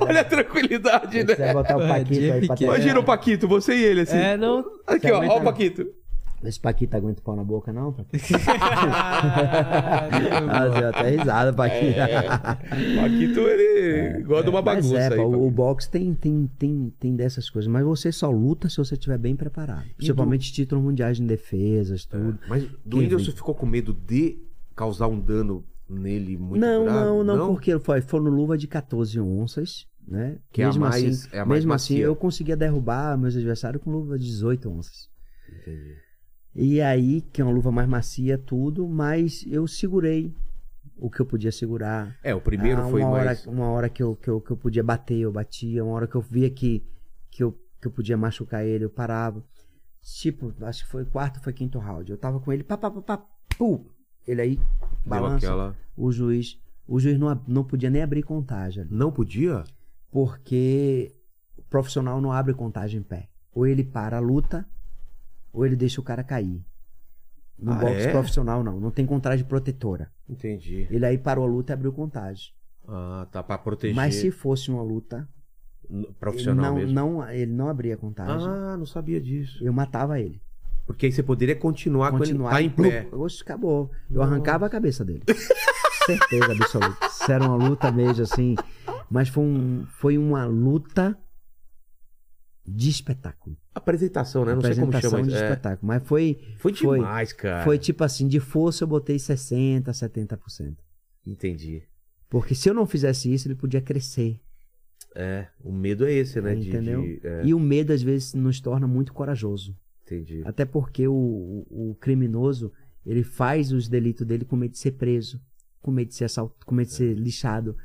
S1: Olha a tranquilidade,
S3: Você vai
S1: né?
S3: botar o Paquito
S2: Porradinha
S3: aí pra
S2: pequena.
S3: ter-
S1: Imagina o Paquito, você e ele assim.
S2: É, não.
S1: Aqui,
S3: Você
S1: ó, ó
S3: aguenta,
S1: o
S3: né?
S1: Paquito.
S3: Esse Paquito aguenta o pau na boca, não? Paquito? [laughs] Ah,
S2: Ah,
S3: deu até
S1: É,
S3: risada, Paquito.
S1: Paquito, ele gosta de uma
S3: Mas
S1: bagunça
S3: é,
S1: aí.
S3: pô, o
S1: Paquito.
S3: boxe tem, tem, tem, tem dessas coisas, mas você só luta se você estiver bem preparado. Principalmente títulos mundiais em defesas,
S1: É,
S3: tudo.
S1: Mas do
S3: Quem
S1: Whindersson ficou com medo de causar um dano nele muito
S3: não,
S1: grave?
S3: não, não, porque foi, foram luva de 14 onças, né?
S1: Que é a mais-
S3: assim,
S1: é a mais
S3: mesmo assim,
S1: macia.
S3: eu conseguia derrubar meus adversários com luva de 18 onças.
S1: Entendi.
S3: E aí, que é uma luva mais macia, tudo, mas eu segurei o que eu podia segurar.
S1: É, o primeiro
S3: Ah,
S1: foi
S3: uma
S1: mais...
S3: hora, uma hora que eu, que eu, que eu podia bater, eu batia. Uma hora que eu via que, que, eu, que eu podia machucar ele, eu parava. Tipo, acho que foi quarto, foi quinto round. Eu tava com ele, pá, pá, pá, pá, pum. Ele aí
S1: Deu
S3: balança.
S1: aquela...
S3: O juiz, o juiz não, ab- não podia nem abrir contagem ali,
S1: Não podia?
S3: porque o profissional não abre contagem em pé. Ou ele para a luta, ou ele deixa o cara cair. No
S1: Ah,
S3: boxe
S1: é?
S3: profissional não, não tem contagem protetora.
S1: Entendi.
S3: Ele aí parou a luta e abriu contagem.
S1: Ah, tá, pra proteger
S3: Mas se fosse uma luta
S1: n-
S3: Ele
S1: profissional
S3: não,
S1: mesmo.
S3: não- ele não abria contagem.
S1: Ah, não sabia disso.
S3: Eu matava ele.
S1: Porque aí você poderia continuar,
S3: Continuava.
S1: quando ele tá em pé.
S3: Blup, oxe, acabou. Eu arrancava a cabeça dele. [laughs] Certeza absoluta. Isso era uma luta mesmo, assim. Mas foi, um- foi uma luta de espetáculo.
S1: Apresentação, né? Não sei como
S3: Apresentação
S1: chama
S3: de
S1: isso. É.
S3: espetáculo. Mas foi,
S1: Foi
S3: Foi-
S1: demais, cara.
S3: foi tipo assim, de força eu botei 60%, 70%.
S1: Entendi.
S3: Porque se eu não fizesse isso, ele podia crescer.
S1: É, o medo é esse, né? De-
S3: Entendeu?
S1: de- é,
S3: E o medo, às vezes, nos torna muito corajoso.
S1: entendi.
S3: Até porque o, o- o criminoso, ele faz os delitos dele com medo de ser preso, com medo de ser assaltado, com medo de
S1: É.
S3: ser lixado,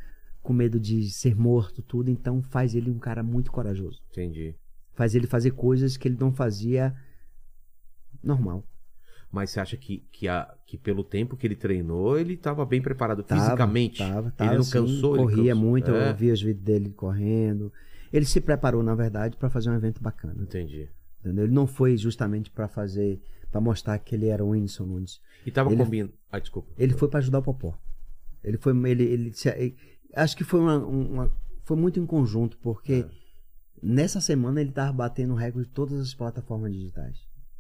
S3: com medo de ser morto, tudo. Então faz ele um cara muito corajoso.
S1: Entendi.
S3: Faz ele fazer coisas que ele não fazia normal.
S1: Mas você acha que, que, a, que pelo tempo que ele treinou, ele tava bem preparado
S3: Tava,
S1: fisicamente?
S3: Tava, tava,
S1: ele não
S3: sim.
S1: cansou? Ele
S3: Corria
S1: cansou?
S3: muito,
S1: É.
S3: eu via os vídeos dele correndo. Ele se preparou, na verdade, para fazer um evento bacana.
S1: Entendi.
S3: Entendeu? Ele não foi justamente para fazer, para mostrar que ele era o Whindersson Nunes.
S1: E tava
S3: Ele- é
S1: combinando... Ah, desculpa.
S3: Ele foi pra ajudar o Popó. Ele foi. Ele, ele se- ele- acho que foi uma, uma- Foi muito em conjunto, porque nessa semana ele tava batendo recorde de todas as plataformas digitais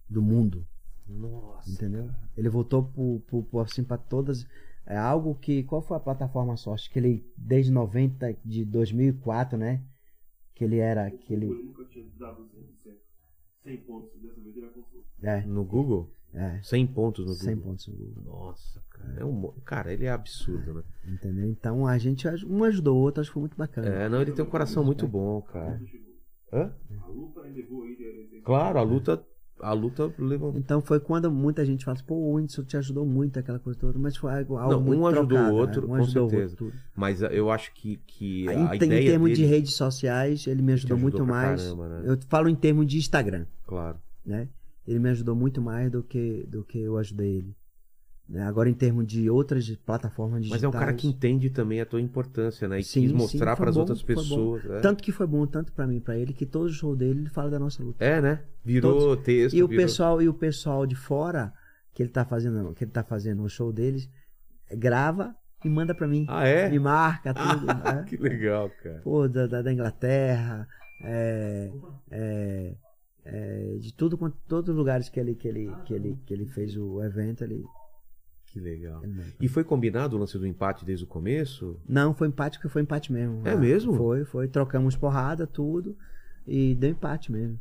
S3: do mundo.
S1: Nossa.
S3: Entendeu? Ele voltou pro, pro- pro- assim, pra todas. É algo que. Qual foi a plataforma só? Acho que ele, desde 90, de 2004, né? Que ele era. Que ele,
S4: nunca tinha dado 100%. 100 pontos, dessa vez ele alcançou.
S3: é,
S1: No Google?
S3: é.
S1: 100 pontos no Google.
S3: 100 pontos no Google.
S1: Nossa, cara. É um... mo- Cara, ele é absurdo, né?
S3: Entendeu? Então a gente. aj- Um ajudou o outro, acho que foi muito bacana.
S1: É, não, ele tem um coração muito bom, cara. Hã?
S4: A luta aí levou ele a ele-
S1: Claro, a luta, a luta levantou.
S3: Então foi quando muita gente fala assim, pô, o Whindersson te ajudou muito, aquela coisa toda, mas foi algo, algo
S1: Não, um
S3: muito
S1: ajudou
S3: trocado,
S1: o outro,
S3: né? um
S1: com
S3: ajudou o
S1: certeza.
S3: outro, tudo.
S1: Mas eu acho que, que
S3: Aí,
S1: a
S3: em,
S1: ideia
S3: em termos
S1: dele,
S3: de redes sociais, ele me ajudou,
S1: ajudou
S3: muito
S1: pra
S3: mais.
S1: caramba, né?
S3: Eu falo em termos de Instagram,
S1: claro.
S3: né? Ele me ajudou muito mais do que, do que eu ajudei ele. né? Agora em termos de outras plataformas
S1: Mas
S3: digitais.
S1: é um cara que entende também a tua importância, né? E
S3: Sim,
S1: quis
S3: sim,
S1: mostrar
S3: foi
S1: para as
S3: bom,
S1: outras
S3: foi bom.
S1: pessoas. né?
S3: tanto que foi bom tanto pra mim, pra ele, que todo show dele ele fala da nossa luta.
S1: É, né? Virou texto.
S3: E o
S1: virou...
S3: pessoal e o pessoal de fora que ele tá fazendo, que ele tá fazendo o show deles, grava e manda pra mim.
S1: Ah, é?
S3: Me
S1: [laughs]
S3: marca, tudo.
S1: Ah,
S3: né?
S1: que legal, cara.
S3: Pô, da, da, da Inglaterra, é, é, é, de tudo quanto, todos os lugares que ele, que, ele, que, ele, que ele fez o evento, ele,
S1: Que legal.
S3: ele manda.
S1: E foi combinado o lance do empate desde o começo?
S3: Não, foi empate porque foi empate mesmo.
S1: É mesmo?
S3: Foi, foi. Trocamos porrada, tudo. E deu empate mesmo.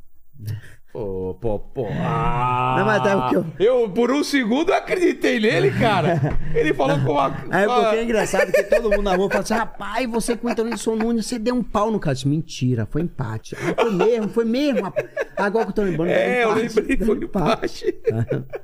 S1: Pô, pô, pô. Ah,
S3: Não, mas até porque
S1: eu... por um segundo, acreditei nele, cara. Ele falou com uma.
S3: Aí
S1: uma-
S3: porque é engraçado que todo mundo na rua fala assim: rapaz, você com o Tonilson Nunes, você deu um pau no cara. Eu disse, Mentira, foi empate. Ah, foi mesmo, foi mesmo. rapaz. Agora que eu tô lembrando.
S1: É, eu
S3: foi
S1: lembrei,
S3: deu
S1: foi o Pache.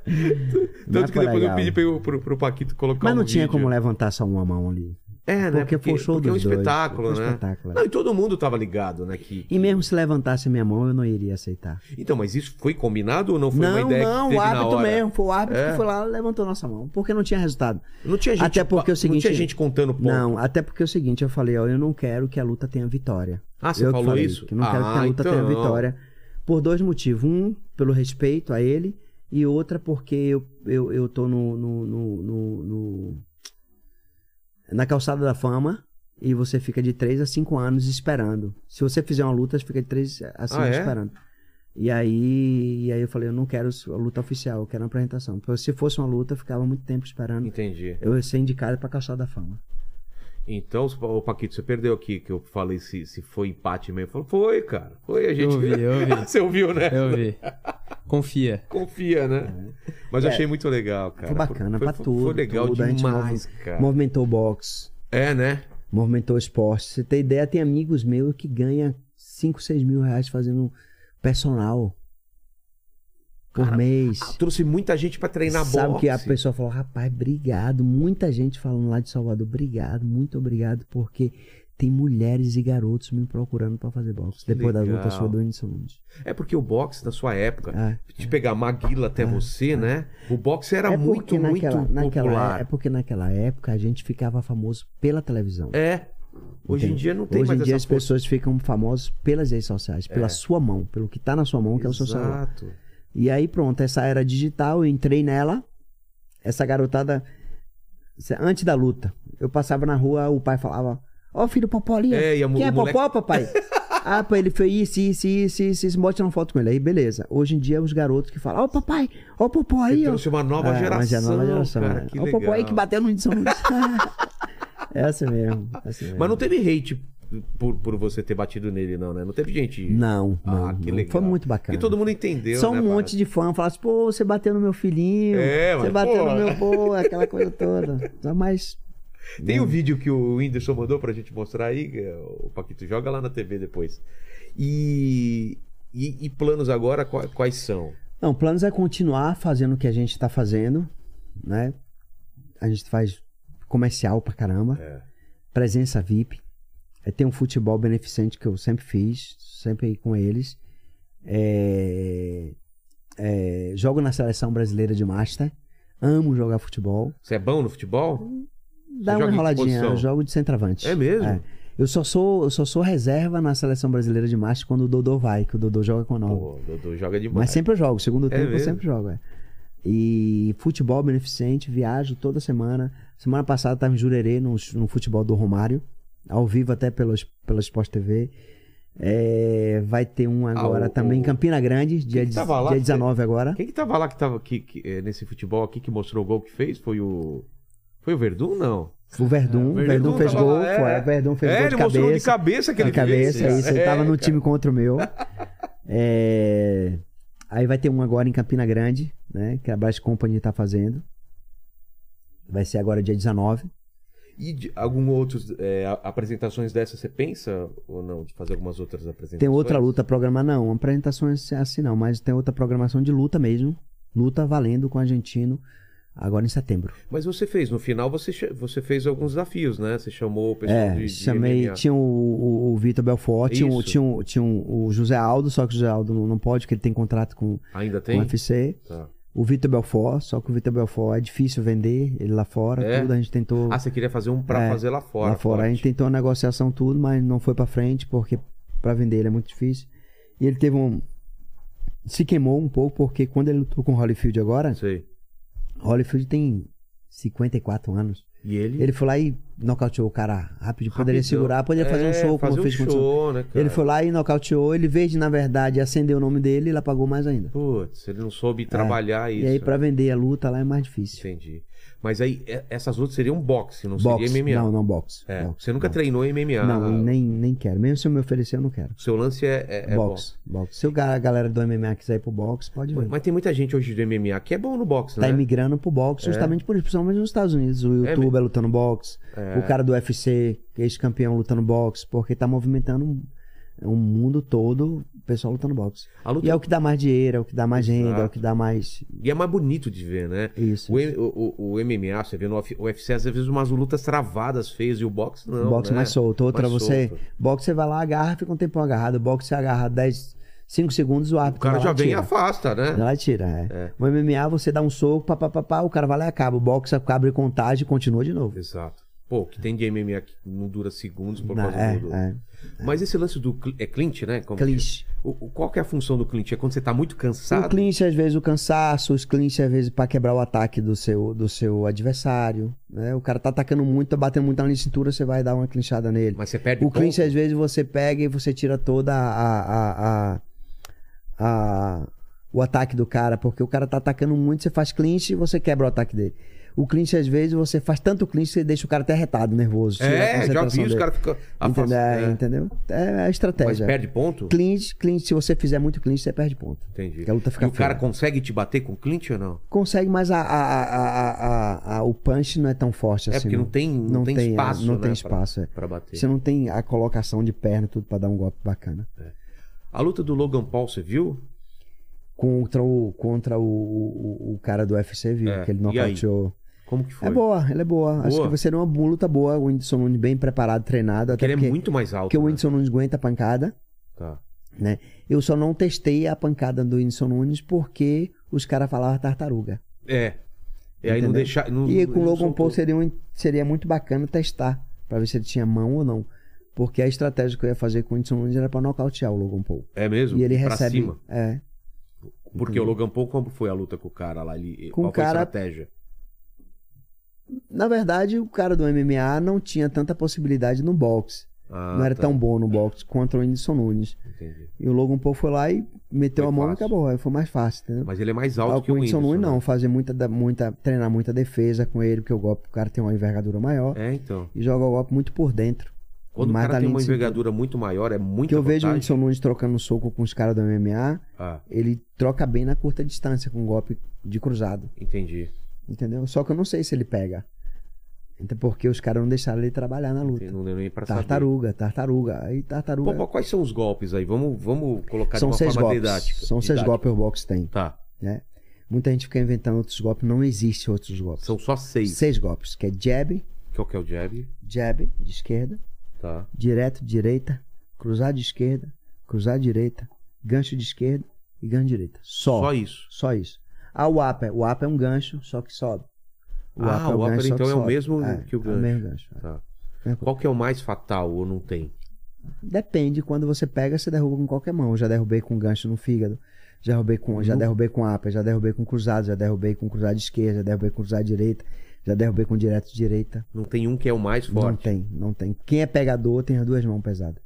S3: Mas
S1: Tanto que
S3: foi
S1: depois eu
S3: é legal.
S1: pedi pro, pro, pro Paquito colocar
S3: Mas não
S1: um
S3: tinha
S1: vídeo.
S3: como levantar só uma mão ali.
S1: É, né?
S3: Porque foi o show
S1: porque é um
S3: dos dois.
S1: espetáculo,
S3: Foi um
S1: né?
S3: espetáculo, é.
S1: Não, e todo mundo tava ligado, né? Que...
S3: E mesmo se levantasse a minha mão, eu não iria aceitar.
S1: Então, mas isso foi combinado ou não foi uma
S3: não,
S1: ideia
S3: não,
S1: que teve
S3: o
S1: na
S3: árbitro
S1: hora?
S3: mesmo. Foi o árbitro
S1: É.
S3: que foi lá e levantou nossa mão. Porque não tinha resultado.
S1: Não tinha gente,
S3: Até porque é o seguinte-
S1: Não tinha gente contando ponto.
S3: Não, até porque é o seguinte, eu falei, ó, eu não quero que a luta tenha vitória.
S1: Ah, você
S3: eu que
S1: falou
S3: falei,
S1: isso?
S3: Que eu não quero que a
S1: Ah,
S3: luta tenha
S1: então.
S3: vitória. Por dois motivos. Um, pelo respeito a ele, e outra porque eu, eu, eu tô no, no, no- no- no- Na calçada da fama. E você fica de 3 a 5 anos esperando. Se você fizer uma luta, você fica de 3 a 5
S1: Ah, é?
S3: esperando. E aí, e aí eu falei, eu não quero a luta oficial, eu quero uma apresentação. Porque se fosse uma luta, eu ficava muito tempo esperando.
S1: Entendi.
S3: Eu ia ser indicado pra calçada da fama.
S1: Então, o Paquito, você perdeu aqui que eu falei se, se foi empate mesmo. Falou, foi, cara. Foi, a gente.
S2: [laughs] Eu vi, eu vi.
S1: [laughs] você ouviu, né?
S2: Eu vi. Confia.
S1: Confia, né? Mas eu achei muito legal, cara.
S3: É. Foi bacana
S1: foi,
S3: pra
S1: foi-
S3: tudo.
S1: Foi legal
S3: tudo. A gente
S1: demais, cara.
S3: Movimentou boxe,
S1: É, né?
S3: movimentou esporte. Você tem ideia, tem amigos meus que ganham 5, 6 mil reais fazendo um personal por mês.
S1: Trouxe muita gente pra treinar
S3: Sabe
S1: boxe.
S3: que a pessoa falou, rapaz, obrigado. Muita gente falando lá de Salvador, obrigado, muito obrigado, porque tem mulheres e garotos me procurando pra fazer boxe.
S1: Que
S3: depois da
S1: legal.
S3: luta sua do Anderson Nunes.
S1: É porque o boxe, na sua época,
S3: É.
S1: de pegar Maguila até você, né? O boxe era
S3: É
S1: muito,
S3: porque naquela,
S1: muito
S3: naquela- é
S1: popular.
S3: porque naquela época a gente ficava famoso pela televisão.
S1: É. Hoje em
S3: Entende?
S1: dia não tem
S3: Hoje em
S1: mais
S3: dia
S1: essa
S3: as
S1: força.
S3: pessoas ficam famosas pelas redes sociais, pela sua mão, pelo que tá na sua mão, que é o seu celular.
S1: Exato.
S3: E aí pronto, essa era digital, eu entrei nela. Essa garotada se- antes da luta, eu passava na rua, o pai falava: "Ó filho Popolinha,
S1: É, e a mo-
S3: quem é
S1: o moleque-
S3: Popó,
S1: [laughs]
S3: papai?" ah, pô, ele fez isso, isso, isso, isso, isso, bote uma foto com ele aí, beleza. Hoje em dia os garotos que falam: "Ó papai, ó Popó
S1: Você
S3: aí, ó".
S1: trouxe uma nova
S3: É,
S1: geração.
S3: mas é a nova geração,
S1: cara,
S3: né?
S1: que
S3: Ó o Popó aí
S1: legal.
S3: que bateu no Edson
S1: [laughs]
S3: Nunes. É assim mesmo, é assim mesmo.
S1: Mas não teve hate por, por você ter batido nele, não, né? Não teve gente.
S3: Não, não.
S1: Ah, que
S3: não.
S1: legal.
S3: Foi muito bacana.
S1: E todo mundo entendeu.
S3: Só um
S1: né,
S3: monte de fã falasse, pô, você bateu no meu filhinho.
S1: É,
S3: você
S1: mas,
S3: bateu
S1: pô.
S3: no meu pô, aquela coisa
S1: [laughs]
S3: toda. Só mais.
S1: parada? Tem o vídeo que o Whindersson mandou pra gente mostrar aí, que é o Paquito joga lá na TV depois. E. E, e planos agora qua- quais são?
S3: Não, planos é continuar fazendo o que a gente tá fazendo, né? A gente faz comercial pra caramba.
S1: É.
S3: Presença VIP. É, tem um futebol beneficente que eu sempre fiz, sempre aí com eles. É, é, jogo na seleção brasileira de Master. Amo jogar futebol.
S1: Você é bom no futebol?
S3: Dá
S1: joga em
S3: uma
S1: que
S3: enroladinha,
S1: posição?
S3: eu jogo de centroavante.
S1: É mesmo?
S3: Eu só sou, eu só sou reserva na seleção brasileira de macho quando o Dodô vai, que o Dodô joga com nós.
S1: Pô, Dodô joga demais.
S3: Mas sempre eu jogo, segundo tempo eu
S1: mesmo?
S3: sempre jogo, é. E futebol beneficente, viajo toda semana. Semana passada estava em Jurerê, no, no futebol do Romário, ao vivo até pelo, pela Sport TV. É, vai ter um agora
S1: Ah, o-
S3: também em
S1: o-
S3: Campina Grande, dia,
S1: que
S3: de-
S1: tava lá?
S3: dia 19 agora.
S1: Quem que tava lá que tava aqui, que- eh, nesse futebol aqui que mostrou o gol que fez? Foi o. Foi o Verdun, não?
S3: O Verdun,
S2: o
S3: Verdun,
S2: Verdun
S3: fez
S1: tava
S3: gol,
S1: lá, é.
S3: foi, o Verdun fez gol de
S1: mostrou
S3: cabeça.
S1: de cabeça que ele
S3: de cabeça,
S1: fez.
S3: isso. Ele tava
S1: É,
S3: no time contra o meu. É, Aí vai ter um agora em Campina Grande, né? Que a Brás Company tá fazendo. Vai ser agora dia 19.
S1: E de, algum outros eh, a- apresentações dessas você pensa ou não de fazer algumas outras apresentações?
S3: Tem outra luta programada, não. Apresentação é assim não, mas tem outra programação de luta mesmo. Luta valendo com o argentino agora em setembro.
S1: Mas você fez no final você cha- você fez alguns desafios, né? Você chamou o pessoal
S3: É,
S1: de, de
S3: chamei.
S1: MMA.
S3: Tinha o, o- o Vitor Belfort, tinha, o,
S1: Isso.
S3: tinha, o, tinha um, o- o José Aldo, só que o José Aldo não, não pode, porque ele tem contrato com,
S1: Ainda
S3: com o
S1: tem.
S3: UFC.
S1: Tá.
S3: O Vitor Belfort, só que o Vitor Belfort é difícil vender ele lá fora,
S1: É?
S3: tudo. A gente tentou
S1: Ah, você queria fazer um pra
S3: É,
S1: fazer lá fora.
S3: lá fora. A
S1: forte.
S3: gente tentou a negociação, tudo, mas não foi pra frente, porque pra vender ele é muito difícil. E ele teve um. Se queimou um pouco, porque quando ele lutou com o Holyfield agora,
S1: Sei.
S3: Holyfield tem 54 anos.
S1: E ele
S3: Ele foi lá e nocauteou o cara rápido. Poderia
S1: Rapidão.
S3: segurar, poderia fazer um
S1: É,
S3: show, como
S1: fazer
S3: eu
S1: um
S3: fiz com o
S1: show, né, cara?
S3: Ele foi lá e nocauteou. Ele, em vez de, na verdade, acender o nome dele, ele apagou mais ainda.
S1: Putz, ele não soube trabalhar É isso.
S3: E aí, pra vender a luta lá é mais difícil.
S1: Entendi. Mas aí, é- essas lutas seriam boxe, não
S3: Boxe.
S1: seria MMA.
S3: Não, não, boxe.
S1: É,
S3: Boxe,
S1: Você nunca
S3: boxe.
S1: treinou MMA.
S3: Não, e nem, nem quero. Mesmo se eu me oferecer, eu não quero.
S1: Seu lance é, é, é
S3: boxe, boxe. Se o ga- a galera do MMA quiser ir pro boxe, pode
S1: boxe.
S3: vir.
S1: Mas tem muita gente hoje do MMA que é bom no boxe,
S3: Tá
S1: né?
S3: imigrando pro boxe justamente por isso, principalmente nos Estados Unidos. O
S1: É
S3: youtuber lutando boxe, o cara do UFC, ex-campeão lutando boxe, porque tá movimentando um, um mundo todo, o pessoal lutando boxe.
S1: A luta-
S3: E é o que dá mais dinheiro, é o que dá mais renda, é o
S1: Exato.
S3: que dá mais.
S1: E é mais bonito de ver, né?
S3: Isso.
S1: O, M- o- o- o MMA, você vê no Uf- UFC, às vezes umas lutas travadas feias e o boxe não.
S3: boxe
S1: né?
S3: mais solto. Outra,
S1: Mais
S3: você.
S1: solto.
S3: Boxe você vai lá, agarra, fica um tempão agarrado. Boxe você agarra 10, 5 segundos, o
S1: O
S3: árbitro.
S1: cara
S3: vai
S1: já
S3: lá e
S1: vem e
S3: tira.
S1: afasta, né?
S3: Ela tira, é. O MMA, você dá um soco, pá, pá, pá, pá, o cara vai lá e acaba. O boxe abre contagem e continua de novo.
S1: Exato. Pô, o que tem de MMA que não dura segundos por
S3: Na-
S1: causa
S3: é,
S1: do.
S3: é.
S1: Mas esse lance do. cli- É clinch, né? Como
S3: Clinch.
S1: O, o- qual que é a função do clinch? É quando você tá muito cansado?
S3: O clinch, às vezes, o cansaço, os clinch, às vezes, pra quebrar o ataque do seu, do seu adversário. Né? O cara tá atacando muito, tá batendo muito na linha de cintura, você vai dar uma clinchada nele.
S1: Mas você perde
S3: O é clinch,
S1: ponto?
S3: às vezes, você pega e você tira toda a. a, a, a- o ataque do cara, porque o cara tá atacando muito, você faz clinch e você quebra o ataque dele. O clinch, às vezes, você faz tanto clinch que você deixa o cara até retado, nervoso. tira a
S1: É, já vi,
S3: concentração
S1: os
S3: dele.
S1: caras ficam
S3: Entendeu? É,
S1: afastados.
S3: entendeu? É a
S1: Mas
S3: estratégia.
S1: perde ponto?
S3: Clinch, clinch, se você fizer muito clinch, você perde ponto.
S1: Entendi.
S3: é Que a luta fica
S1: e o cara
S3: feia.
S1: consegue te bater com clinch ou não?
S3: Consegue, mas a, a- a- a- a- a- o punch não é tão forte
S1: É
S3: assim.
S1: porque não tem, não tem,
S3: é,
S1: espaço,
S3: Não
S1: né,
S3: tem
S1: pra-
S3: espaço, é.
S1: pra bater.
S3: Você não tem a colocação de perna e tudo pra dar um golpe bacana.
S1: A luta do Logan Paul, você viu?
S3: Contra o, contra o, o, o cara do UFC, viu?
S1: É,
S3: Que ele
S1: e aí?
S3: nocauteou.
S1: Como que foi?
S3: É boa, ela é boa. Acho
S1: Boa.
S3: que vai ser uma bu- luta boa. O Whindersson Nunes bem preparado, treinado.
S1: Porque
S3: Até
S1: ele
S3: porque,
S1: é muito mais alto.
S3: porque o
S1: né?
S3: Whindersson Nunes aguenta a pancada.
S1: Tá.
S3: né? Eu só não testei a pancada do Whindersson Nunes porque os caras falavam tartaruga.
S1: É. E aí não
S3: Entendeu?
S1: deixar. Não,
S3: e com
S1: não
S3: o Logan Paul
S1: soltou.
S3: seria, um- seria muito bacana testar pra ver se ele tinha mão ou não. Porque a estratégia que eu ia fazer com o Whindersson Nunes era pra nocautear o Logan Paul.
S1: É mesmo?
S3: E ele
S1: pra
S3: recebe.
S1: Cima.
S3: É.
S1: Porque o Logan Paul, como foi a luta com o cara lá? Ele,
S3: Com
S1: qual
S3: o
S1: foi
S3: cara-
S1: a estratégia?
S3: Na verdade, o cara do MMA não tinha tanta possibilidade no boxe.
S1: Ah,
S3: não era
S1: tá.
S3: tão bom no boxe contra o Whindersson Nunes.
S1: Entendi.
S3: E o Logan Paul foi lá e meteu
S1: Foi
S3: a mão e
S1: fácil.
S3: acabou. Aí foi mais fácil, entendeu?
S1: Mas ele é mais
S3: Ah,
S1: alto que
S3: com
S1: o
S3: o Whindersson Nunes
S1: Whindersson.
S3: não, fazer muita, da- muita, treinar muita defesa com ele, porque o golpe o cara tem uma envergadura maior
S1: É, então.
S3: e joga o golpe muito por dentro.
S1: Quando
S3: Mata
S1: o cara
S3: a
S1: tem
S3: linha
S1: uma
S3: de cintura.
S1: envergadura muito maior, é muito
S3: Porque eu vejo o Whindersson Nunes trocando soco com os caras do MMA,
S1: Ah,
S3: ele troca bem na curta distância com golpe de cruzado,
S1: entendi.
S3: entendeu? Só que eu não sei se ele pega. Até porque os caras não deixaram ele trabalhar na luta.
S1: Não deu nem pra saber.
S3: Tartaruga, tartaruga, aí tartaruga.
S1: Pô, mas quais são os golpes aí? Vamos, vamos colocar
S3: são
S1: de uma
S3: seis
S1: forma
S3: golpes.
S1: didática.
S3: São seis
S1: didática.
S3: golpes que o boxe tem,
S1: Tá.
S3: né? Muita gente fica inventando outros golpes, não existe outros golpes.
S1: São só seis.
S3: seis golpes, que é jab,
S1: Qual que é o jab?
S3: jab de esquerda,
S1: Tá.
S3: direto direita, cruzar de esquerda, cruzar direita, gancho de esquerda e gancho de direita. Só.
S1: Só
S3: Só,
S1: isso.
S3: isso. Ah, o upper. O upper é um gancho, só que sobe.
S1: Ah,
S3: é
S1: o upper,
S3: só
S1: então, é o
S3: sobe.
S1: mesmo que o
S3: É
S1: gancho.
S3: o mesmo gancho.
S1: Tá.
S3: É.
S1: Qual que é o mais fatal ou não tem?
S3: Depende, quando você pega, você derruba com qualquer mão. Eu já derrubei com gancho no fígado, já derrubei com,
S1: Uhum.
S3: já derrubei com upper, já derrubei com cruzado, já derrubei com cruzado de esquerda, já derrubei com cruzado de direita, já derrubei com direto de direita.
S1: Não tem um que é o mais
S3: Não
S1: forte.
S3: tem, não tem. Quem é pegador tem as duas mãos pesadas.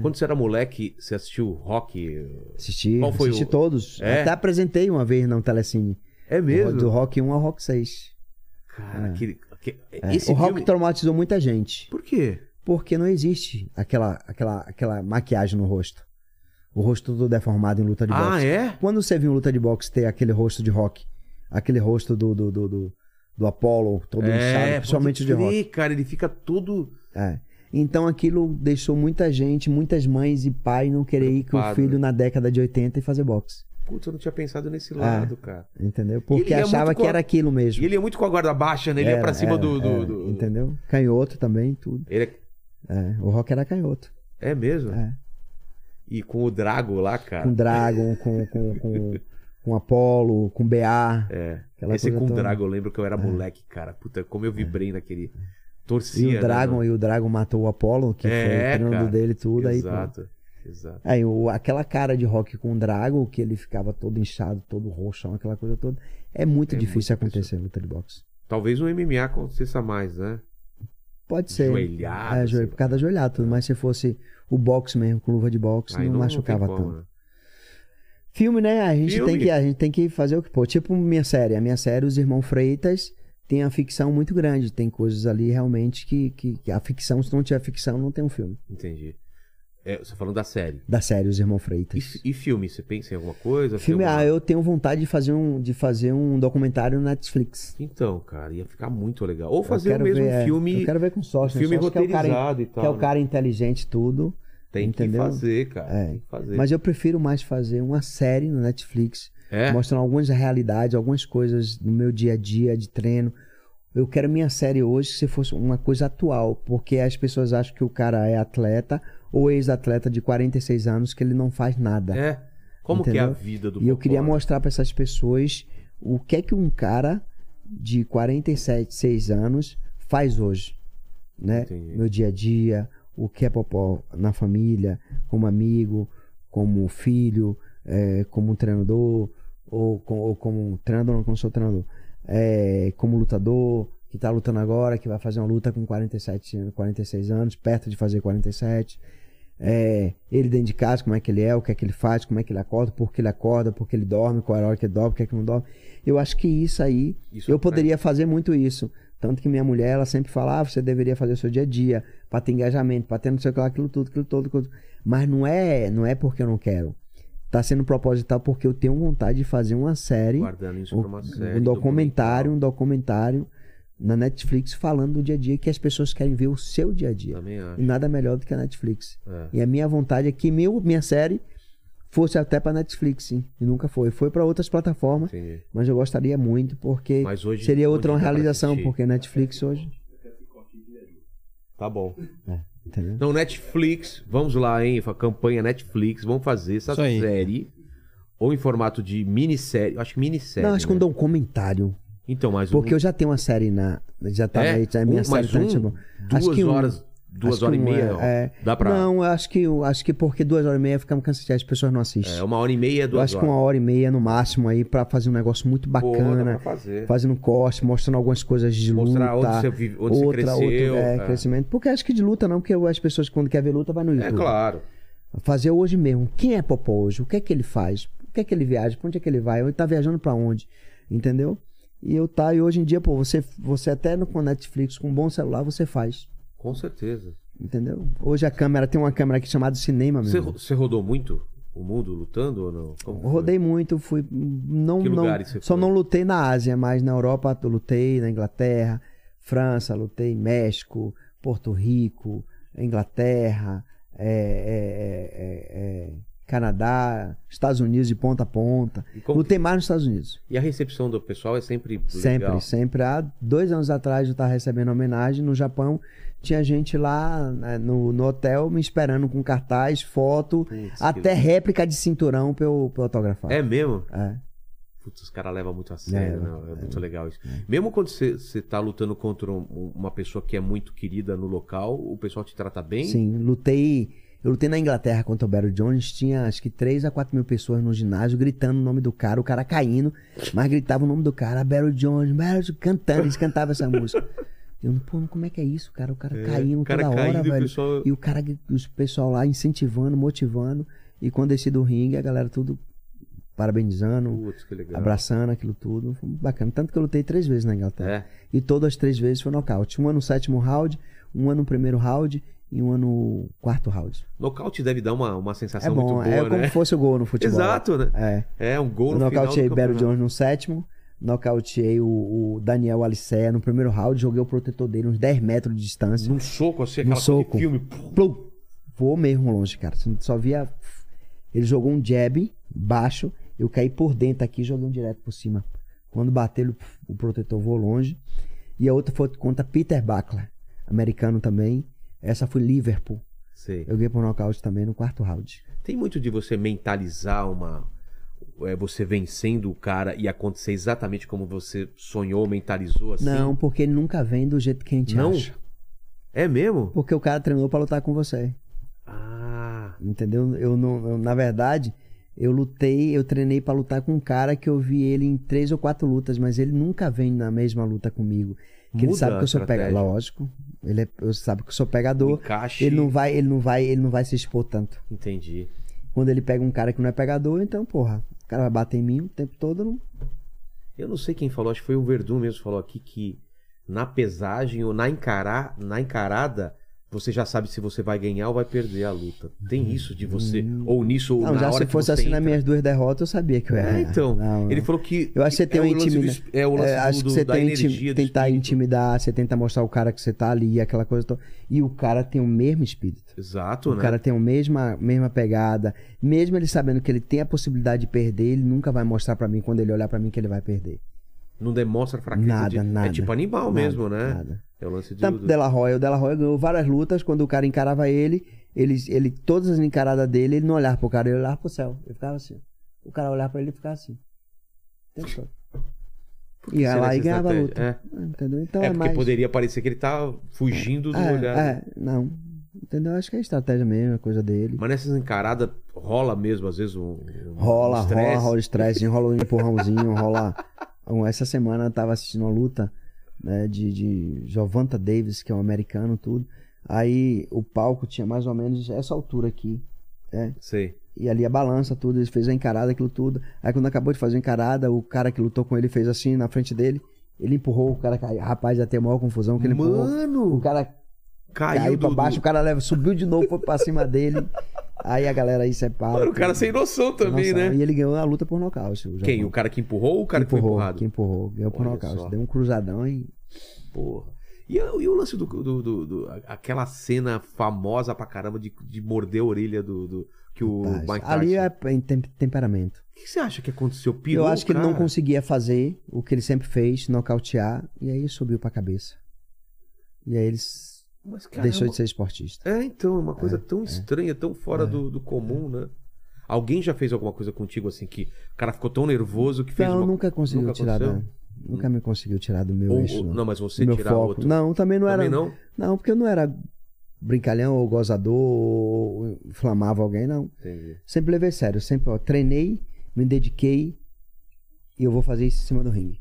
S1: Quando você era moleque, você assistiu rock?
S3: Assisti,
S1: Qual foi
S3: assisti
S1: o-
S3: todos.
S1: É?
S3: Até apresentei uma vez no Telecine.
S1: É
S3: Do Rock 1 ao Rock 6.
S1: Cara, aquele, aque-
S3: É.
S1: esse
S3: o Rock
S1: filme...
S3: traumatizou muita gente.
S1: Por quê?
S3: Porque não existe aquela, aquela, aquela maquiagem no rosto. O rosto todo deformado em luta de
S1: Ah,
S3: boxe.
S1: é?
S3: Quando você viu luta de boxe ter aquele rosto de rock, aquele rosto do, do, do, do, do Apollo, todo inchado,
S1: é,
S3: principalmente o de
S1: pode
S3: rock.
S1: crer, cara, ele fica todo...
S3: É. Então aquilo deixou muita gente, muitas mães e pais não querer ir com o
S1: Preocupado, né?
S3: filho na década de 80 e fazer boxe.
S1: Putz, eu não tinha pensado
S3: É.
S1: nesse lado, cara.
S3: Entendeu? Porque
S1: ele é
S3: achava
S1: muito
S3: que
S1: co-
S3: era aquilo mesmo.
S1: E ele é muito com a guarda baixa, né? Ele é
S3: Era,
S1: pra cima
S3: era,
S1: do... do-
S3: era,
S1: do-
S3: Entendeu? Canhoto também, tudo.
S1: Ele é...
S3: É, o rock era canhoto.
S1: é mesmo?
S3: É.
S1: E com o Drago lá,
S3: Com
S1: cara.
S3: Dragon, com, com, com, com Apollo, com BA.
S1: É.
S3: Aquela
S1: Esse
S3: coisa É.
S1: com o
S3: toda.
S1: Drago, eu lembro que eu era moleque, cara. Puta, como eu vibrei naquele...
S3: E
S1: Torcia,
S3: o
S1: né,
S3: Dragon,
S1: mano?
S3: É. e o Dragon matou o Apollo, que
S1: É,
S3: foi o treinador
S1: cara.
S3: dele, tudo aí. pronto.
S1: Exato, exato.
S3: Aí o, aquela cara de rock com o Dragon, que ele ficava todo inchado, todo roxão, aquela coisa toda. É muito
S1: É
S3: difícil
S1: muito
S3: acontecer luta de boxe.
S1: Talvez o MMA aconteça mais, né?
S3: Pode ser.
S1: Joelhada,
S3: É,
S1: sei
S3: joelho, por causa da joelhada, tudo. Mas se fosse o boxe mesmo, com luva de boxe,
S1: Aí
S3: não,
S1: tem
S3: machucava
S1: como,
S3: tanto.
S1: né?
S3: Filme, né? A gente,
S1: Filme.
S3: tem que, a gente tem que fazer o que pô. Tipo minha série. A minha série, os irmãos Freitas tem a ficção muito grande. Tem coisas ali realmente que, que, que a ficção, se não tiver ficção, não tem um filme.
S1: Entendi. É, você falando da série.
S3: Da série Os Irmãos
S1: E,
S3: Freitas.
S1: e filme, você pensa em alguma coisa?
S3: Filme,
S1: Tem
S3: ah,
S1: alguma-
S3: eu tenho vontade de fazer um, de fazer um documentário na Netflix.
S1: Então, cara, ia ficar muito legal. Ou
S3: Eu
S1: fazer o
S3: quero
S1: mesmo
S3: ver, é,
S1: filme,
S3: Eu quero ver com sócio. né?
S1: filme
S3: Sócio que é o cara in-
S1: roteirizado e tal.
S3: Que é o
S1: né?
S3: cara inteligente e tudo.
S1: Tem
S3: entendeu?
S1: que fazer, cara.
S3: É.
S1: Tem que fazer.
S3: Mas eu prefiro mais fazer uma série na Netflix,
S1: É?
S3: mostrando algumas realidades, algumas coisas no meu dia a dia de treino. Eu quero minha série hoje se fosse uma coisa atual, porque as pessoas acham que o cara é atleta ou ex-atleta de 46 anos que ele não faz nada.
S1: É. Como que é a
S3: Entendeu?
S1: vida do
S3: E eu queria
S1: Popó?
S3: mostrar para essas pessoas o que é que um cara de 47, 6 anos faz hoje, né?
S1: Entendi.
S3: No dia a dia, o que é popó na família, como amigo, como filho, eh, como treinador, ou, com, ou como um treinador, não como sou treinador, eh, como lutador, que tá lutando agora, que vai fazer uma luta com 47, anos, 46 anos, perto de fazer 47. É, ele dentro de casa, como é que ele é, o que é que ele faz, como é que ele acorda, por que ele acorda, por que ele dorme, qual é a hora que ele dorme, por que, é que não dorme. Eu acho que isso aí,
S1: Isso né? tá
S3: eu
S1: atrai.
S3: poderia fazer muito isso. Tanto que minha mulher, ela sempre fala, ah, você deveria fazer o seu dia a dia, pra ter engajamento, pra ter não sei o que lá, aquilo tudo, aquilo tudo, aquilo tudo. Mas não é, não é porque eu não quero. Tá sendo proposital porque eu tenho vontade de fazer uma série,
S1: Guardando isso pra uma série.
S3: um documentário, um documentário na Netflix falando do dia a dia que as pessoas querem ver o seu dia a dia.
S1: Também acho.
S3: E nada melhor do que a Netflix.
S1: É.
S3: E a minha vontade é que meu, minha série fosse até pra Netflix, sim. E nunca foi. Foi pra outras plataformas,
S1: Entendi.
S3: mas eu gostaria muito, porque
S1: Mas hoje
S3: seria
S1: onde
S3: outra
S1: dá pra
S3: realização,
S1: assistir?
S3: porque Netflix hoje.
S1: Tá bom.
S3: Entendeu?
S1: Então, Netflix, vamos lá, hein? A campanha Netflix, vamos fazer essa
S2: Isso aí.
S1: série. Ou em formato de minissérie. Acho que minissérie.
S3: Não, acho que
S1: né?
S3: um documentário.
S1: Então, mais um.
S3: Porque eu já tenho uma série na. Já tá
S1: É?
S3: aí, já é minha
S1: Um-
S3: série
S1: mais
S3: tá
S1: um?
S3: na Netflix.
S1: Duas
S3: acho que um.
S1: horas, duas
S3: Acho que
S1: horas e
S3: um,
S1: meia.
S3: é,
S1: ó.
S3: é.
S1: Dá pra.
S3: Não, eu acho que, eu acho que porque duas horas e meia fica cansativo, as pessoas não assistem.
S1: É uma hora e meia,
S3: eu
S1: duas
S3: acho que
S1: horas.
S3: uma hora e meia no máximo aí pra fazer um negócio muito
S1: Pô, dá
S3: bacana.
S1: pra fazer.
S3: fazendo corte, mostrando algumas coisas de
S1: Mostrar
S3: luta.
S1: onde você, vive, onde você
S3: outra, outro,
S1: cresceu.
S3: é,
S1: é.
S3: crescimento. Porque acho que de luta não, porque as pessoas quando quer ver luta vai no
S1: É
S3: YouTube.
S1: claro.
S3: Fazer hoje mesmo. Quem é Popó hoje? O que é que ele faz? O que é que ele viaja? Pra onde é que ele vai? Ele tá viajando pra onde? Entendeu? E eu tá, e hoje em dia, pô, você, você até no com Netflix, com um bom celular, você faz.
S1: Com certeza.
S3: Entendeu? Hoje a câmera, tem uma câmera aqui chamada cinema
S1: Você,
S3: mesmo.
S1: ro- você rodou muito o mundo lutando ou não? Como que foi?
S3: Rodei muito, fui. Não,
S1: Que
S3: não
S1: lugares você
S3: só
S1: foi?
S3: não lutei na Ásia, mas na Europa eu lutei, na Inglaterra, França, lutei México, Porto Rico, Inglaterra, é, é, é, é, é, Canadá, Estados Unidos de ponta a ponta.
S1: E, como
S3: Lutei mais nos Estados Unidos.
S1: que- e a recepção do pessoal é sempre.
S3: Sempre,
S1: legal?
S3: sempre. Há dois anos atrás eu estava recebendo homenagem no Japão. Tinha gente lá né, no, no hotel me esperando com cartaz, foto,
S1: Putz, que
S3: até
S1: legal.
S3: réplica de cinturão pra eu, pra eu autografar.
S1: É mesmo?
S3: É.
S1: Putz, os caras levam muito a sério,
S3: Leva,
S1: né? É muito legal isso. Mesmo quando você, você tá lutando contra um- uma pessoa que é muito querida no local, o pessoal te trata bem?
S3: Sim, lutei. Eu lutei na Inglaterra contra o Barry Jones, tinha acho que 3 a 4 mil pessoas no ginásio gritando o nome do cara, o cara caindo, mas gritava o nome do cara, Barry Jones, Barry Jones, cantando, eles cantavam
S1: [laughs]
S3: essa música. Eu, pô, como é que é isso, cara? O cara
S1: É,
S3: caindo
S1: o cara
S3: toda
S1: caindo
S3: hora,
S1: e o
S3: velho.
S1: pessoal-
S3: E o cara, os pessoal lá incentivando, motivando, e quando desci do ringue, a galera tudo parabenizando,
S1: Putz, que legal.
S3: abraçando aquilo tudo, foi bacana. Tanto que eu lutei três vezes na Inglaterra.
S1: É.
S3: E todas as três vezes foi nocaute. Uma no sétimo round, uma no primeiro round e uma no quarto round.
S1: Nocaute deve dar uma, uma
S3: É
S1: sensação
S3: bom,
S1: muito boa,
S3: é
S1: né?
S3: como se fosse o gol no [laughs] futebol.
S1: Exato, né?
S3: É.
S1: É, um
S3: Eu
S1: gol no final.
S3: nocauteei
S1: do
S3: Barry
S1: campeonato.
S3: Jones no sétimo, nocauteei o, o Daniel Alicea no primeiro round, joguei o protetor dele uns 10 metros de distância.
S1: Num soco, assim,
S3: Num
S1: aquela coisa de
S3: soco.
S1: filme. pum,
S3: Plum! Voou mesmo longe, cara. Você Só via. Ele jogou um jab baixo, eu caí por dentro aqui e joguei um direto por cima. Quando bateu, ele- o protetor voou longe. E a outra foi contra Peter Buckler, americano também. Essa foi Liverpool.
S1: Sei.
S3: Eu ganhei por nocaute também no quarto round.
S1: Tem muito de você mentalizar uma. É, você vencendo o cara e acontecer exatamente como você sonhou, mentalizou assim?
S3: Não, porque ele nunca vem do jeito que a gente
S1: Não?
S3: acha.
S1: É mesmo?
S3: Porque o cara treinou pra lutar com você.
S1: Ah.
S3: Entendeu? Eu não, eu, na verdade, eu lutei, eu treinei pra lutar com um cara que eu vi ele em três ou quatro lutas, mas ele nunca vem na mesma luta comigo. Que ele
S1: Muda
S3: sabe que
S1: a
S3: eu sou
S1: estratégia.
S3: pegador. Lógico. Ele é, eu sabe que eu sou
S1: o
S3: pegador.
S1: Encaixe.
S3: Ele não vai, ele não vai, ele não vai se expor tanto.
S1: Entendi.
S3: Quando ele pega um cara que não é pegador, então, porra, o cara vai bater em mim o tempo todo, eu não.
S1: Eu não sei quem falou, acho que foi o Verdun mesmo que falou aqui que na pesagem ou na, encará, na encarada você já sabe se você vai ganhar ou vai perder a luta. Tem isso de você, ou nisso, ou
S3: Hum, Não,
S1: na
S3: já
S1: hora
S3: se
S1: que
S3: fosse
S1: você
S3: assim nas
S1: entra.
S3: minhas duas derrotas, eu sabia que eu era.
S1: É, então.
S3: Não,
S1: Ele
S3: não.
S1: falou que.
S3: Eu acho que você tem
S1: é
S3: uma
S1: o lance do
S3: intimida-
S1: esp- É o lance
S3: É,
S1: do-
S3: acho
S1: do-
S3: que você
S1: da
S3: tem
S1: energia,
S3: intim-
S1: do
S3: tentar
S1: espírito.
S3: intimidar, você tenta mostrar o cara que você tá ali, aquela coisa. to- E o cara tem o mesmo espírito.
S1: Exato,
S3: o
S1: né?
S3: cara tem a mesma, mesma pegada. Mesmo ele sabendo que ele tem a possibilidade de perder, ele nunca vai mostrar pra mim, quando ele olhar pra mim, que ele vai perder.
S1: Não demonstra fraqueza.
S3: Nada,
S1: de-
S3: nada.
S1: É tipo animal
S3: Nada,
S1: mesmo, né?
S3: nada.
S1: É o lance do.
S3: Tanto
S1: do-
S3: Della Roya, o Della Roya ganhou várias lutas, quando o cara encarava ele, ele, ele todas as encaradas dele, ele não olhava pro cara, ele olhava pro céu. Ele ficava assim. O cara olhava pra ele e ficava assim. O tempo todo.
S1: Por que
S3: Ia
S1: será
S3: lá
S1: que
S3: e
S1: essa
S3: ganhava a luta.
S1: estratégia-
S3: Entendeu?
S1: É,
S3: Então
S1: é
S3: é,
S1: porque
S3: mais...
S1: poderia parecer que ele tá fugindo do
S3: É,
S1: olhar.
S3: é, não. Entendeu? Acho que é estratégia mesmo, é coisa dele.
S1: Mas nessas encaradas rola mesmo, às vezes, um. um
S3: Rola, rola,
S1: estresse.
S3: rola estresse, rola um
S1: [laughs]
S3: empurrãozinho, rola. Um, Essa semana eu tava assistindo uma luta né, de, de Jovanta Davis, que é um americano, tudo. Aí o palco tinha mais ou menos essa altura aqui.
S1: Sei.
S3: E ali a balança, tudo, ele fez a encarada, aquilo tudo. Aí quando acabou de fazer a encarada, o cara que lutou com ele fez assim na frente dele. Ele empurrou, o cara caiu. Rapaz, ia ter a maior confusão que ele empurrou.
S1: Mano,
S3: O cara
S1: caiu,
S3: caiu, pra
S1: do-
S3: baixo,
S1: do-
S3: o cara leva, subiu de novo, foi pra cima dele. Aí a galera aí separa.
S1: Mano, o cara
S3: tudo.
S1: sem noção também,
S3: Nossa,
S1: né?
S3: E ele ganhou a luta por nocaute. o
S1: Quem?
S3: Japão.
S1: O cara que empurrou ou o cara que,
S3: empurrou,
S1: foi empurrado?
S3: Que empurrou, ganhou por
S1: Olha
S3: nocaute.
S1: só.
S3: Deu um cruzadão e.
S1: Porra. E, a- e o lance do, do, do- do- a- Aquela cena famosa pra caramba de, de morder a orelha do. do- que o
S3: Tá,
S1: Mike Tyson.
S3: ali é em tem- temperamento.
S1: O que você acha que aconteceu? Pirou
S3: Eu acho que
S1: o
S3: ele não
S1: cara?
S3: conseguia fazer o que ele sempre fez, nocautear, e aí subiu pra cabeça. E aí ele s-
S1: Mas, caramba.
S3: deixou de ser esportista.
S1: É, então, é uma coisa tão estranha, tão
S3: É.
S1: fora do, do comum, né? Alguém já fez alguma coisa contigo assim que o cara ficou tão nervoso que fez
S3: Não,
S1: uma...
S3: nunca conseguiu
S1: nunca
S3: tirar da,
S1: aconteceu?
S3: Nunca me conseguiu tirar do meu
S1: ou,
S3: eixo.
S1: ou-
S3: não.
S1: Não, mas você
S3: do meu
S1: tirar
S3: foco.
S1: outro.
S3: Não, também não
S1: Também
S3: era.
S1: não?
S3: Não, porque eu não era brincalhão ou gozador ou inflamava alguém, não.
S1: Entendi.
S3: Sempre levei a sério. Sempre ó, treinei, me dediquei e eu vou fazer isso em cima do ringue.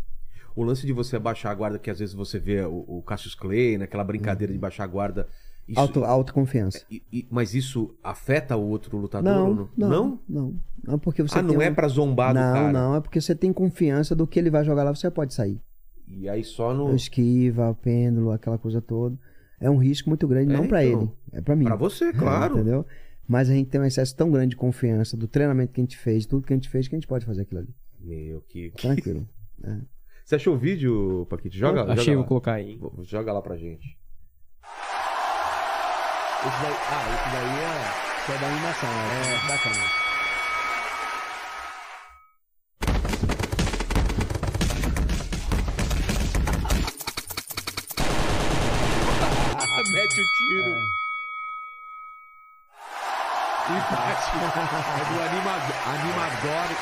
S1: O lance de você abaixar a guarda, que às vezes você vê o, o Cassius Clay, naquela brincadeira de baixar a guarda. Isso,
S3: Uhum. Auto, autoconfiança.
S1: e- e- mas isso afeta o outro lutador? ou
S3: Não, não,
S1: é Não?
S3: não. Não, porque você
S1: ah, não
S3: tem
S1: é
S3: um-
S1: pra zombar
S3: Não,
S1: do cara?
S3: não. É porque você tem confiança do que ele vai jogar lá, você pode sair. Então,
S1: E aí só no...
S3: Esquiva, pêndulo, aquela coisa toda. É um risco muito grande,
S1: É,
S3: não pra
S1: então.
S3: ele. É pra mim. [laughs]
S1: Pra você, claro.
S3: Entendeu? Mas a gente tem um excesso tão grande de confiança do treinamento que a gente fez, tudo que a gente fez, que a gente pode fazer aquilo ali.
S1: Meu, que... que-
S3: Tranquilo.
S1: Você achou o vídeo, Paquito? Joga, joga
S2: Achei,
S1: lá.
S2: vou colocar aí.
S1: Vou- Joga lá pra gente. Esse daí, ah, esse daí é.
S3: Só da animação, é bacana.
S1: Ah, mete o tiro. E bate. Tá. [laughs] É do animado, animador,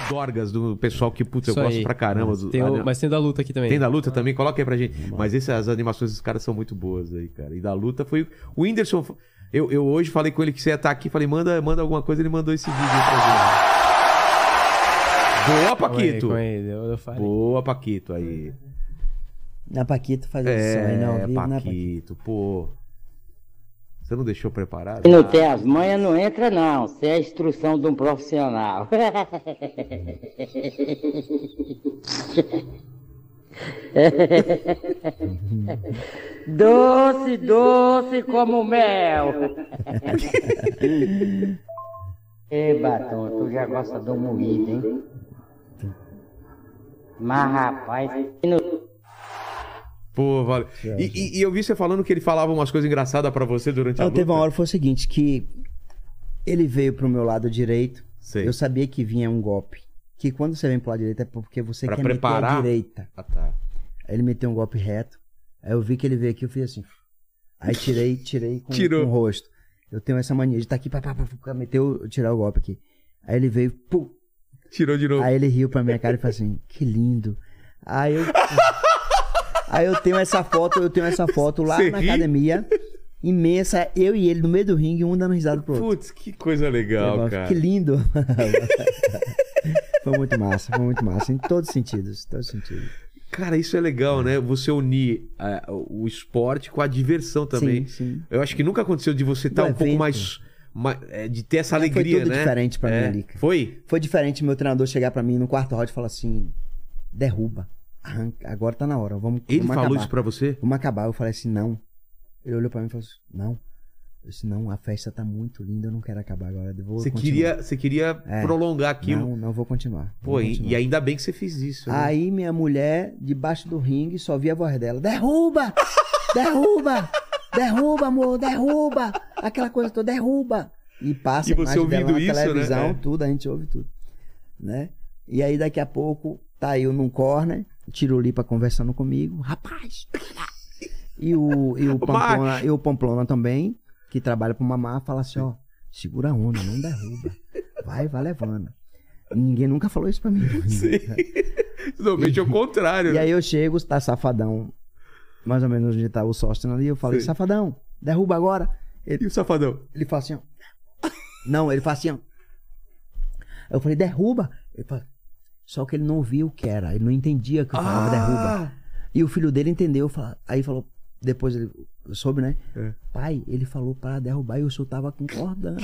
S1: animadorgas, do pessoal que, puta, eu
S2: Isso
S1: gosto
S2: aí.
S1: pra caramba. do-
S2: Tem o-
S1: ah, não.
S2: mas tem o da luta aqui também.
S1: Tem da luta também? Coloca aí pra gente. Mas esse- as animações dos caras são muito boas aí, cara. E da luta foi. O Whindersson. Eu, eu hoje falei com ele que você ia estar aqui. Falei, manda, manda alguma coisa. Ele mandou esse vídeo aí pra gente. Boa,
S2: Calma aí,
S1: Paquito!
S2: calma aí, eu, eu falei.
S1: Boa, Paquito. Aí.
S3: Na Paquito faz edição aí,
S1: É,
S3: não. Vivo na né, Paquito.
S1: Paquito, pô. Você não deixou preparado?
S5: Se não tem as manhas, não entra não. Isso é a instrução de um profissional. [laughs] doce, doce como mel. [laughs] Ei, Batom, tu já gosta do moído, hein? Mas, rapaz,
S1: Pô, valeu.
S3: Tá,
S1: E, e- e eu vi você falando que ele falava umas coisas engraçadas pra você durante a
S3: Então,
S1: luta.
S3: teve uma hora, foi o seguinte, que ele veio pro meu lado direito.
S1: Sei.
S3: Eu sabia que vinha um golpe. Que quando você vem pro lado direito é porque você
S1: Pra
S3: quer meter
S1: preparar.
S3: a direita.
S1: Ah, tá.
S3: Aí ele meteu um golpe reto. Aí eu vi que ele veio aqui, eu fiz assim. Aí tirei, tirei com,
S1: Tirou.
S3: com o rosto. Eu tenho essa mania de estar aqui, pá, pá, pá, pá, meteu, tirar o golpe aqui. Aí ele veio, pum,
S1: Tirou de novo.
S3: Aí ele riu pra minha cara e falou assim, que lindo. Aí eu. Aí eu tenho essa foto, eu tenho essa foto lá
S1: Você
S3: na
S1: ri?
S3: academia, imensa, eu e ele no meio do ringue, um dando risada pro outro.
S1: Putz, que coisa
S3: Eu
S1: legal,
S3: falo,
S1: cara.
S3: Que lindo. [laughs] foi muito massa, foi muito massa, em todos os sentidos, em todos os sentidos.
S1: Cara, isso é legal, né? Você unir ah, o esporte com a diversão também.
S3: Sim, sim.
S1: Eu acho que nunca aconteceu de você estar
S3: Do
S1: um pouco
S3: evento.
S1: mais. ma- é, de ter essa
S3: Foi
S1: alegria,
S3: tudo
S1: né?
S3: diferente pra mim
S1: É.
S3: ali, cara.
S1: Foi?
S3: Foi diferente meu treinador chegar pra mim no quarto round e falar assim: derruba, arranca. Agora tá na hora, vamos
S1: Ele
S3: vamos
S1: falou
S3: acabar.
S1: isso pra você?
S3: Vamos acabar. Eu falei assim, não. Ele olhou pra mim e falou assim, não. Eu disse, não, a festa tá muito linda, eu não quero acabar agora. eu Vou
S1: Você
S3: continuar.
S1: queria, você queria
S3: É.
S1: prolongar aquilo.
S3: Não, não vou continuar.
S1: Pô,
S3: vou
S1: e-
S3: continuar. Ah,
S1: e ainda bem que você fez isso. né?
S3: Aí minha mulher, debaixo do ringue, só via a voz dela: derruba! Derruba! Derruba, amor, derruba! Aquela coisa toda, derruba! E passa
S1: E
S3: a
S1: você
S3: imagem dela
S1: ouvindo
S3: na
S1: isso, né?
S3: televisão,
S1: É.
S3: tudo, a gente ouve tudo. Né? E aí daqui a pouco, tá eu num corner, Tirulipa conversando comigo, rapaz! E o,
S1: [laughs]
S3: e o, Pamplona, e o Pamplona também, que trabalha pro Mamá, fala assim: ó, segura a onda, não derruba. Vai, vai levando. Ninguém nunca falou isso pra mim.
S1: [laughs] Sim. Normalmente é o contrário.
S3: E
S1: né?
S3: aí eu chego, tá safadão, mais ou menos onde tá o Sostena ali, eu falei,
S1: Sim.
S3: safadão, derruba agora.
S1: E o safadão?
S3: Ele fala assim, ó. Não, ele fala assim, ó. Eu falei, derruba. Ele fala, só que ele não ouviu o que era, ele não entendia que eu
S1: Ah!
S3: falava derruba. E o filho dele entendeu, fala- aí falou, depois ele soube, né?
S1: É.
S3: Pai, ele falou para derrubar e o senhor tava concordando.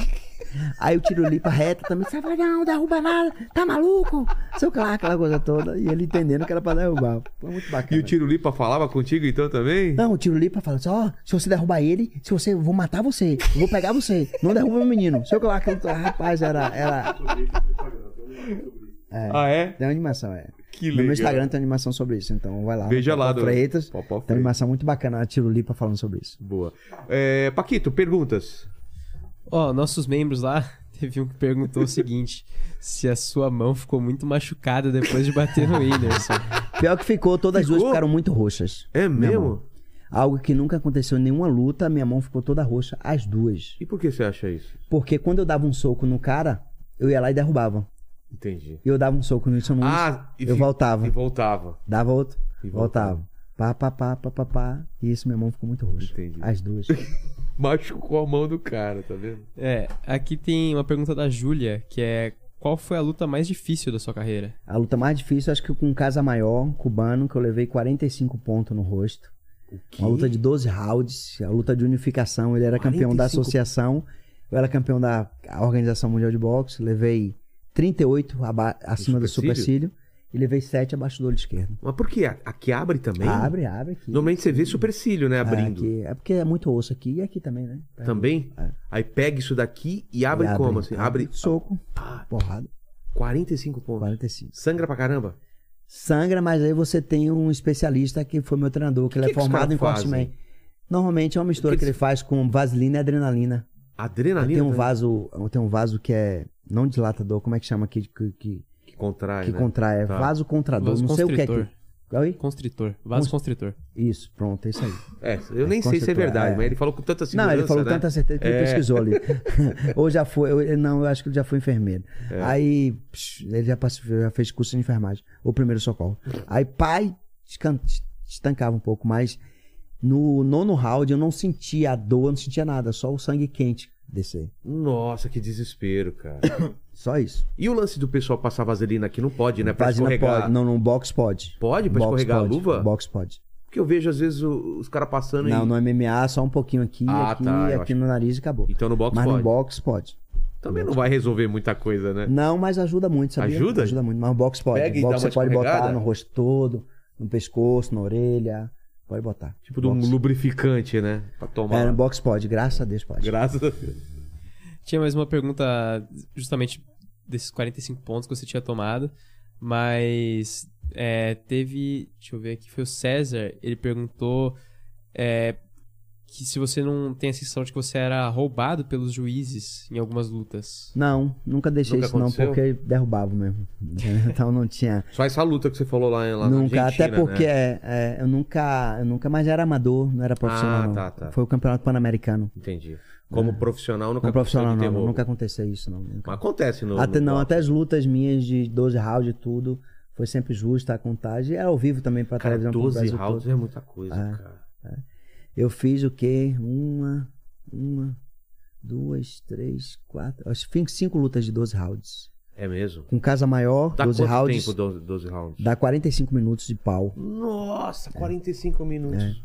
S3: aí o tiro ali pra reta também, você não derruba nada, tá maluco? Sei lá, aquela coisa toda. E ele entendendo que era pra derrubar. Foi muito bacana.
S1: E o Tirulipa falava contigo então também?
S3: Não, o tiro lipa fala assim, ó, se você derrubar ele, se você, eu vou matar você, eu vou pegar você, não derruba meu menino. Sei lá, aquele rapaz, era, era,
S4: Sobre isso, no Instagram, tem um vídeo sobre isso.
S3: é,
S1: Ah, é?
S3: tem uma animação, é.
S1: Que
S3: No
S1: legal.
S3: meu Instagram tem animação sobre isso, então vai lá.
S1: Veja lá.
S3: Popó
S1: do-
S3: Freitas, tá tem
S1: Popó
S3: uma
S1: Freitas.
S3: animação muito bacana, a tiro lipa falando sobre isso.
S1: Boa. É, Paquito, perguntas.
S2: Ó, nossos membros lá, [laughs] teve um que perguntou o seguinte: se a sua mão ficou muito machucada depois de bater no
S1: [laughs]
S2: Whindersson.
S3: Pior que ficou, todas as
S1: Ficou?
S3: duas ficaram muito roxas.
S1: É
S3: Minha
S1: mesmo?
S3: mão. Algo que nunca aconteceu em nenhuma luta, minha mão ficou toda roxa, as duas.
S1: E por que você acha isso?
S3: Porque quando eu dava um soco no cara, eu ia lá e derrubava.
S1: Entendi.
S3: E eu dava um soco no Wilson Nunes,
S1: Ah, e
S3: eu
S1: fi-
S3: voltava.
S1: E voltava.
S3: Dava outro,
S1: E
S3: voltava. Pá, pá, pá, pá, pá, pá. E isso, minha mão ficou muito roxa.
S1: Entendi.
S3: As duas.
S1: [laughs] Machucou a mão do cara, tá vendo?
S2: É, aqui tem uma pergunta da Júlia, que é: qual foi a luta mais difícil da sua carreira?
S3: A luta mais difícil, acho que com um Casa Maior, cubano, que eu levei 45 pontos no rosto. Uma luta de 12 rounds, a luta de unificação. Ele era campeão da
S1: 45?
S3: associação, eu era campeão da Organização Mundial de Boxe. Levei 38 aba- acima do
S1: supercílio?
S3: supercílio e levei 7 abaixo do olho esquerdo.
S1: Mas por que? A, a que abre também?
S3: Abre, abre aqui.
S1: Normalmente você vê supercílio, né?
S3: É,
S1: Abrindo.
S3: aqui. É porque é muito osso aqui e aqui também, né?
S1: Também?
S3: É.
S1: Aí pega isso daqui e abre, como? Assim? Abre
S3: Soco,
S1: Ah.
S3: porrada,
S1: 45 pontos.
S3: 45.
S1: Sangra pra caramba?
S3: sangra, mas aí você tem um especialista que foi meu treinador, que, ele
S1: que
S3: é
S1: que os
S3: formado
S1: caras
S3: em Quartzman.
S1: fazem?
S3: Normalmente é uma mistura
S1: que
S3: que, ele faz com vaselina e adrenalina.
S1: Adrenalina. né?
S3: Tem um
S1: também?
S3: vaso, tem um vaso que é não dilatador, como é que chama aqui que, que,
S1: Que contrai.
S3: que
S1: né?
S3: contrai, é
S1: Tá.
S3: vaso contrador,
S2: Vaso
S3: não sei o que é
S2: constritor.
S3: que. Oi?
S2: Constritor, vaso constritor.
S3: Isso, pronto, é isso aí.
S1: É, eu nem
S3: É,
S1: sei se é
S3: conceitual,
S1: verdade,
S3: é.
S1: mas ele falou com tanta segurança.
S3: não, ele falou
S1: né?
S3: tanta certeza que
S1: É.
S3: ele
S1: [laughs]
S3: pesquisou ali. Ou já foi, ou- não, eu acho que ele já foi enfermeiro.
S1: É.
S3: Aí psh, ele já, passou, já fez curso de enfermagem, ou primeiro socorro. Aí pai escan- estancava um pouco, mas no nono round eu não sentia a dor, eu não sentia nada, só o sangue quente descer.
S1: Nossa, que desespero,
S3: [laughs]
S1: cara.
S3: Só isso.
S1: E o lance do pessoal passar vaselina aqui não pode, né? Pra
S3: Vagina
S1: escorregar.
S3: pode, não, no box pode.
S1: Pode? Pra
S3: Box
S1: escorregar
S3: pode,
S1: a luva?
S3: Box pode.
S1: Porque eu vejo, às vezes, o- os caras passando
S3: Não,
S1: e...
S3: no MMA só um pouquinho aqui,
S1: Ah,
S3: aqui,
S1: tá, eu
S3: aqui
S1: acho-
S3: no nariz e acabou.
S1: Então no box
S3: Mas
S1: pode.
S3: no box pode.
S1: Também não vai resolver muita coisa, né?
S3: Não, mas ajuda muito, sabia?
S1: Ajuda?
S3: Ajuda muito. Mas o box pode.
S1: Pega e
S3: o
S1: dá
S3: box
S1: uma
S3: você pode botar
S1: escorregada?
S3: no rosto todo, no pescoço, na orelha. Pode botar.
S1: Tipo de um
S3: box.
S1: lubrificante, né? Pra tomar.
S3: É, no box pode. Graças a Deus pode.
S1: Graças a Deus.
S2: Tinha mais uma pergunta, justamente desses 45 pontos que você tinha tomado, mas é, teve. Deixa eu ver aqui, foi o César, ele perguntou é, que se você não tem a sensação de que você era roubado pelos juízes em algumas lutas.
S3: Não, nunca deixei
S1: Nunca
S3: isso não,
S1: aconteceu?
S3: porque derrubava mesmo. [laughs] Então não tinha.
S1: Só essa luta que você falou lá, lá
S3: nunca,
S1: na Argentina,
S3: até porque
S1: Né?
S3: é, é, eu nunca, eu nunca mais era amador, não era profissional.
S1: Ah,
S3: não.
S1: tá, tá.
S3: Foi o campeonato pan-americano.
S1: Entendi. Como profissional, nunca
S3: Não É. profissional
S1: consegue ter
S3: não,
S1: roubo.
S3: nunca aconteceu isso não. nunca.
S1: Mas acontece no...
S3: até
S1: no
S3: não,
S1: boxe.
S3: até as lutas minhas de 12 rounds e tudo, foi sempre justa a contagem. Era ao vivo também pra
S1: Cara,
S3: televisão pro
S1: 12
S3: Brasil todo.
S1: rounds é muita coisa,
S3: É.
S1: cara.
S3: Eu fiz o quê? Uma, uma, duas, três, quatro. Acho que fiz cinco lutas de 12 rounds.
S1: É mesmo.
S3: Com casa maior,
S1: Dá
S3: 12
S1: quanto
S3: rounds.
S1: tempo 12, 12 rounds?
S3: Dá É. 45 minutos de pau.
S1: Nossa, 45 minutos.
S3: É,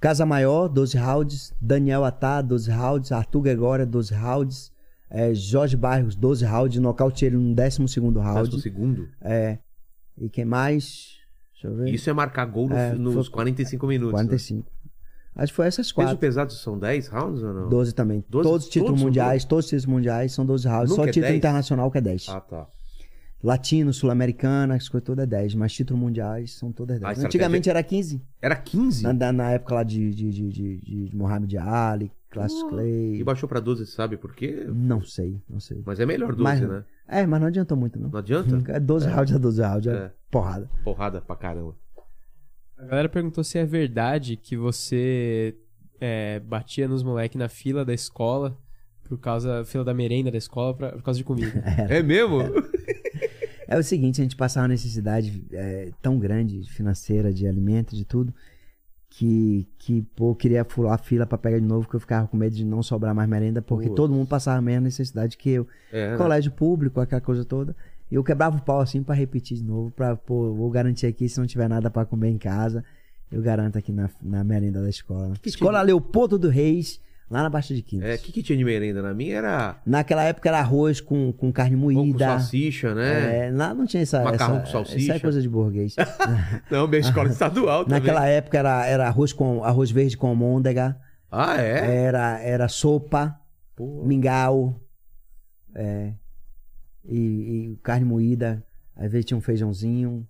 S3: Casa Maior, 12 rounds. Daniel Atá, 12 rounds. Arthur Gregória, 12 rounds. É, Jorge Barros, 12 rounds. Nocaute ele no 12 round.
S1: segundo?
S3: É, E quem mais? Deixa eu ver.
S1: Isso é marcar gol no-
S3: É,
S1: nos
S3: foi-
S1: 45 minutos.
S3: 45. Acho que foi essas
S1: Né? Peso
S3: quatro.
S1: pesado são 10 rounds ou não?
S3: 12 também.
S1: 12?
S3: todos os títulos
S1: Todos são
S3: mundiais, todos os títulos mundiais são 12 rounds.
S1: Nunca
S3: Só
S1: é
S3: título
S1: 10?
S3: internacional que é 10.
S1: Ah, tá.
S3: Latino, sul-americana, as coisas todas é 10. Mas títulos mundiais são todas
S1: Ah,
S3: 10.
S1: estratégia-
S3: Antigamente era 15.
S1: Era 15?
S3: Na, na- na época lá de, de, de, de, de- de Mohamed Ali, Cassius Clay.
S1: E baixou pra 12, sabe por quê?
S3: Não sei, não sei.
S1: Mas é melhor 12,
S3: Mas-
S1: né?
S3: É, mas não adiantou muito, não.
S1: Não adianta?
S3: É 12 rounds a 12 rounds, é
S1: É.
S3: porrada.
S1: Porrada pra caramba.
S2: A galera perguntou se é verdade que você é, batia nos moleques na fila da escola por causa fila da merenda da escola pra- por causa de comida.
S1: É mesmo?
S3: É o seguinte, a gente passava uma necessidade é, tão grande financeira de alimento, de tudo, que, que pô, eu queria fular a fila pra pegar de novo, que eu ficava com medo de não sobrar mais merenda, porque
S1: Putz.
S3: todo mundo passava a mesma necessidade que eu.
S1: É, né?
S3: Colégio público, aquela coisa toda. E eu quebrava o pau assim pra repetir de novo, pra, pô, vou garantir aqui, se não tiver nada pra comer em casa, eu garanto aqui na, na merenda da escola.
S1: Que tipo
S3: escola Leopoldo do Reis, lá na Baixa de Quintas.
S1: É, o que, que tinha de merenda? Na minha era
S3: Naquela época era arroz com, com carne
S1: pão com
S3: moída.
S1: salsicha, né?
S3: É, lá não tinha essa.
S1: Macarrão
S3: essa,
S1: com salsicha.
S3: Isso é coisa
S1: [laughs]
S3: de burguês.
S1: Não, minha
S3: [laughs]
S1: escola estadual também.
S3: Naquela época era, era arroz, com, arroz verde com almôndega,
S1: Ah, é?
S3: era, era sopa,
S1: Pô,
S3: mingau, é, e, e carne moída. Às vezes tinha um feijãozinho.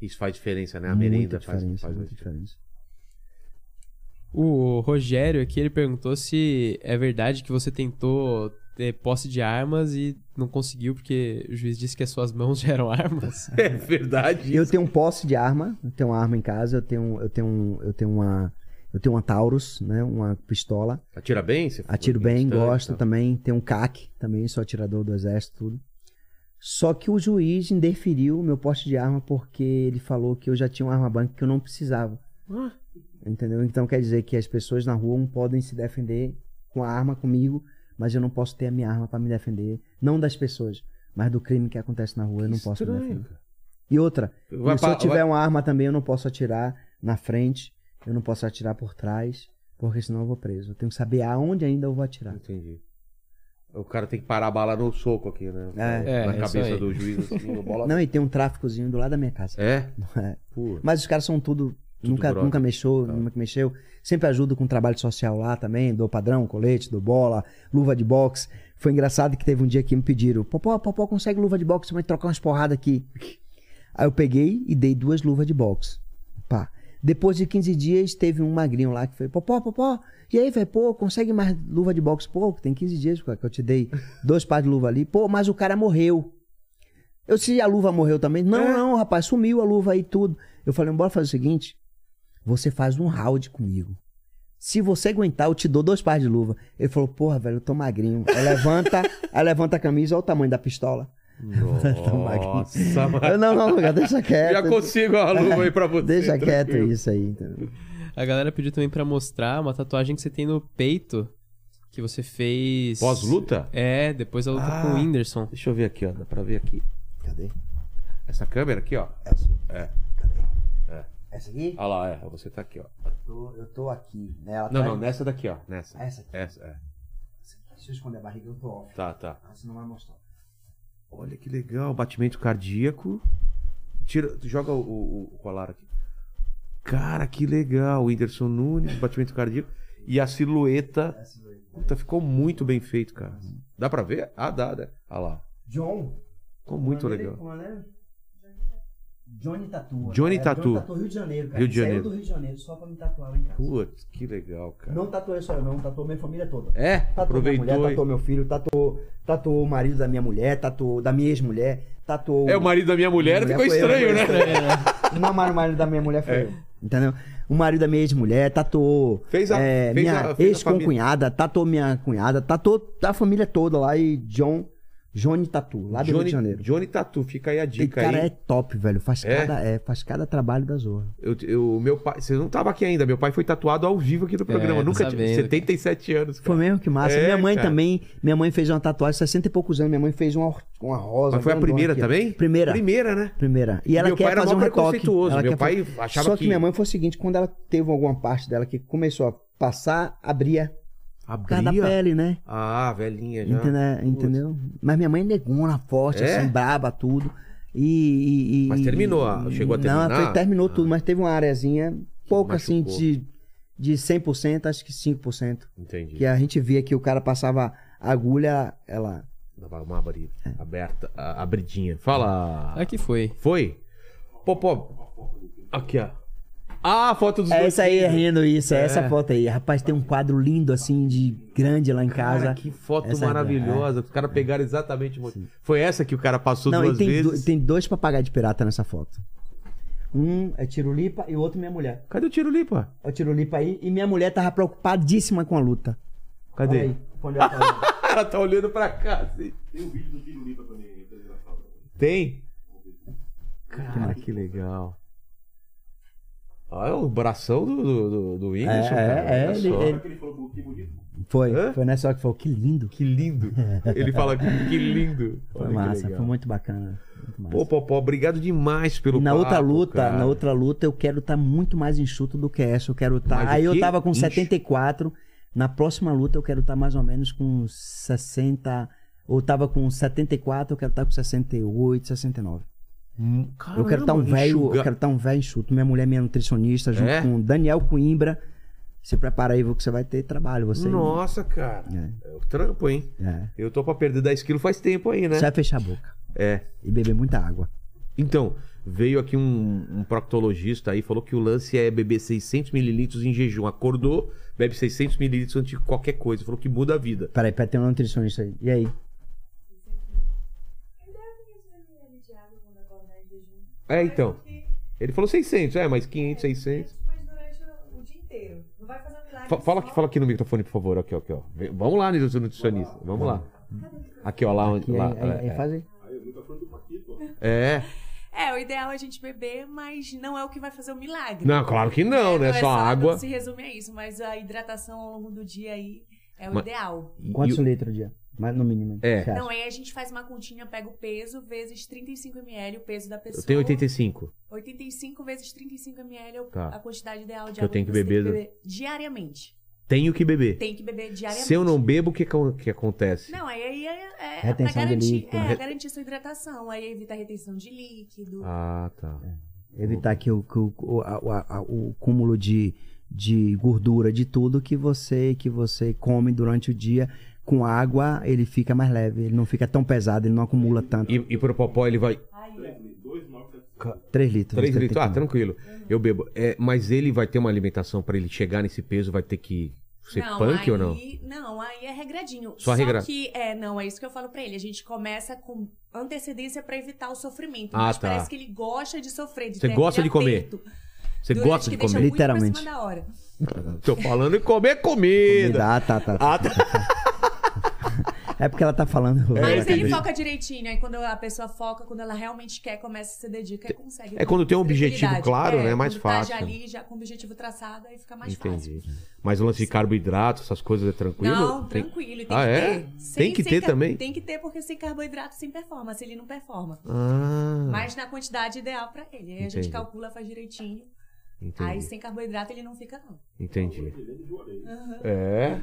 S1: Isso faz diferença, né? A
S3: Muita
S1: merenda faz,
S3: diferença,
S1: faz
S3: muita
S1: muito
S3: diferença.
S2: o Rogério aqui ele perguntou se é verdade que você tentou ter posse de armas e não conseguiu porque o juiz disse que as suas mãos [laughs] já eram armas.
S1: É verdade.
S3: Eu tenho um posse de arma, eu tenho uma arma em casa, eu tenho, eu tenho, um- eu tenho uma. Eu tenho uma Taurus, né? Uma pistola.
S1: Atira bem? Você
S3: Atiro bem,
S1: Instante,
S3: gosto
S1: tá.
S3: também. Tem um CAC também, sou atirador do exército, tudo. Só que o juiz indeferiu o meu poste de arma porque ele falou que eu já tinha uma arma branca que eu não precisava.
S1: Ah.
S3: Entendeu? Então quer dizer que as pessoas na rua não podem se defender com a arma comigo, mas eu não posso ter a minha arma para me defender. Não das pessoas, mas do crime que acontece na rua, eu não posso me
S1: Estranho,
S3: defender.
S1: cara.
S3: E outra,
S1: Vai
S3: e se eu
S1: pra-
S3: tiver
S1: vai-
S3: uma arma também, eu não posso atirar na frente, eu não posso atirar por trás, porque senão eu vou preso. Eu tenho que saber aonde ainda eu vou atirar.
S1: Entendi. O cara tem que parar a bala no soco aqui, né?
S2: É,
S1: Na
S2: é isso
S1: cabeça
S2: aí.
S1: do juiz, assim, a bola.
S3: Não, e tem um tráficozinho do lado da minha casa.
S1: É?
S3: É.
S1: Pô,
S3: [laughs] Mas os caras são tudo.
S1: Tudo
S3: nunca,
S1: brother.
S3: nunca mexeu,
S1: Tá.
S3: nunca mexeu. Sempre ajudo com trabalho social lá também, dou padrão, colete, dou bola, luva de boxe. Foi engraçado que teve um dia que me pediram: Popó, Popó, consegue luva de boxe? Vamos trocar umas porradas aqui. Aí eu peguei e dei duas luvas de boxe. Pá. Depois de 15 dias, teve um magrinho lá que foi: Popó, Popó, e aí, velho, pô, consegue mais luva de boxe? Pô, tem 15 dias cara, que eu te dei dois pares de luva ali. Pô, mas o cara morreu. Eu disse, "E a luva morreu também? Não,
S1: É.
S3: não, rapaz, sumiu a luva aí e tudo. Eu falei, bora fazer o seguinte, você faz um round comigo. Se você aguentar, eu te dou dois pares de luva. Ele falou, porra, velho, eu tô magrinho.
S1: [laughs]
S3: Aí levanta, aí levanta a camisa, olha o tamanho da pistola.
S1: Nossa,
S3: Tá Eu,
S1: mano.
S3: não, não, cara,
S1: [laughs]
S3: deixa
S1: Já
S3: quieto.
S1: consigo a
S3: [laughs]
S1: luva aí pra você.
S3: Deixa quieto
S1: tranquilo.
S3: isso aí. entendeu?
S2: A galera pediu também pra mostrar uma tatuagem que você tem no peito que você fez
S1: Pós-luta?
S2: É, depois da luta
S1: Ah.
S2: com o Whindersson.
S1: Deixa eu ver aqui, ó. Dá pra ver aqui.
S3: Cadê? É
S1: Essa câmera aqui, ó.
S3: Essa.
S1: É.
S3: Cadê?
S1: É.
S3: Essa aqui?
S1: Olha lá, é. Você tá aqui, ó.
S3: Eu tô, eu tô aqui. Né? Ela
S1: Não,
S3: tá-
S1: não, nessa daqui, ó. Nessa.
S3: Essa aqui.
S1: Essa, é.
S3: Se eu esconder a barriga, eu tô off.
S1: Tá, tá.
S3: Ah, você não vai mostrar.
S1: Olha que legal, batimento cardíaco. Tira, joga o, o, o colar aqui. Cara, que legal, Whindersson Nunes, batimento cardíaco. E a silhueta.
S3: Essa daí.
S1: Puta, ficou muito bem feito, cara. Dá pra ver? Ah, dá, né? Ah lá.
S3: John.
S1: Ficou muito
S3: O nome dele-
S1: legal.
S3: o nome dele? Johnny Tatu.
S1: Johnny
S3: É,
S1: Tatu.
S3: Johnny Tatu, Rio de Janeiro, cara.
S1: Rio de
S3: Saiu
S1: Janeiro.
S3: do Rio de Janeiro só pra me tatuar lá em casa.
S1: Putz, que legal, cara.
S3: Não tatuei só eu, não. Tatuou minha família toda.
S1: É,
S3: Tatuou minha mulher, tá
S1: aproveitou.
S3: tatuou
S1: e-
S3: meu filho, tatuou, tatuou o marido da minha mulher, tatuou da minha ex-mulher, tatuou...
S1: É, o marido da minha mulher
S3: Minha
S1: ficou
S3: mulher foi eu,
S1: estranho, né? É.
S3: foi eu. [laughs] Não, mas o marido da minha mulher foi eu. Entendeu? O marido da minha ex-mulher tatuou
S1: Fez a-
S3: é,
S1: fez
S3: minha
S1: a- fez a
S3: ex-concunhada, tatuou minha cunhada, tatuou a família toda lá e John, Johnny Tatu, lá do Rio
S1: Johnny,
S3: de Janeiro.
S1: Johnny Tatu, fica aí a
S3: E,
S1: dica
S3: cara,
S1: aí.
S3: é top, velho. Faz,
S1: É?
S3: Cada, é, faz cada trabalho da Zorra.
S1: Eu, eu- meu pai, você não tava aqui ainda, meu pai foi tatuado ao vivo
S3: É,
S1: aqui no programa.
S2: tô
S1: Nunca tinha.
S2: sabendo,
S1: 77 anos. Cara.
S3: tá Foi mesmo que massa.
S1: É,
S3: minha mãe
S1: cara.
S3: também. Minha mãe fez uma tatuagem, 60 e poucos anos. Minha mãe fez uma, or- uma rosa.
S1: Mas foi a
S3: grandona
S1: primeira
S3: aqui, ó.
S1: também?
S3: Primeira.
S1: Primeira, né?
S3: Primeira. E ela
S1: meu pai
S3: quer
S1: era
S3: fazer um
S1: mó
S3: retoque.
S1: preconceituoso.
S3: Ela
S1: meu
S3: quer
S1: pai
S3: fazer-
S1: achava
S3: Só que... minha mãe foi o seguinte: quando ela teve alguma parte dela que começou a passar, abria. Por causa da
S1: abria.
S3: pele, né?
S1: Ah, velhinha já.
S3: Entendeu? Entendeu? Mas minha mãe é negona, forte,
S1: É?
S3: assim, braba, tudo. E, e- e-
S1: Mas terminou a- chegou a terminar?
S3: Não, foi- terminou
S1: Ah.
S3: tudo, mas teve uma areazinha pouca assim
S1: machucou.
S3: de, de 100%, acho que 5%.
S1: Entendi.
S3: Que é- a gente via que o cara passava a agulha, ela.
S1: Dava uma abri- aberta, a- abridinha. Fala.
S2: Aqui
S3: É.
S2: foi.
S1: Foi? Pô, pô. Aqui, ó. Ah, a foto dos
S3: É
S1: dois
S3: isso aí,
S1: filhos.
S3: rindo isso, é,
S1: É.
S3: essa foto aí. Rapaz, tem um quadro lindo assim, de grande lá em
S1: Cara,
S3: casa.
S1: que foto
S3: Essa é-
S1: maravilhosa. Os caras pegaram exatamente. o motivo. Foi essa que o cara passou
S3: Não,
S1: duas
S3: e tem, do-
S1: vezes.
S3: tem dois papagaios de pirata nessa foto. Um é Tirulipa e o outro minha mulher.
S1: Cadê o tiro limpa?
S3: Ó, O Tirulipa aí e minha mulher tava preocupadíssima com a luta.
S1: Cadê?
S3: Olha aí, quando ela tava-
S1: cara tá olhando pra cá, assim.
S4: Tem um vídeo do Pirulita também aí, tá ali na sala.
S1: Tem? Cara, que legal. Olha o bração do, do, do, do Whindersson,
S3: É,
S1: cara.
S3: é,
S1: olha
S3: ele-
S1: só.
S3: ele-
S4: Sabe que ele falou que bonito?
S1: [laughs]
S3: Foi,
S1: Hã?
S3: foi nessa hora que falou, que lindo.
S1: Que lindo. Ele fala que, que lindo.
S3: Foi
S1: Olha que
S3: massa,
S1: legal.
S3: foi muito bacana. muito massa.
S1: Pô, pô, pô, obrigado demais pelo
S3: E na outra
S1: papo,
S3: luta,
S1: cara.
S3: na outra luta eu quero estar muito mais enxuto do que essa, eu quero estar.
S1: Mais o
S3: Aí eu
S1: quê?
S3: tava com
S1: Enxu-
S3: 74, na próxima luta eu quero estar mais ou menos com 60, ou tava com 74, eu quero estar com 68, 69.
S1: Hum,
S3: eu quero estar um
S1: caramba,
S3: velho, eu
S1: enxugar.
S3: quero estar um velho enxuto. Minha mulher, é minha nutricionista, junto
S1: É?
S3: com o Daniel Coimbra. Se prepara aí, vô, que você vai ter trabalho, você.
S1: Nossa, né? cara. É. o trampo, hein?
S3: É.
S1: Eu tô pra perder 10 quilos faz tempo aí, né?
S3: Você vai fechar a boca
S1: É.
S3: e beber muita água.
S1: Então, veio aqui um, um proctologista aí, falou que o lance é beber 600 mililitros em jejum. Acordou, bebe 600 mililitros antes de qualquer coisa. Falou que muda a vida.
S3: Peraí, peraí, tem uma nutricionista aí. E aí?
S1: É, então. Ele falou 600, é, mas 500, 600.
S6: Mas durante o dia inteiro. Não vai fazer um milagre.
S1: Fa- fala, aqui,
S6: só.
S1: fala aqui no microfone, por favor. Aqui, ó, aqui, ó. Vem- Vamos lá, nutricionista. Vamos lá. Aqui, ó, lá onde.
S3: E aí,
S1: Lá,
S3: aí, aí,
S1: é,
S3: faz aí.
S4: Aí eu nunca falando do Paquito, ó.
S1: é.
S6: É, o ideal é a gente beber, mas não é o que vai fazer o milagre.
S1: Não, claro que não, né?
S6: é
S1: Só água.
S6: Não se resume a isso, mas a hidratação ao longo do dia aí é o
S1: Mas-
S6: ideal.
S1: E-
S3: Quantos
S1: e-
S3: litros dia? Mas no mínimo.
S1: É.
S3: você acha?
S6: Não, aí a gente faz uma continha, pega o peso, vezes 35 ml, o peso da pessoa.
S1: Eu tenho 85.
S6: 85 vezes 35 ml é o-
S1: Tá.
S6: a quantidade ideal de
S1: Que eu
S6: água
S1: tenho que
S6: você
S1: beber do-
S6: diariamente.
S1: Tenho que beber.
S6: Tem que beber diariamente.
S1: Se eu não bebo, o que, acon- que acontece?
S6: Não, aí, aí é, é pra
S3: Retenção de
S6: garantir,
S3: líquido.
S6: é, garantir sua hidratação. Aí evita a retenção de líquido.
S1: Ah, tá.
S3: Evitar que o, que o, o, a- o- a- o cúmulo de, de gordura de tudo que você que você come durante o dia com água, ele fica mais leve, ele não fica tão pesado, ele não acumula tanto.
S1: E, e pro popó ele vai.
S6: Aí, ó.
S3: Três litros.
S1: 3 litros.
S3: você tem que
S1: Ah,
S3: tomar.
S1: tranquilo.
S6: Uhum.
S1: Eu bebo. É, mas ele vai ter uma alimentação pra ele chegar nesse peso, vai ter que ser punk
S6: aí,
S1: ou não?
S6: Não, aí é regradinho.
S1: Só regra-
S6: que, é, não, é isso que eu falo pra ele. A gente começa com antecedência pra evitar o sofrimento.
S1: Ah,
S6: mas
S1: tá.
S6: parece que ele gosta de sofrer, de
S1: Você
S6: ter
S1: gosta
S6: aquele
S1: de comer?
S6: aperto.
S1: Você
S6: Durante
S1: gosta
S6: que
S1: de
S6: deixa
S1: comer?
S6: muito pra
S3: Literalmente.
S6: cima da hora.
S1: Tô falando em comer comida.
S3: Ah, tá, tá. tá.
S1: Ah, tá.
S3: É porque ela tá falando.
S6: Mas ele
S1: entendi.
S6: foca direitinho. Aí quando a pessoa foca, quando ela realmente quer, começa, se dedica e consegue.
S1: É quando tem um
S6: com
S1: objetivo
S6: tranquilidade.
S1: claro, né? É mais
S6: quando
S1: fácil.
S6: Tá já ali, já com o objetivo traçado, aí fica mais fácil.
S1: Entendi. Mas o lance de carboidrato, essas coisas é tranquilo?
S6: Não,
S1: Tem-
S6: tranquilo. Tem
S1: Ah,
S6: que
S1: é?
S6: ter.
S1: Tem que ter
S6: ca-
S1: também?
S6: Tem que ter, porque sem carboidrato, sem performance. Ele não performa.
S1: Ah,
S6: Mas na quantidade ideal pra ele. Aí a
S1: Entendi.
S6: gente calcula, faz direitinho. Aí
S1: entendi.
S6: sem carboidrato ele não fica, não.
S1: Entendi. É.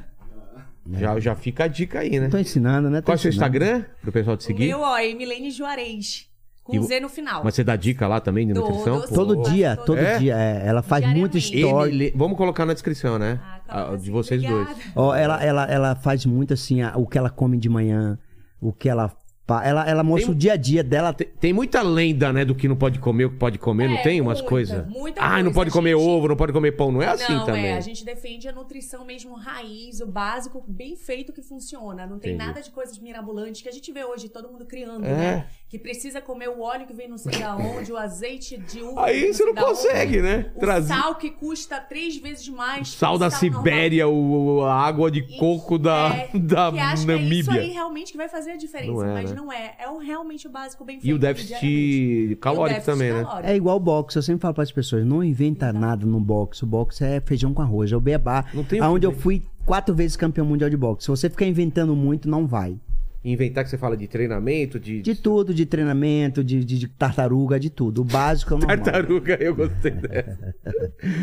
S1: Já, já fica a dica aí, né?
S3: Tô ensinando, né? Tô
S1: Qual é o seu
S3: ensinando.
S1: Instagram? Pro pessoal te
S6: O
S1: seguir?
S6: meu, ó, é Milene Juarez. Com
S1: E
S6: um
S1: o-
S6: Z no final.
S1: Mas você dá dica lá também de
S6: Dou,
S1: nutrição?
S6: dou sim.
S3: Todo
S6: Pô.
S3: dia, todo
S1: É?
S3: dia. é. Ela faz muita
S6: Diariamente.
S3: história.
S1: Ele- Vamos colocar na descrição, né?
S6: Ah, tá
S1: Ah,
S6: bom,
S1: de
S6: assim,
S1: vocês
S6: obrigada.
S1: dois.
S3: Ó, ela, ela, ela faz muito assim, a- o que ela come de manhã, o que ela. fa- Ela, ela mostra
S1: Tem-
S3: o dia a dia dela.
S1: Tem, tem muita lenda, né, do que não pode comer, o que pode comer, não
S6: É,
S1: tem umas
S6: muita,
S1: coisas?
S6: muita
S1: Ah, não
S6: coisa,
S1: pode comer
S6: gente.
S1: ovo, não pode comer pão, não é assim
S6: não,
S1: também.
S6: é, a gente defende a nutrição mesmo raiz, o básico, bem feito que funciona. Não tem
S1: Entendi.
S6: nada de coisas mirabolantes que a gente vê hoje todo mundo criando,
S1: É.
S6: né? Que precisa comer o óleo que vem não sei da onde, o azeite de uva. que
S1: Aí você
S6: sei
S1: não
S6: da onde,
S1: consegue, né?
S6: O
S1: Trazer
S6: sal que custa três vezes mais. que
S1: sal
S6: o
S1: da
S6: normal.
S1: Sibéria, o, o- a água de
S6: E-
S1: coco da,
S6: é,
S1: [laughs] da
S6: que acha que é isso aí
S1: Namíbia.
S6: realmente que vai fazer a diferença,
S1: Não é,
S6: mas
S1: né?
S6: não é. É o, realmente o básico bem feito.
S1: E o
S6: diariamente.
S1: déficit
S6: E o
S1: calórico
S6: déficit
S1: também, né?
S6: calórico.
S3: É igual o boxe, eu sempre falo para as pessoas, não inventa nada no boxe. O boxe é feijão com arroz, é o beabá.
S1: Não tem o que
S3: Aonde eu
S1: ver.
S3: fui quatro vezes campeão mundial de boxe. Se você ficar inventando muito, não vai.
S1: Inventar que você fala de treinamento, de.
S3: De tudo, de treinamento, de, de- de tartaruga, de tudo. O básico é o normal.
S1: [laughs] Tartaruga, eu gostei
S2: [laughs]
S1: dessa.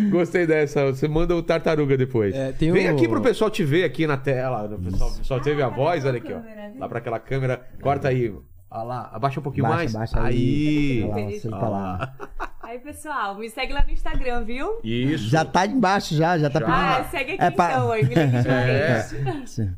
S1: gostei dessa. Você manda o tartaruga depois.
S2: É, tem
S1: Vem
S2: o-
S1: aqui pro pessoal te ver aqui na tela. O pessoal, o pessoal teve a
S6: Ah,
S1: voz,
S6: cadê
S1: olha
S6: a
S1: aqui, ó.
S6: câmera?
S1: Lá pra aquela câmera. Corta aí. Ah lá, abaixa um pouquinho
S3: Baixa,
S1: mais.
S3: baixa
S1: aí. Ah.
S3: aí. Olha lá, você tá lá.
S6: Aí, pessoal, me segue lá no Instagram, viu?
S1: Isso.
S3: Já tá embaixo, já, já tá
S1: Já.
S3: pedindo.
S6: Ah, segue aqui
S3: É pra-
S6: então, aí, me liga de
S1: [laughs]
S6: uma
S1: É.
S6: vez.
S3: Sim.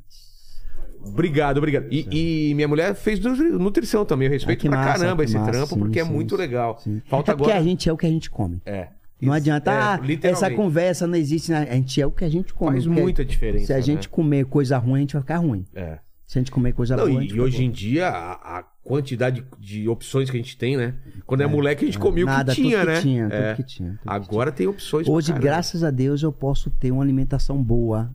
S1: Obrigado, obrigado. E, e minha mulher fez nu- nutrição também. Eu respeito
S3: Ah, que
S1: pra
S3: massa,
S1: caramba
S3: que
S1: esse
S3: massa,
S1: trampo,
S3: sim,
S1: porque é
S3: sim,
S1: muito
S3: sim,
S1: legal.
S3: Sim.
S1: Falta
S3: é porque
S1: agora.
S3: a gente é o que a gente come.
S1: É.
S3: Não
S1: Isso,
S3: adianta,
S1: é,
S3: ah, essa
S1: literalmente.
S3: conversa não existe. né? A gente é o que a gente come.
S1: Faz
S3: porque
S1: muita diferença.
S3: Se a
S1: né?
S3: gente comer coisa ruim, a gente vai ficar ruim.
S1: É.
S3: Se a gente comer coisa
S1: Não,
S3: boa, a
S1: e
S3: gente
S1: e
S3: fica
S1: hoje
S3: bom.
S1: em dia, a, a quantidade de opções que a gente tem, né? Quando é, moleque, a gente comia
S3: Nada,
S1: o que tinha,
S3: tudo
S1: né?
S3: que tinha,
S1: É.
S3: tudo que tinha. tudo que
S1: Agora tem opções pra
S3: Hoje,
S1: caramba.
S3: graças a Deus, eu posso ter uma alimentação boa.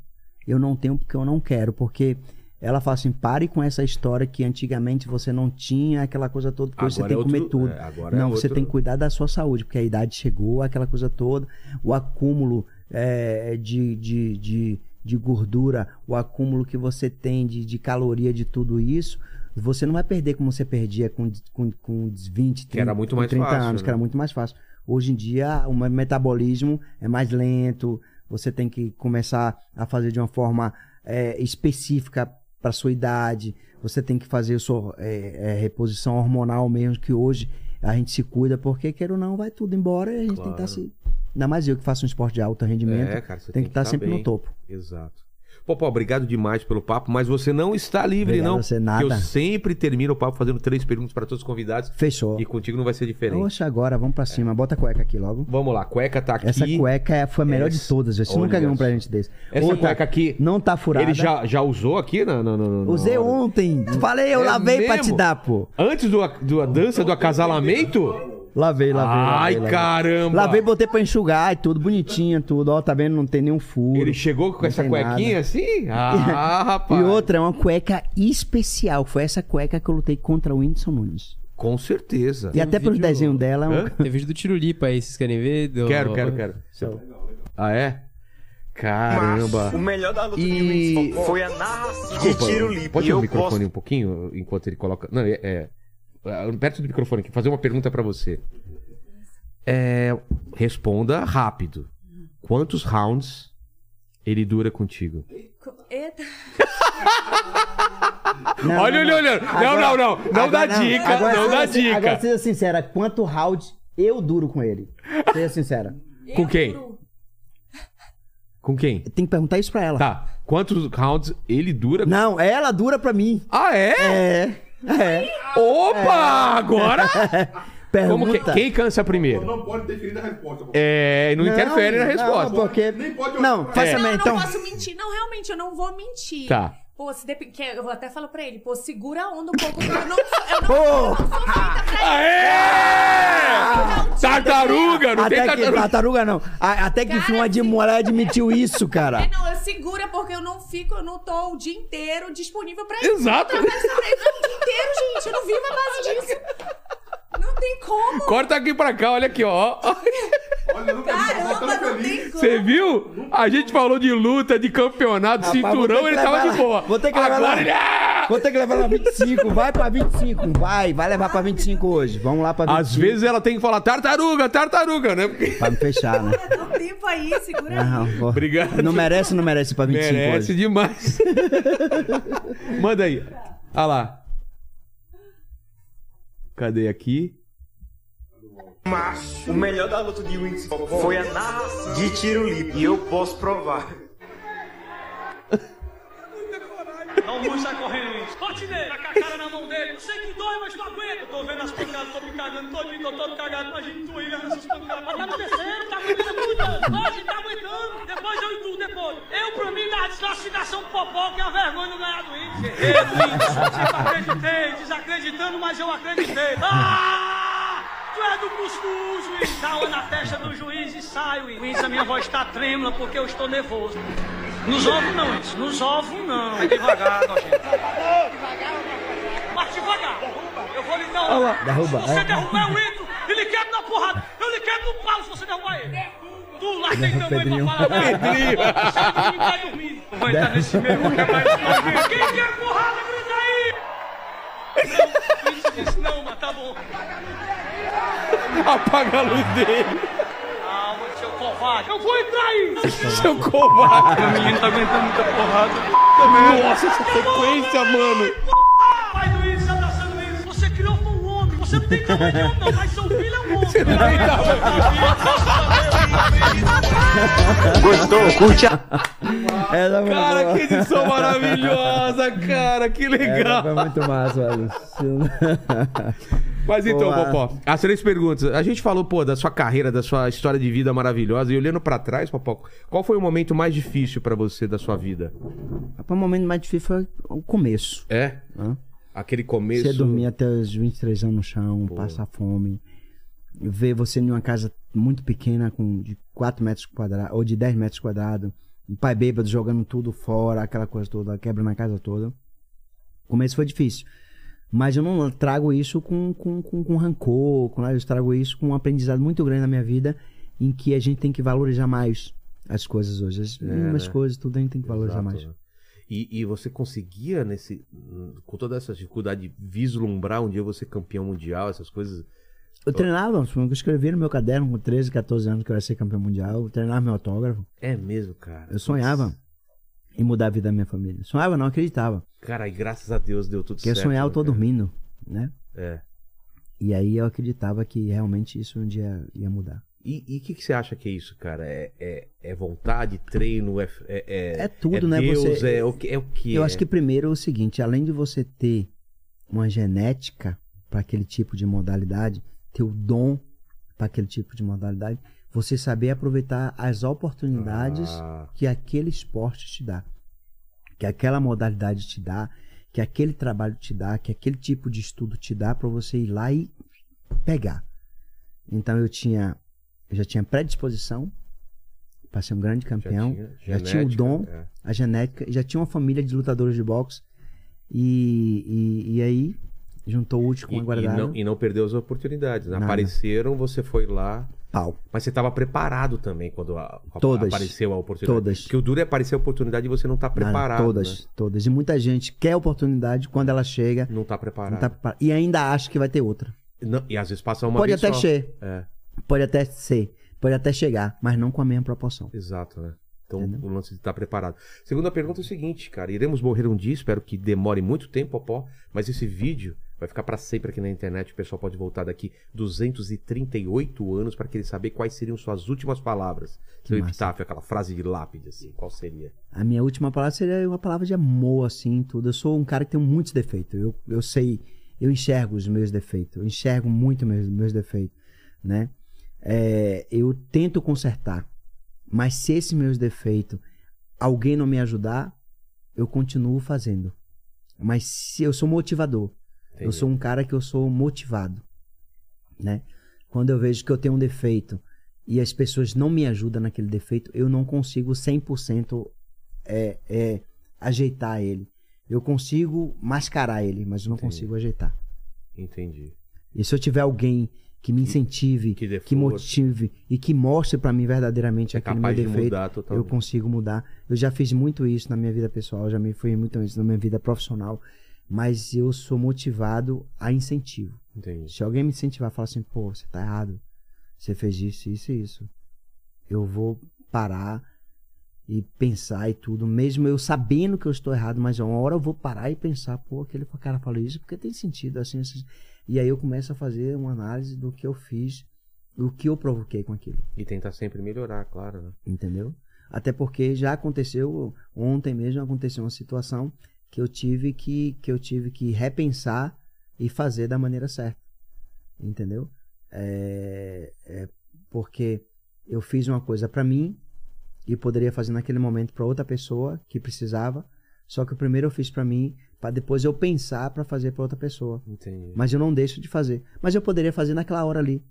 S3: Eu não tenho porque eu não quero, porque ela fala assim: pare com essa história que antigamente você não tinha aquela coisa toda, que
S1: Agora
S3: hoje você
S1: é
S3: tem que comer
S1: outro-
S3: tudo.
S1: é, agora é
S3: Não, você
S1: outro-
S3: tem que cuidar da sua saúde, porque a idade chegou, aquela coisa toda, o acúmulo é, de, de, de, de gordura, o acúmulo que você tem de, de caloria, de tudo isso, você não vai perder como você perdia com, com, com 20, 30,
S1: Que era muito
S3: com
S1: mais
S3: 30
S1: fácil,
S3: anos, que
S1: né?
S3: era muito mais fácil. Hoje em dia, o metabolismo é mais lento, você tem que começar a fazer de uma forma é, específica para sua idade, você tem que fazer sua é, é, reposição hormonal mesmo, que hoje a gente se cuida, porque queira ou não, vai tudo embora e a gente tem que
S1: Claro.
S3: estar se. Ainda mais eu que faço um esporte de alto rendimento,
S1: É, cara, você
S3: tem que estar
S1: tá
S3: sempre
S1: bem.
S3: no topo.
S1: Exato. Popó, obrigado demais pelo papo, mas você não está livre,
S3: Obrigado
S1: não.
S3: a você,
S1: porque
S3: nada.
S1: Eu sempre termino o papo fazendo três perguntas para todos os convidados
S3: Fechou.
S1: e contigo não vai ser diferente.
S3: Oxe, agora, vamos pra
S1: É.
S3: cima. Bota a cueca aqui logo.
S1: Vamos lá, cueca tá aqui.
S3: Essa cueca é- foi a melhor de
S1: Essa-
S3: todas, velho. Você nunca
S1: olha
S3: ganhou um
S1: só.
S3: presente desse.
S1: Essa
S3: Outra,
S1: cueca aqui,
S3: Não tá furada.
S1: ele já, já usou aqui? Não, não, não, não.
S3: Usei ontem. Falei, eu
S1: É
S3: lavei pra
S1: mesmo?
S3: te dar, pô.
S1: Antes do, do dança, do acasalamento?
S3: Lavei, lavei.
S1: Ai,
S3: lavei, lavei.
S1: caramba!
S3: Lavei, botei pra enxugar e tudo, bonitinho, tudo. Ó, tá vendo? Não tem nenhum furo.
S1: Ele chegou com
S3: Não
S1: essa
S3: tem
S1: cuequinha
S3: nada. [laughs]
S1: assim? Ah, rapaz.
S3: E outra, é uma cueca especial. Foi essa cueca que eu lutei contra o Whindersson Nunes.
S1: Com certeza.
S3: E
S2: um
S3: até pelo
S2: vídeo-
S3: desenho dela. é um-
S1: Hã?
S2: Tem vídeo do Tirulipa aí, vocês querem ver? Do-
S1: Quero, quero, quero. Ah, é? Caramba.
S7: O melhor da luta
S1: E-
S7: de Wings Popó foi a narração
S1: Desculpa,
S7: de tiro limpo.
S1: pode abrir
S7: E
S1: o
S7: eu
S1: microfone
S7: posso
S1: um pouquinho enquanto ele coloca. Não, é, é. ah, Perto do microfone aqui, fazer uma pergunta pra você. É, responda rápido. Quantos rounds ele dura contigo?
S6: Co- Eita,
S3: Não,
S1: olha, olha,
S3: não,
S1: olha. Não, não, não. Não
S3: Agora
S1: dá dica,
S3: Agora
S1: não
S3: seja
S1: dá
S3: sin-
S1: dica.
S3: Agora, seja sincera, quanto round eu duro com ele? Seja sincera.
S1: Com
S6: eu
S1: quem?
S6: juro.
S1: Com quem?
S3: Tem que perguntar isso pra ela.
S1: Tá. Quantos rounds ele dura?
S3: Não, ela dura pra mim.
S1: Ah, é?
S3: É. É.
S1: Opa! Agora! Como que-
S3: Pergunta.
S1: quem cansa primeiro?
S4: Não pode definir a resposta. pô.
S1: É, não, interfere na resposta.
S3: Não, porque...
S4: Nem pode
S3: Não,
S4: olhar pra
S3: faça
S6: Não,
S3: bem,
S6: eu não
S3: então.
S6: posso mentir. Não, realmente, eu não vou mentir.
S1: Tá.
S6: Pô, se dep... que eu até falo pra ele, pô, segura a onda um pouco. porque Eu não, sou- eu não,
S3: Pô!
S6: eu não sou feita pra
S1: Aê! Tartaruga! Não tem
S3: Até tá. que,
S1: tartaruga!
S3: tartaruga não. A- até que
S6: Cara,
S3: enfim, o Edmundo ela admitiu isso,
S6: É,
S3: cara.
S6: não, eu segura porque eu não fico, eu não tô o dia inteiro disponível pra isso.
S1: Exato!
S6: Eu trabalho sobre isso tá o dia inteiro, gente. Eu não vivo à base disso. Não tem como.
S1: Corta aqui pra cá, olha aqui, ó.
S4: ela. Olha, eu nunca vi uma foto
S6: Caramba,
S4: tão
S6: não
S4: feliz.
S6: tem como.
S1: Você viu? A gente falou de luta, de campeonato,
S3: Rapaz, vou ter
S1: cinturão,
S3: que
S1: ele tava
S3: levar
S1: de
S3: lá.
S1: boa.
S3: Vou ter que levar
S1: Agora
S3: lá.
S1: ele... Ah!
S3: Vou ter é que levar ela 25, vai pra 25, vai, vai levar pra 25 hoje. Vamos lá pra 25.
S1: Às vezes ela tem que falar tartaruga, tartaruga, né? Porque
S3: Pra me fechar, né?
S6: Dá um tempo aí, segura aí.
S3: Não, pô.
S1: Obrigado.
S3: Não merece, não merece pra 25
S1: merece
S3: hoje.
S1: demais. [laughs] Manda aí. Olha lá. Cadê aqui?
S7: Mas o melhor da luta de Wings Popó foi a narração de tiro limpo. E eu posso provar.
S8: Não mostra a corrente. Continei. Tá com a cara na mão dele. Eu sei que dói, mas tu aguenta. Eu tô vendo as pancadas, tô me cagando todinho, tô todo cagado. Imagina tu aí vendo essas pancadas. Mas tá acontecendo, tá aguentando, aguentando. Hoje tá aguentando. Depois eu entudo, depois. Eu, pra mim, da desclassificação pro Popó, que é uma vergonha não ganhar do índice. Eu, índice, sempre Tipo, acreditei. Desacreditando, mas eu acreditei. Ah! Tu é do cuscuz, juiz. Dá uma na testa do juiz e sai, Will. Juiz, a minha voz está trêmula porque eu estou nervoso. Nos ovos não, Luiz. Nos ovos não. Vai É devagar, nojento. Mas devagar. Eu vou lhe dar uma...
S3: lá, derruba,
S8: Se você
S3: é.
S8: derrubar, eu entro e lhe quebro na porrada. Eu lhe quebro no pau se você derrubar ele. Tu lá tem tamanho
S3: Pedrinho.
S8: pra falar. É Pedrinho. Sai de mim, vai dormir. Vai entrar nesse meio, porque é mais novinho. Quem quer porrada, grita
S3: [laughs]
S8: aí. Não, Luiz disse não, mas tá bom.
S1: Apaga a luz dele,
S8: Calma, seu covarde. Eu vou entrar aí. [laughs]
S1: seu covarde.
S8: Meu menino tá aguentando muita porrada.
S1: Nossa, essa sequência, mano.
S8: Ah, Vai, Luiz, já tá sendo isso. Você Você não tem cavanhão, não, mas seu filho é um homem.
S1: Você não tem
S7: Gostou? Curte a.
S3: Ela foi
S1: Cara,
S3: boa.
S1: que edição maravilhosa, cara, que
S3: Ela
S1: legal.
S3: É, foi muito massa, velho.
S1: Mas então,
S3: Boa.
S1: Popó, as três perguntas. A gente falou, pô, da sua carreira, da sua história de vida maravilhosa. E olhando pra trás, Popó, qual foi o momento mais difícil pra você da sua vida?
S3: Rapaz, O momento mais difícil foi o começo.
S1: É?
S3: Hã?
S1: Aquele começo.
S3: Você é dormir até os 23 anos no chão, passar fome. Ver você numa casa muito pequena, com de 4 metros quadrados, ou de 10 metros quadrados. Um pai bêbado jogando tudo fora, aquela coisa toda, quebra na casa toda. O começo foi difícil. Mas eu não trago isso com, com, com, com rancor, com nada. Eu trago isso com um aprendizado muito grande na minha vida, em que a gente tem que valorizar mais as coisas hoje. As mínimas
S1: né?
S3: coisas, tudo a gente tem que valorizar
S1: Exato,
S3: mais.
S1: né? E, e você conseguia, nesse, com toda essa dificuldade, vislumbrar um dia você campeão mundial, essas coisas?
S3: Eu treinava, eu escrevi no meu caderno com 13, 14 anos que eu ia ser campeão mundial. Eu treinava meu autógrafo.
S1: É mesmo, cara.
S3: Eu sonhava em mudar a vida da minha família. Sonhava, não acreditava.
S1: Cara, e graças a Deus deu tudo
S3: Porque
S1: certo.
S3: eu sonhava, eu
S1: né,
S3: tô
S1: cara?
S3: dormindo, né?
S1: É.
S3: E aí eu acreditava que realmente isso um dia ia mudar.
S1: E o que, que você acha que é isso, cara? É, é, é vontade, treino, é. É,
S3: É, tudo,
S1: é
S3: né?
S1: Deus,
S3: você...
S1: é, o que, é o que
S3: Eu
S1: é?
S3: acho que primeiro é o seguinte, além de você ter uma genética para aquele tipo de modalidade, ter o dom para aquele tipo de modalidade, você saber aproveitar as oportunidades
S1: Ah,
S3: que aquele esporte te dá, que aquela modalidade te dá, que aquele trabalho te dá, que aquele tipo de estudo te dá para você ir lá e pegar. Então eu tinha, eu já tinha predisposição para ser um grande campeão, já tinha o
S1: genética,
S3: dom.
S1: é.
S3: a genética, já tinha uma família de lutadores de boxe e, e, e aí juntou o útil
S1: E,
S3: com o
S1: e,
S3: aguardado,
S1: não, e não perdeu as oportunidades. né?
S3: Nada.
S1: Apareceram, você foi lá.
S3: pau,
S1: Mas você estava preparado também quando a- a-
S3: Todas.
S1: apareceu a oportunidade.
S3: todas.
S1: Porque o duro é aparecer a oportunidade e você não tá
S3: Nada,
S1: preparado.
S3: Ah, todas,
S1: né?
S3: todas. E muita gente quer oportunidade, quando ela chega,
S1: Não tá
S3: não
S1: preparado.
S3: tá preparado. e ainda acha que vai ter outra.
S1: Não- e às vezes passa uma
S3: Pode
S1: vez
S3: até
S1: só.
S3: ser.
S1: É.
S3: Pode até ser. Pode até chegar, mas não com a mesma proporção.
S1: Exato, né? Então,
S3: Entendeu?
S1: o lance de estar preparado. Segunda pergunta é o seguinte, cara. Iremos morrer um dia, espero que demore muito tempo, Popó, mas esse vídeo vai ficar pra sempre aqui na internet. O pessoal pode voltar daqui 238 anos pra querer saber quais seriam suas últimas palavras.
S3: Que
S1: Seu
S3: massa.
S1: epitáfio, aquela frase de lápide, assim, qual seria?
S3: A minha última palavra seria uma palavra de amor, assim, tudo. Eu sou um cara que tem muitos defeitos. Eu, eu sei, eu enxergo os meus defeitos. Eu enxergo muito meus, meus defeitos, né? É, eu tento consertar, mas se esses meus defeitos alguém não me ajudar, eu continuo fazendo. Mas se eu sou motivador, Eu sou um cara que eu sou motivado, né? Quando eu vejo que eu tenho um defeito e as pessoas não me ajudam naquele defeito, eu não consigo 100% é, é, ajeitar ele. Eu consigo mascarar ele, mas eu não
S1: Entendi.
S3: consigo ajeitar. um
S1: Entendi.
S3: E se eu tiver alguém que me incentive, que,
S1: Que, dê força,
S3: motive e que mostre pra mim verdadeiramente
S1: é
S3: aquele
S1: capaz
S3: meu
S1: de
S3: defeito,
S1: mudar
S3: eu
S1: totalmente.
S3: consigo mudar. Eu já fiz muito isso na minha vida pessoal, já me fui muito isso na minha vida profissional, mas eu sou motivado a incentivo.
S1: Entendi.
S3: Se alguém me incentivar, falar assim, pô, você tá errado, você fez isso, isso e isso, eu vou parar e pensar e tudo, mesmo eu sabendo que eu estou errado, mas uma hora eu vou parar e pensar, pô, aquele cara falou isso porque tem sentido assim, assim. e aí eu começo a fazer uma análise do que eu fiz, do que eu provoquei com aquilo.
S1: E tentar sempre melhorar, claro, né?
S3: Entendeu? Até porque já aconteceu, ontem mesmo aconteceu uma situação que eu tive que, que eu tive que repensar e fazer da maneira certa. Entendeu? É, é porque eu fiz uma coisa pra mim e poderia fazer naquele momento pra outra pessoa que precisava, só que primeiro eu fiz pra mim pra depois eu pensar pra fazer pra outra pessoa.
S1: Entendi.
S3: Mas eu não deixo de fazer. Mas eu poderia fazer naquela hora ali.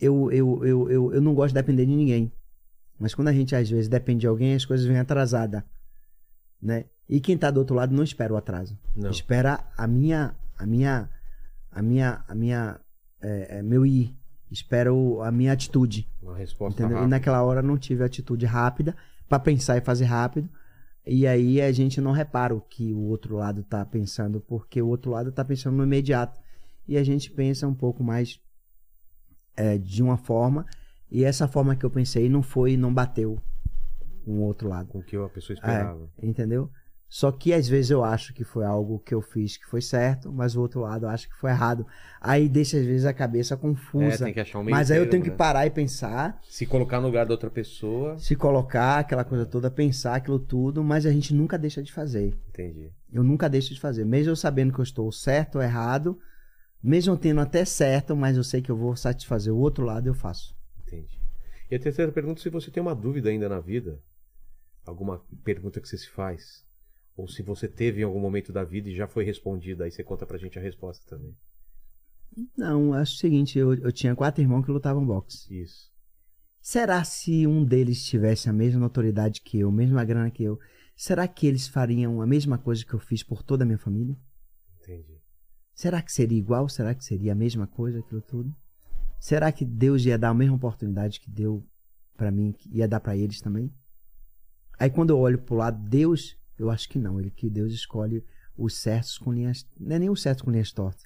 S3: Eu, eu, eu, eu, eu não gosto de depender de ninguém. Mas quando a gente às vezes depende de alguém, as coisas vêm atrasada, né? E quem tá do outro lado não espera o atraso.
S1: Não.
S3: Espera a minha, a minha, a minha, a minha, é, é, meu ir. Espera o- a minha atitude.
S1: Uma resposta
S3: Entendeu? E
S1: rápida.
S3: naquela hora não tive atitude rápida pra pensar e fazer rápido. E aí a gente não repara o que o outro lado tá pensando, porque o outro lado tá pensando no imediato. E a gente pensa um pouco mais eh, de uma forma. E essa forma que eu pensei não foi, não bateu com o outro lado. É,
S1: Com o que a pessoa esperava.
S3: Entendeu? Só que às vezes eu acho que foi algo que eu fiz que foi certo, mas o outro lado eu acho que foi errado. Aí deixa às vezes a cabeça
S1: É,
S3: confusa.
S1: tem que achar um meio
S3: mas aí eu
S1: termo,
S3: tenho que
S1: né?
S3: parar e pensar,
S1: Se colocar no lugar da outra pessoa.
S3: se colocar, aquela coisa toda, pensar aquilo tudo, mas a gente nunca deixa de fazer.
S1: Entendi.
S3: Eu nunca deixo de fazer. Mesmo eu sabendo que eu estou certo ou errado, mesmo eu tendo até certo, mas eu sei que eu vou satisfazer o outro lado, eu faço.
S1: Entendi. E a terceira pergunta, se você tem uma dúvida ainda na vida, alguma pergunta que você se faz, ou se você teve em algum momento da vida e já foi respondida, aí você conta pra gente a resposta também.
S3: Não, acho o seguinte, eu, eu tinha quatro irmãos que lutavam boxe.
S1: Isso.
S3: Será se um deles tivesse a mesma autoridade que eu, a mesma grana que eu, será que eles fariam a mesma coisa que eu fiz por toda a minha família?
S1: Entendi.
S3: Será que seria igual? Será que seria a mesma coisa, aquilo tudo? Será que Deus ia dar a mesma oportunidade que deu pra mim, que ia dar pra eles também? Aí quando eu olho pro lado Deus, eu acho que não, ele que Deus escolhe os certos com linhas, não é nem o certo com linhas tortas.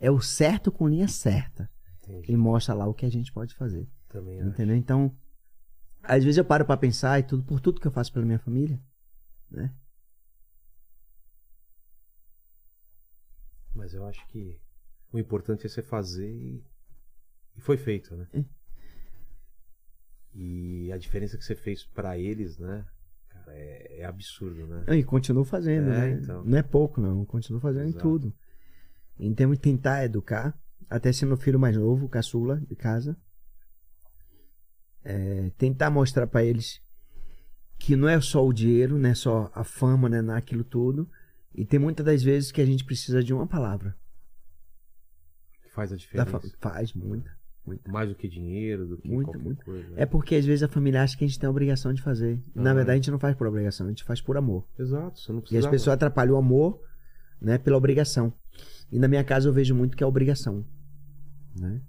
S3: É o certo com linha certa.
S1: Entendi.
S3: Ele mostra lá o que a gente pode fazer.
S1: Também né? acho.
S3: Entendeu? Então, às vezes eu paro pra pensar e tudo por tudo que eu faço pela minha família, né?
S1: Mas eu acho que o importante é você fazer e, e foi feito, né?
S3: É.
S1: E a diferença que você fez pra eles, né? Cara, é, é absurdo, né?
S3: Ah, E continuo
S1: É,
S3: fazendo, né?
S1: então.
S3: Não é pouco, não. Continuo fazendo em
S1: Exato.
S3: tudo. Em termos de tentar educar, até sendo o filho mais novo, caçula de casa, é, tentar mostrar pra eles que não é só o dinheiro, não é só a fama, né? Naquilo tudo. E tem muitas das vezes que a gente precisa de uma palavra. É.
S1: Que faz a
S3: Da
S1: diferença.
S3: fa- faz muita.
S1: Mais do que dinheiro, do que
S3: Muito,
S1: qualquer
S3: muito.
S1: coisa. né?
S3: É porque às vezes a família acha que a gente tem a obrigação de fazer. Na
S1: Ah.
S3: verdade, a gente não faz por obrigação, a gente faz por amor.
S1: Exato, você não
S3: É. E
S1: precisa.
S3: as pessoas atrapalham o amor, né, pela obrigação. E na minha casa eu vejo muito que é obrigação, né?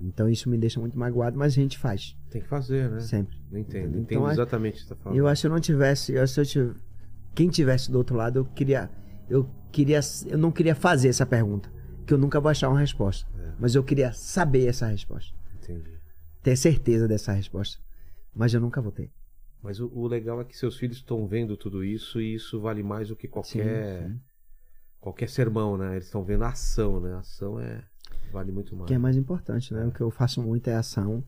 S3: Então isso me deixa muito magoado, mas a gente faz,
S1: Tem que fazer, né?
S3: sempre.
S1: Não entendo.
S3: Entendeu?
S1: Entendo
S3: Então, é-
S1: exatamente o que você tá falando.
S3: Eu acho que se eu não tivesse, eu, se eu tive, quem tivesse do outro lado, eu queria, eu queria, eu não queria fazer essa pergunta, que eu nunca vou achar uma resposta,
S1: É.
S3: mas eu queria saber essa resposta,
S1: Entendi.
S3: ter certeza dessa resposta, mas eu nunca vou ter.
S1: Mas o, o legal é que seus filhos estão vendo tudo isso e isso vale mais do que qualquer
S3: Sim, sim.
S1: qualquer sermão, né? Eles estão vendo a ação, né? A ação é vale muito
S3: O
S1: mais.
S3: que é mais importante, né? O que eu faço muito é ação.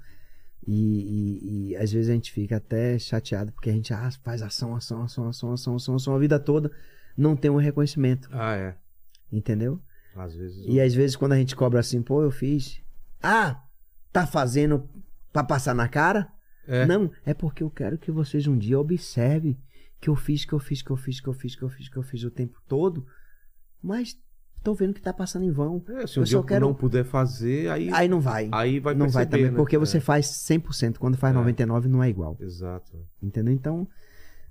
S3: E, e- e às vezes a gente fica até chateado porque a gente ah, faz ação, ação, ação, ação, ação, ação, ação a vida toda, não tem um reconhecimento,
S1: Ah, é.
S3: entendeu?
S1: Às vezes.
S3: E às vezes quando a gente cobra assim, pô, eu fiz. Ah, tá fazendo pra passar na cara?
S1: É.
S3: Não, é porque eu quero que vocês um dia observem que eu fiz, que eu fiz, que eu fiz, que eu fiz, que eu fiz, que eu fiz o tempo todo, mas tô vendo que tá passando em vão.
S1: É, se um
S3: eu
S1: dia
S3: só
S1: eu
S3: quero-
S1: não puder fazer, aí
S3: Aí não vai.
S1: aí vai
S3: não vai
S1: perceber,
S3: também,
S1: né?
S3: porque
S1: É,
S3: você faz 100%, quando faz
S1: É.
S3: 99 não é igual,
S1: Exato.
S3: entendeu? Então,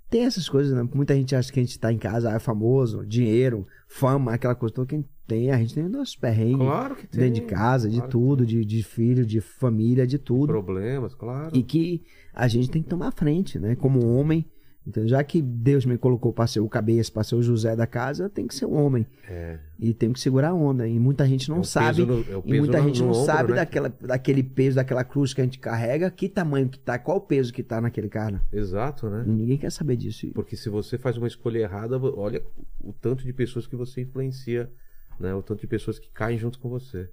S3: tem essas coisas, né? Muita gente acha que a gente tá em casa, ah, é famoso, dinheiro, fama, aquela coisa toda, quem tem, a gente tem nossos perrengues
S1: Claro que tem.
S3: dentro de casa, de
S1: claro que
S3: tudo, de, de filho, de família, de tudo,
S1: Problemas, claro.
S3: e que a gente tem que tomar a frente, né? Como homem, então, já que Deus me colocou para ser o cabeça, para ser o José da casa, eu tenho que ser um homem,
S1: É.
S3: e tenho que segurar a onda, e muita gente não
S1: É o peso
S3: sabe...
S1: no- é o
S3: E
S1: peso
S3: muita
S1: no-
S3: gente
S1: no
S3: não
S1: ombro,
S3: sabe
S1: né?
S3: daquela, daquele peso, daquela cruz que a gente carrega, que tamanho que tá, qual o peso que tá naquele cara.
S1: Exato, né?
S3: E ninguém quer saber disso. E
S1: Porque se você faz uma escolha errada, vo- olha o tanto de pessoas que você influencia, né? O tanto de pessoas que caem junto com você.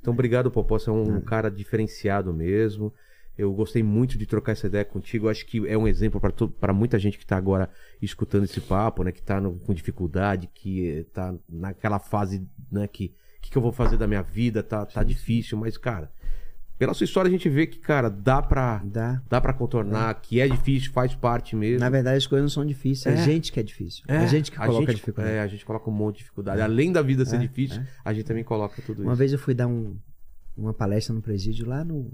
S1: Então, obrigado, Popó. Você é um cara diferenciado mesmo. Eu gostei muito de trocar essa ideia contigo. Acho que é um exemplo para muita gente que está agora escutando esse papo, né? Que está com dificuldade, que está naquela fase, né? Que o que, que eu vou fazer da minha vida? Tá, tá difícil, mas, cara, pela sua história a gente vê que, cara, dá pra,
S3: Dá.
S1: dá pra contornar, que é difícil, faz parte mesmo.
S3: Na verdade, as coisas não são difíceis. É,
S1: É.
S3: a gente que é difícil. É, a gente que coloca a
S1: gente-
S3: dificuldade.
S1: É, a gente coloca um monte de dificuldade. Além da vida ser
S3: É,
S1: difícil, a gente também coloca tudo
S3: Uma
S1: isso.
S3: vez eu fui dar um- uma palestra no presídio lá no.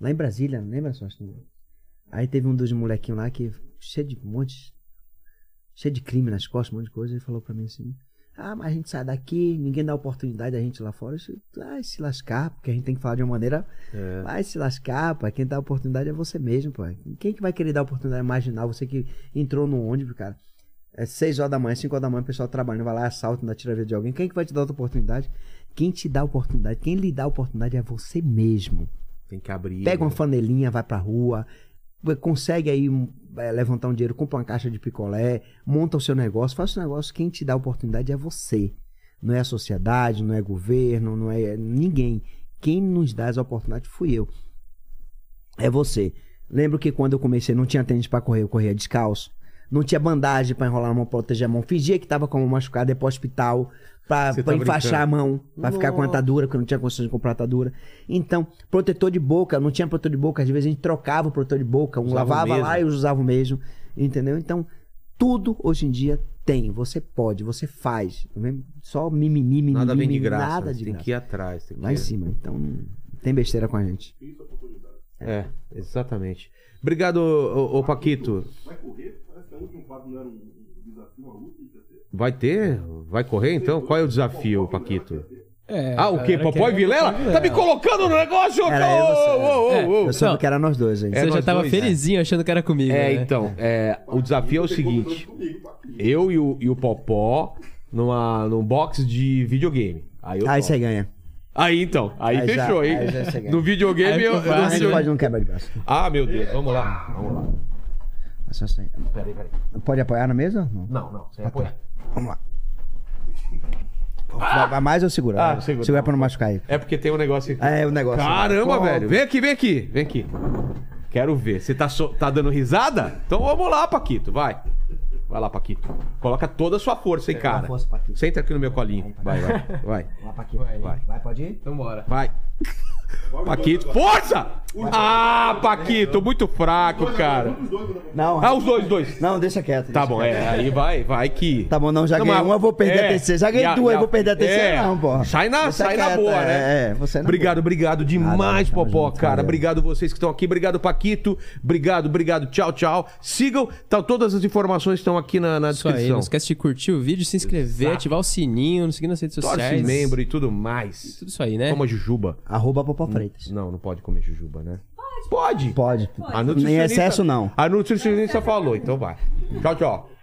S3: Lá em Brasília, não lembra só? Aí teve um dos molequinhos lá que cheio de um monte. Cheio de crime nas costas, um monte de coisa, ele falou pra mim assim. Ah, mas a gente sai daqui, ninguém dá oportunidade a gente lá fora. Eu disse, Vai se lascar, porque a gente tem que falar de uma maneira.
S1: É.
S3: Vai se lascar, pai. Quem dá oportunidade é você mesmo, pai. Quem que vai querer dar oportunidade marginal? Você que entrou no ônibus, cara. É 6 horas da manhã, 5 horas da manhã, o pessoal trabalhando, vai lá, assalta, dá tira a vida de alguém. Quem que vai te dar outra oportunidade? Quem te dá oportunidade, quem lhe dá oportunidade é você mesmo.
S1: Tem que abrir.
S3: Pega uma
S1: né?
S3: fanelinha, vai pra rua, consegue aí um, é, levantar um dinheiro, compra uma caixa de picolé, monta o seu negócio, faz o seu negócio, quem te dá a oportunidade é você. Não é a sociedade, não é governo, não é ninguém. Quem nos dá essa oportunidade fui eu. É você. Lembro que quando eu comecei não tinha tênis pra correr, eu corria descalço. Não tinha bandagem pra enrolar a mão, pra proteger a mão. Fingia que tava com a mão machucada, ia pro hospital pra,
S1: Você
S3: pra
S1: tá
S3: enfaixar a mão, pra ficar com atadura, porque eu não tinha condições de comprar atadura. Então, protetor de boca, não tinha protetor de boca, às vezes a gente trocava o protetor de boca, um
S1: Usava o
S3: lavava
S1: mesmo.
S3: lá e usava o mesmo, entendeu? Então, tudo hoje em dia tem, você pode, você faz, tá vendo? Só mimimi, mimimi,
S1: Nada vem de graça.
S3: nada de
S1: tem
S3: graça.
S1: que ir atrás. Tem que
S3: Lá em
S1: ir.
S3: cima, então não tem besteira com a gente.
S1: É, exatamente. Obrigado, ô, ô, Paquito.
S4: Vai correr? Parece que a última quadro não era um- um desafio, uma luta, ia ter.
S1: Vai ter? Vai correr então? Qual é o desafio, Paquito?
S2: É,
S1: Ah, o quê?
S2: galera é.
S1: Papai
S2: quer-
S1: Vilela?
S2: Papai
S1: Tá me colocando no negócio,
S3: Era eu,
S1: ô, ô,
S2: é.
S1: ô, ô.
S3: Eu soube
S2: Não.
S3: que era nós dois, hein?
S1: É
S2: Você já
S1: nós
S2: tava
S1: dois,
S2: felizinho achando que era comigo.
S1: É,
S2: né?
S1: então, é, o desafio é o seguinte: eu e o, e o Popó numa, num box de videogame. Aí, eu
S3: Ah, Aí
S1: topo.
S3: você ganha.
S1: Aí, então, aí,
S3: Aí já-
S1: fechou, hein?
S3: aí já você ganha.
S1: no videogame
S2: Aí
S1: eu.
S2: ficou
S1: eu-
S3: A
S2: fácil.
S3: gente
S1: eu-
S3: pode não quebra de braço.
S1: Ah, meu Deus, vamos lá, vamos lá.
S3: É só isso aí.
S1: Peraí, peraí.
S3: Pode apoiar na mesa? Não.
S1: Não, não, sem apoiar.
S3: Vamos lá. Vai- Vai mais ou segura?
S1: Ah,
S3: Vai.
S1: segura.
S3: Segura pra não machucar aí.
S1: É porque tem um negócio aqui.
S3: É o negócio.
S1: Caramba,
S3: Pô,
S1: velho. Vem aqui, vem aqui, vem aqui. Quero ver. Você tá, so- tá dando risada? Então vamos lá, Paquito, vai. Vai lá, Paquito. Coloca toda a sua força, hein, cara.
S3: força, Paquito.
S1: Senta aqui no meu colinho. Vai, vai,
S3: [laughs]
S1: vai.
S3: Lá pra aqui.
S2: Vai.
S3: Vai. Vai, pode ir?
S2: Então bora.
S1: Vai. Paquito, força! Ah, Paquito, muito fraco, cara.
S3: Não,
S1: Ah, os dois, dois.
S3: não, deixa quieto.
S1: Tá
S3: deixa
S1: bom,
S3: quieto.
S1: é. Aí vai, vai que.
S3: Tá bom, não, já
S1: Não,
S3: ganhei
S1: mas-
S3: uma, eu vou perder
S1: é,
S3: a terceira. Já ganhei
S1: e a-
S3: duas,
S1: e
S3: eu
S1: a-
S3: vou perder a terceira,
S1: é.
S3: não, porra.
S1: Sai na- sai na boa, né?
S3: É, é, você não.
S1: Obrigado, obrigado demais,
S3: Nada, tamo
S1: Popó,
S3: junto,
S1: cara.
S3: valeu.
S1: Obrigado vocês que estão aqui. Obrigado, Paquito. Obrigado, obrigado. Tchau, tchau. Sigam. Tá, todas as informações estão aqui na, na
S2: Isso aí,
S1: descrição.
S2: não esquece de curtir o vídeo, se inscrever,
S1: Exato.
S2: ativar o sininho, nos seguir nas redes
S1: Torce
S2: sociais.
S1: membro e tudo mais.
S2: Tudo isso aí, né?
S1: Coma jujuba.
S3: Arroba Popó Freitas.
S1: Não, não pode comer jujuba, né? Pode.
S3: Pode.
S1: A nutricionista-
S3: Em excesso, não.
S1: A nutricionista falou, então vai. Tchau, tchau.